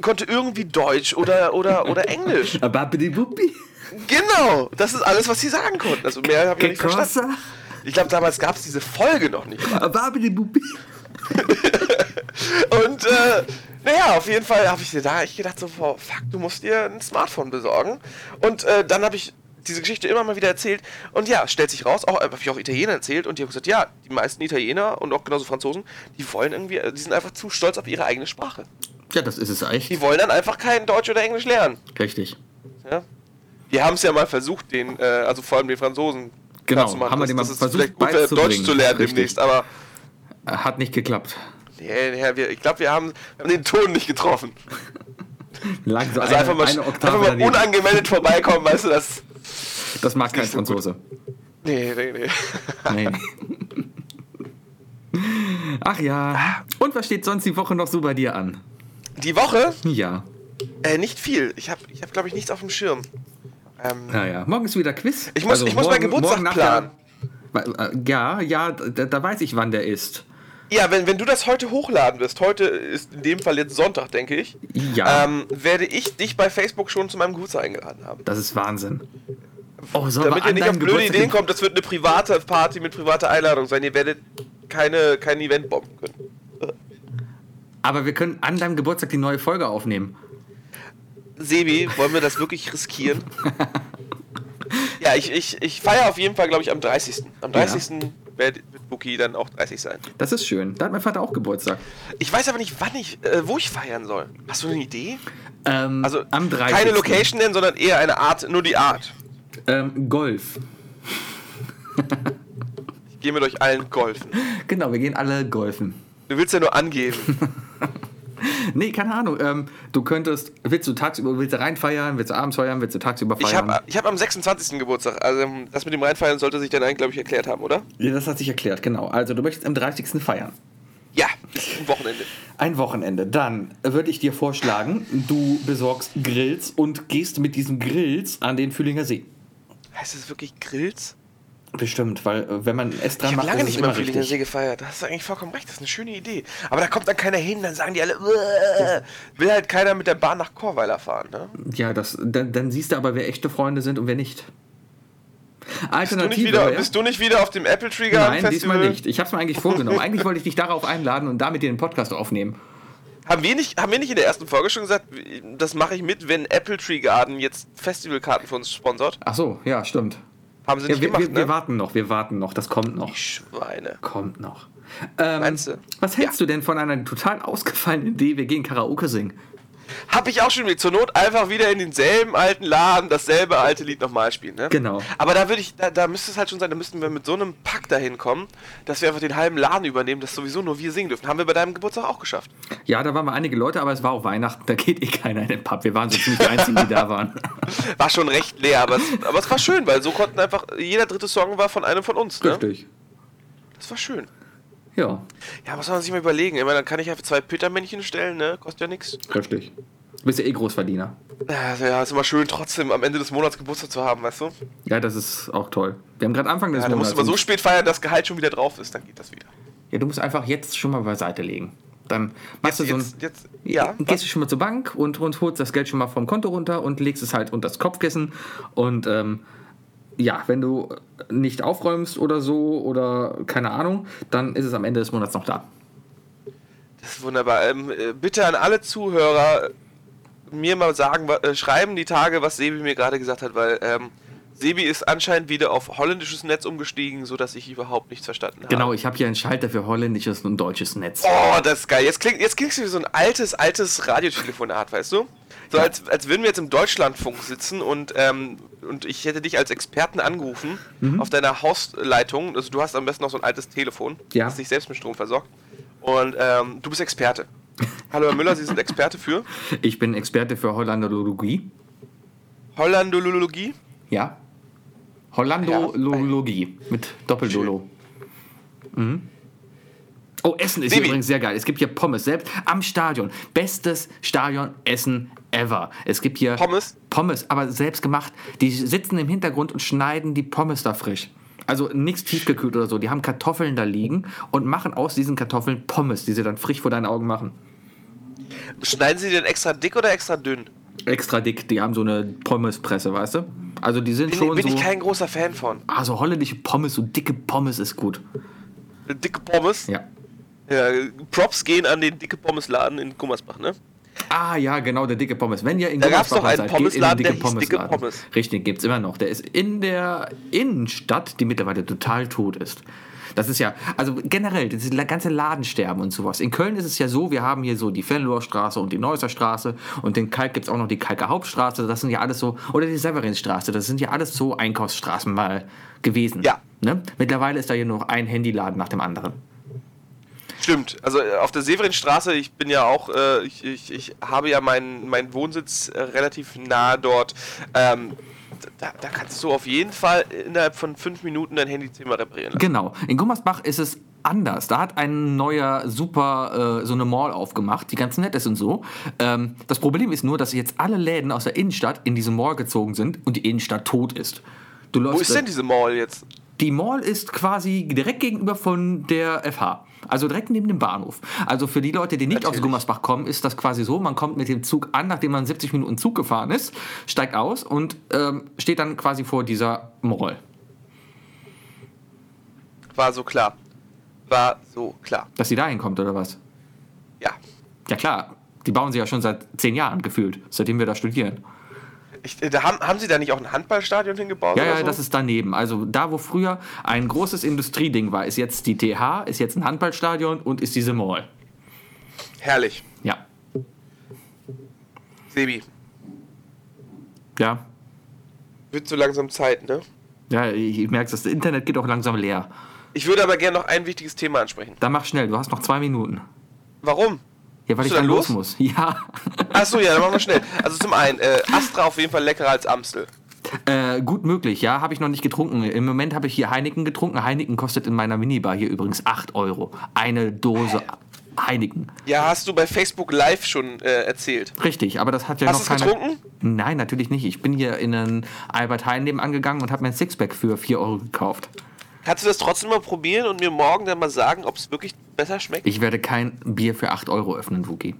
B: konnte irgendwie Deutsch oder, oder, oder Englisch.
C: Babidi-Bubi.
B: Genau, das ist alles, was sie sagen konnten. Also mehr habe ich noch nicht verstanden.
C: Cosa?
B: Ich glaube, damals gab es diese Folge noch nicht.
C: Babidi-Bubi.
B: Und äh, naja, auf jeden Fall habe ich dir da echt gedacht, so, oh, fuck, du musst dir ein Smartphone besorgen. Und äh, dann habe ich diese Geschichte immer mal wieder erzählt. Und ja, stellt sich raus, auch habe ich auch Italiener erzählt und die haben gesagt, ja, die meisten Italiener und auch genauso Franzosen, die wollen irgendwie, äh, die sind einfach zu stolz auf ihre eigene Sprache.
C: Ja, das ist es
B: Die
C: echt.
B: wollen dann einfach kein Deutsch oder Englisch lernen.
C: Richtig.
B: Ja? Die haben es ja mal versucht, den, äh, also vor allem den Franzosen.
C: Genau,
B: klarzumachen,
C: haben wir
B: dass-
C: dem mal
B: dass es
C: versucht,
B: vielleicht gut wäre,
C: beizubringen.
B: Deutsch zu lernen
C: Richtig. Äh,
B: demnächst, aber
C: Hat nicht geklappt.
B: nee, nee, wir, ich glaube, wir haben, wir haben den Ton nicht getroffen.
C: Lag so
B: Also
C: eine,
B: einfach mal,
C: eine
B: einfach
C: Oktave
B: mal
C: daneben.
B: unangemeldet vorbeikommen, weißt du, das.
C: Das mag kein
B: nicht so gut.
C: Franzose.
B: Nee, nee, nee.
C: Nee. Ach
B: Ah.
C: ja. Und was steht sonst die Woche noch so bei dir an?
B: Die Woche?
C: Ja.
B: Äh, nicht viel. Ich habe, ich hab, glaube ich, nichts auf dem Schirm. Ähm,
C: Naja, morgen ist wieder Quiz. Also
B: Ich muss- ich muss meinen Geburtstag
C: nach
B: planen.
C: Der, Wa- äh, ja, ja, da, da weiß ich, wann der ist.
B: ja, wenn, wenn du das heute hochladen wirst, heute ist in dem Fall jetzt Sonntag, denke ich,
C: Ja,
B: ähm, werde ich dich bei Facebook schon zu meinem Geburtstag eingeladen haben.
C: das ist Wahnsinn. Oh, soll
B: Damit ihr nicht auf blöde Ideen kommt, das wird eine private Party mit privater Einladung sein. Ihr werdet keine, kein Event bomben können.
C: Aber wir können an deinem Geburtstag die neue Folge aufnehmen.
B: Sebi, wollen wir das wirklich riskieren? ja, ich, ich, ich feiere auf jeden Fall, glaube ich, am 30. Am 30. Werd, wird Wookie dann auch 30 sein.
C: Das ist schön. Da hat mein Vater auch Geburtstag.
B: Ich weiß aber nicht, wann ich, äh, wo ich feiern soll. Hast du eine Idee?
C: Ähm,
B: Also
C: am 30.
B: keine Location nennen, sondern eher eine Art, nur die Art.
C: Ähm, Golf.
B: Ich gehe mit euch allen golfen.
C: Genau, wir gehen alle golfen.
B: Du willst ja nur angeben.
C: Nee, keine Ahnung. Ähm, du könntest, willst du tagsüber, willst du reinfeiern, willst du abends feiern, willst du tagsüber
B: Ich
C: feiern?
B: habe ich hab am 26. Geburtstag. Also ähm, das mit dem Reinfeiern sollte sich dann eigentlich, glaube ich, erklärt haben, oder?
C: ja, das hat sich erklärt, genau. Also du möchtest am 30. feiern.
B: Ja, ist ein Wochenende.
C: Ein Wochenende. Dann würde ich dir vorschlagen, du besorgst Grills und gehst mit diesen Grills an den Fühlinger See.
B: Heißt es wirklich Grills?
C: Bestimmt, weil äh, wenn man es dran
B: Ich habe
C: macht,
B: lange
C: ist es
B: nicht mehr
C: immer
B: Frühlinger See
C: richtig.
B: gefeiert. Da hast du eigentlich vollkommen recht. Das ist eine schöne Idee. Aber da kommt dann keiner hin, dann sagen die alle, "Uah." will halt keiner mit der Bahn nach Chorweiler fahren. Ne?
C: Ja, das, dann, dann siehst du aber, wer echte Freunde sind und wer nicht.
B: Bist, du nicht
C: Alternative.
B: wieder,
C: ja?
B: bist du nicht wieder auf dem Apple Tree Garden
C: Nein,
B: Festival?
C: diesmal nicht. Ich habe es mir eigentlich vorgenommen. Eigentlich wollte ich dich darauf einladen und damit den Podcast aufnehmen.
B: Haben wir, nicht, haben wir nicht in der ersten Folge schon gesagt, das mache ich mit, wenn Apple Tree Garden jetzt Festivalkarten für uns sponsort?
C: Ach so, ja, stimmt.
B: Haben sie
C: Ja,
B: nicht
C: wir,
B: gemacht,
C: wir,
B: ne?
C: wir warten noch, wir warten noch. Das kommt noch.
B: Schweine.
C: Kommt noch. Ähm,
B: Meinst du?
C: Was hältst du denn von einer total ausgefallenen Idee? Wir gehen Karaoke singen.
B: Hab ich auch schon mit. Zur Not einfach wieder in denselben alten Laden dasselbe alte Lied nochmal spielen, ne?
C: Genau.
B: Aber da würde ich, da, da müsste es halt schon sein, da müssten wir mit so einem Pack dahin kommen, dass wir einfach den halben Laden übernehmen, dass sowieso nur wir singen dürfen. Haben wir bei deinem Geburtstag auch geschafft.
C: Ja, da waren mal einige Leute, aber es war auch Weihnachten. Da geht eh keiner in den Pub. Wir waren so ziemlich die Einzigen, die da waren.
B: War schon recht leer, aber es, aber es war schön, weil so konnten einfach, jeder dritte Song war von einem von uns, ne?
C: Richtig.
B: Das war schön.
C: Ja,
B: Ja, was soll man sich mal überlegen? Ich meine, dann kann ich einfach zwei Petermännchen stellen, ne? Kostet ja nichts.
C: richtig. Du bist ja eh Großverdiener.
B: Also, ja, ist immer schön, trotzdem am Ende des Monats Geburtstag zu haben, weißt du?
C: Ja, das ist halt auch toll. Wir haben gerade Anfang des
B: Ja, da musst
C: Monats.
B: du mal so
C: und-
B: spät feiern, dass Gehalt schon wieder drauf ist, dann geht das wieder.
C: ja, du musst einfach jetzt schon mal beiseite legen. Dann machst du so ein.
B: Jetzt, jetzt, ja.
C: gehst du schon mal zur Bank und, und holst das Geld schon mal vom Konto runter und legst es halt unter das Kopfkissen. Und ähm, ja, wenn du nicht aufräumst oder so oder keine Ahnung, dann ist es am Ende des Monats noch da.
B: Das ist wunderbar. Ähm, äh, bitte an alle Zuhörer äh, mir mal sagen, wa- äh, schreiben die Tage, was Sebi mir gerade gesagt hat, weil ähm, Sebi ist anscheinend wieder auf holländisches Netz umgestiegen, sodass ich überhaupt nichts verstanden habe.
C: Genau, ich habe hier einen Schalter für holländisches und deutsches Netz.
B: Oh, das ist geil. Jetzt klingt jetzt klingst du wie so ein altes, altes Radiotelefonat, weißt du? So als, als würden wir jetzt im Deutschlandfunk sitzen und, ähm, und ich hätte dich als Experten angerufen
C: Mhm.
B: auf deiner Hausleitung. Also du hast am besten noch so ein altes Telefon,
C: Ja.
B: das dich selbst mit Strom versorgt. Und ähm, du bist Experte. Hallo Herr Müller, Sie sind Experte für
C: Ich bin Experte für Hollandologie.
B: Hollandologie.
C: Ja. Hollandologie mit Doppeldolo. Mhm. Oh, Essen ist hier
B: Sebi.
C: übrigens sehr geil. Es gibt hier Pommes selbst am Stadion. Bestes Stadionessen ever. Es gibt hier
B: Pommes?
C: Pommes, aber selbst gemacht. Die sitzen im Hintergrund und schneiden die Pommes da frisch. Also nichts tiefgekühlt oder so. Die haben Kartoffeln da liegen und machen aus diesen Kartoffeln Pommes, die sie dann frisch vor deinen Augen machen.
B: Schneiden Sie den extra dick oder extra dünn?
C: Extra dick. Die haben so eine Pommespresse, weißt du? Also die sind
B: Bin,
C: schon
B: bin
C: so.
B: ich kein großer Fan von.
C: Ah, so holländische Pommes, so dicke Pommes ist gut.
B: Dicke Pommes.
C: Ja.
B: Ja, Props gehen an den dicke Pommes-Laden in Gummersbach, ne?
C: Ah ja, genau, der dicke Pommes. Wenn ihr in
B: Da gab's doch
C: Gummersbach
B: einen
C: seid, geht in
B: Pommesladen, der
C: den Dicke
B: hieß Dicke
C: Pommesladen.
B: Pommes.
C: Richtig, gibt's immer noch. Der ist in der Innenstadt, die mittlerweile total tot ist. Das ist ja, also generell, das ganze Ladensterben und sowas. In Köln ist es ja so, wir haben hier so die Fenloher Straße und die Neusser Straße und den Kalk gibt's auch noch die Kalker Hauptstraße, das sind ja alles so, oder die Severinstraße, das sind ja alles so Einkaufsstraßen mal gewesen.
B: Ja.
C: Ne? Mittlerweile ist da hier nur noch ein Handyladen nach dem anderen.
B: Stimmt, also äh, auf der Severinstraße, ich bin ja auch, äh, ich, ich, ich habe ja meinen meinen Wohnsitz äh, relativ nah dort. Ähm, da, da kannst du auf jeden Fall innerhalb von fünf Minuten dein Handyzimmer reparieren lassen.
C: Genau. In Gummersbach ist es anders. Da hat ein neuer super äh, so eine Mall aufgemacht, die ganz nett ist und so. Ähm, das Problem ist nur, dass jetzt alle Läden aus der Innenstadt in diese Mall gezogen sind und die Innenstadt tot ist. Du läufst,
B: Wo ist denn diese Mall jetzt?
C: die Mall ist quasi direkt gegenüber von der FH. Also direkt neben dem Bahnhof. Also für die Leute, die nicht aus Gummersbach kommen, ist das quasi so, man kommt mit dem Zug an, nachdem man 70 Minuten Zug gefahren ist, steigt aus und ähm, steht dann quasi vor dieser Mall.
B: War so klar. War so klar.
C: Dass sie da hinkommt, oder was?
B: Ja.
C: Ja klar, die bauen sie ja schon seit zehn Jahren gefühlt, seitdem wir da studieren.
B: Ich, äh, da haben, haben sie da nicht auch ein Handballstadion hingebaut?
C: Ja,
B: oder
C: ja,
B: so?
C: das ist daneben. Also da, wo früher ein großes Industrieding war, ist jetzt die TH, ist jetzt ein Handballstadion und ist diese Mall.
B: Herrlich.
C: Ja.
B: Sebi,
C: Ja.
B: wird so langsam Zeit, ne?
C: Ja, ich ich merke das Internet geht auch langsam leer.
B: Ich würde aber gerne noch ein wichtiges Thema ansprechen.
C: Dann mach schnell, du hast noch zwei Minuten.
B: Warum?
C: Ja, weil
B: Bist
C: ich
B: du
C: dann
B: dann
C: los?
B: los?
C: muss. Ja.
B: Achso, ja, dann machen wir schnell. Also zum einen, äh, Astra auf jeden Fall leckerer als Amstel.
C: Äh, gut möglich, ja. Habe ich noch nicht getrunken. Im Moment habe ich hier Heineken getrunken. Heineken kostet in meiner Minibar hier übrigens 8 Euro. Eine Dose Heineken.
B: Ja, hast du bei Facebook Live schon äh, erzählt.
C: Richtig, aber das hat ja
B: Hast
C: noch
B: du's
C: keiner.
B: getrunken?
C: Nein, natürlich nicht. Ich bin hier in einen Albert Heijn nebenan gegangen und habe mir ein Sixpack für 4 Euro gekauft.
B: Kannst du das trotzdem mal probieren und mir morgen dann mal sagen, ob es wirklich besser schmeckt?
C: Ich werde kein Bier für 8 Euro öffnen, Wookie.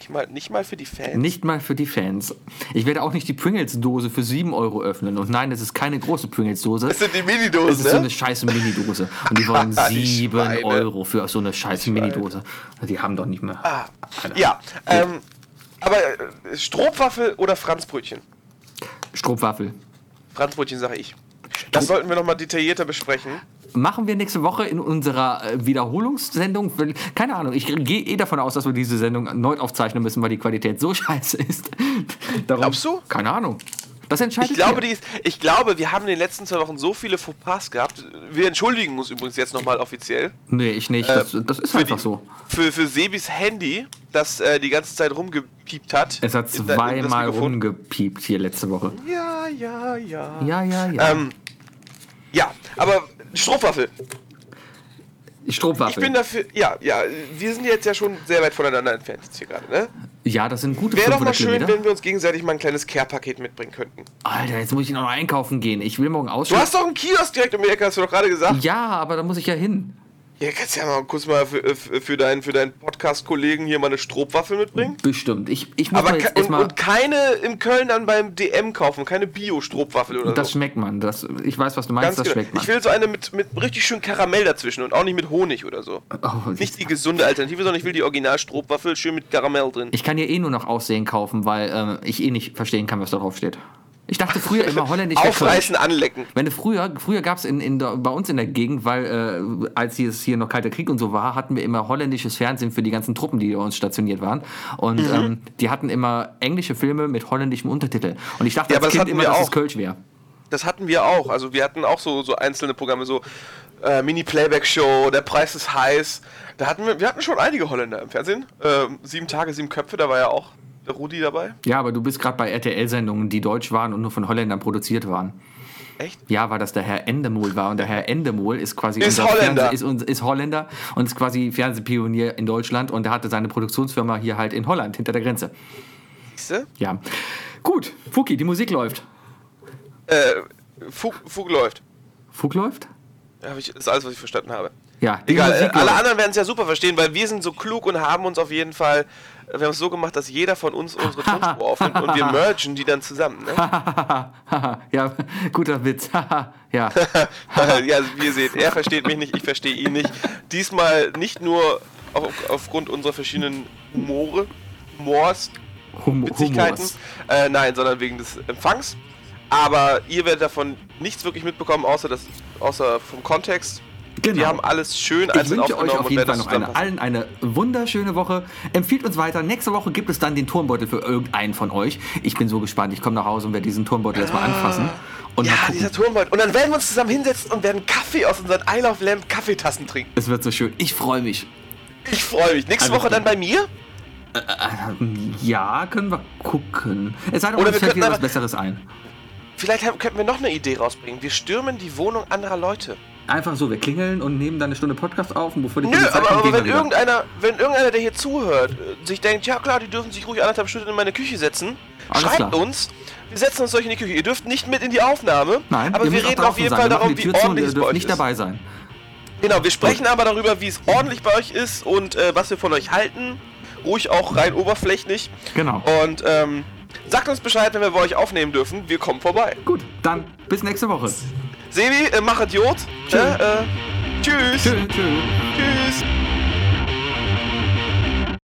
B: Nicht mal, nicht mal für die Fans.
C: Nicht mal für die Fans. Ich werde auch nicht die Pringles-Dose für 7 Euro öffnen. Und nein, es ist keine große Pringles-Dose.
B: Das sind die
C: Das ist
B: Minidosen,
C: so
B: ne?
C: eine scheiße Minidose. Und die wollen
B: Die
C: 7
B: Schweine.
C: Euro für so eine scheiße Minidose. Die haben doch nicht mehr.
B: Ah, Ja, ähm, aber äh, Strohwaffel oder Franzbrötchen?
C: Strohwaffel.
B: Franzbrötchen sage ich. Das sollten wir nochmal detaillierter besprechen.
C: Machen wir nächste Woche in unserer äh, Wiederholungssendung. Weil- Keine Ahnung, ich gehe eh davon aus, dass wir diese Sendung erneut aufzeichnen müssen, weil die Qualität so scheiße ist. Darum,
B: Glaubst du?
C: Keine Ahnung. Das entscheidet
B: Ich glaube,
C: ihr.
B: die ist, ich glaube, wir haben in den letzten zwei Wochen so viele Fauxpas gehabt. Wir entschuldigen uns übrigens jetzt nochmal offiziell.
C: Nee, ich nicht. Das, das ist einfach
B: die,
C: so.
B: Äh, Für, für Sebis Handy, das äh, die ganze Zeit rumgepiept hat.
C: Es hat
B: In- in das
C: zweimal
B: Mikrofon.
C: rumgepiept hier letzte Woche.
B: Ja, ja, ja.
C: Ja, ja, ja.
B: Ähm, ja, aber Strohwaffel.
C: Strohwaffel.
B: Ich bin dafür. Ja, ja. Wir sind jetzt ja schon sehr weit voneinander entfernt jetzt hier gerade, ne?
C: ja, das sind gute
B: Wäre doch
C: 500
B: mal schön,
C: Kilometer.
B: wenn wir uns gegenseitig mal ein kleines Care-Paket mitbringen könnten.
C: Alter, jetzt muss ich noch einkaufen gehen. Ich will morgen
B: Du
C: ausschlafen.
B: hast doch einen Kiosk direkt um die Ecke, hast du doch gerade gesagt.
C: Ja, aber da muss ich ja hin.
B: Ja, kannst ja mal kurz mal für, äh, für deinen, für deinen Podcast-Kollegen hier mal eine Strohwaffel mitbringen.
C: Bestimmt. Ich, ich Mhm. muss
B: Aber
C: mal
B: ke
C: jetzt
B: und,
C: erstmal.
B: und keine im Köln dann beim DM kaufen, keine Bio-Strohwaffel oder
C: Das
B: so.
C: schmeckt man. Das, ich weiß, was du meinist.
B: Ganz genau.
C: Das schmeckt man.
B: Ich will so eine mit, mit richtig schön Karamell dazwischen und auch nicht mit Honig oder so.
C: Oh,
B: Nicht die gesunde Alternative, sondern ich will die Original-Strohwaffel schön mit Karamell drin.
C: Ich kann hier eh nur noch Aussehen kaufen, weil ähm, ich eh nicht verstehen kann, was da drauf steht. Ich dachte früher immer holländisch. wär Kölsch.
B: Aufreißen, anlecken.
C: Wenn du früher, früher gab es in, in der, bei uns in der Gegend, weil äh, als hier, es hier noch Kalter Krieg und so war, hatten wir immer holländisches Fernsehen für die ganzen Truppen, die bei uns stationiert waren. Und
B: Mhm.
C: ähm, die hatten immer englische Filme mit holländischem Untertitel. Und ich dachte
B: Ja, aber
C: als
B: das hatten
C: Kind immer,
B: wir
C: dass es
B: auch.
C: Kölsch wäre.
B: Das hatten wir auch. Also wir hatten auch so, so einzelne Programme, so äh, Mini-Playback-Show, der Preis ist heiß. Da hatten wir, wir hatten schon einige Holländer im Fernsehen. Ähm, sieben Tage, sieben Köpfe, da war ja auch der Rudi dabei.
C: Ja, aber du bist gerade bei RTL-Sendungen, die deutsch waren und nur von Holländern produziert waren.
B: Echt?
C: Ja, weil das der Herr Endemol war und der Herr Endemol ist quasi
B: Ist Holländer.
C: Fernseh- ist, uns- ist Holländer und ist quasi Fernsehpionier in Deutschland und er hatte seine Produktionsfirma hier halt in Holland hinter der Grenze.
B: Siehste?
C: Ja. Gut, Fuki, die Musik läuft.
B: Äh, Fug, Fug läuft.
C: Fug läuft?
B: Ja, hab ich, ist alles, was ich verstanden habe.
C: Ja, die
B: Egal, äh,
C: Musik
B: alle
C: läuft.
B: anderen werden es ja super verstehen, weil wir sind so klug und haben uns auf jeden Fall, äh, wir haben es so gemacht, dass jeder von uns unsere Tonspur aufnimmt und wir mergen die dann zusammen. Ne?
C: ja, guter Witz. ja.
B: ja, wie ihr seht, er versteht mich nicht, ich verstehe ihn nicht. Diesmal nicht nur auf, aufgrund unserer verschiedenen Humore, Humors,
C: Hum
B: Witzigkeiten,
C: Humors.
B: äh, nein, sondern wegen des Empfangs. Aber ihr werdet davon nichts wirklich mitbekommen, außer, das, außer vom Kontext.
C: Genau.
B: Wir haben alles schön
C: Ich
B: einzeln
C: wünsche euch
B: aufgenommen
C: auf jeden
B: werden
C: Fall
B: das
C: noch eine,
B: zusammenfassen.
C: allen eine wunderschöne Woche. Empfiehlt uns weiter. Nächste Woche gibt es dann den Turnbeutel für irgendeinen von euch. Ich bin so gespannt. Ich komme nach Hause und werde diesen Turnbeutel erstmal anfassen. Und mal
B: Ja,
C: gucken.
B: dieser Turmbeutel. Und dann werden wir uns zusammen hinsetzen und werden Kaffee aus unseren Isle of Lamp Kaffeetassen trinken.
C: Es wird so schön. Ich freue mich.
B: Ich freue mich. Nächste
C: Alles
B: Woche dann
C: klar.
B: bei mir.
C: Ja, können wir gucken. Es sei denn,
B: Oder
C: uns
B: wir
C: fällt
B: könnten
C: wieder was
B: aber-
C: Besseres ein.
B: Vielleicht haben, könnten wir noch eine Idee rausbringen. Wir stürmen die Wohnung anderer Leute.
C: Einfach so, wir klingeln und nehmen dann eine Stunde Podcast auf und bevor die
B: Nö,
C: Polizei
B: aber,
C: kommt,
B: aber
C: gehen
B: wenn,
C: wir wieder.
B: irgendeiner, wenn irgendeiner, der hier zuhört, äh, sich denkt, ja klar, die dürfen sich ruhig anderthalb Stunden in meine Küche setzen,
C: Alles
B: schreibt
C: klar.
B: uns. Wir setzen uns euch in die Küche. Ihr dürft nicht mit in die Aufnahme,
C: Nein,
B: aber
C: ihr
B: wir
C: müsst auch
B: reden auf
C: draußen
B: jeden
C: sein.
B: Fall
C: Wir machen
B: darum,
C: die
B: wie
C: Tür zu und
B: ordentlich
C: Ihr
B: es bei
C: dürft
B: euch
C: nicht
B: ist.
C: dabei sein.
B: Genau, wir sprechen aber darüber, wie es ordentlich bei euch ist und äh, was wir von euch halten. Ruhig auch rein oberflächlich.
C: Genau.
B: Und ähm, sagt uns Bescheid, wenn wir bei euch aufnehmen dürfen. Wir kommen vorbei.
C: Gut, dann bis nächste Woche.
B: Sebi, äh, mach Idiot. Tschüss. Äh, äh, tschüss.
C: Tschö, tschö.
B: tschüss.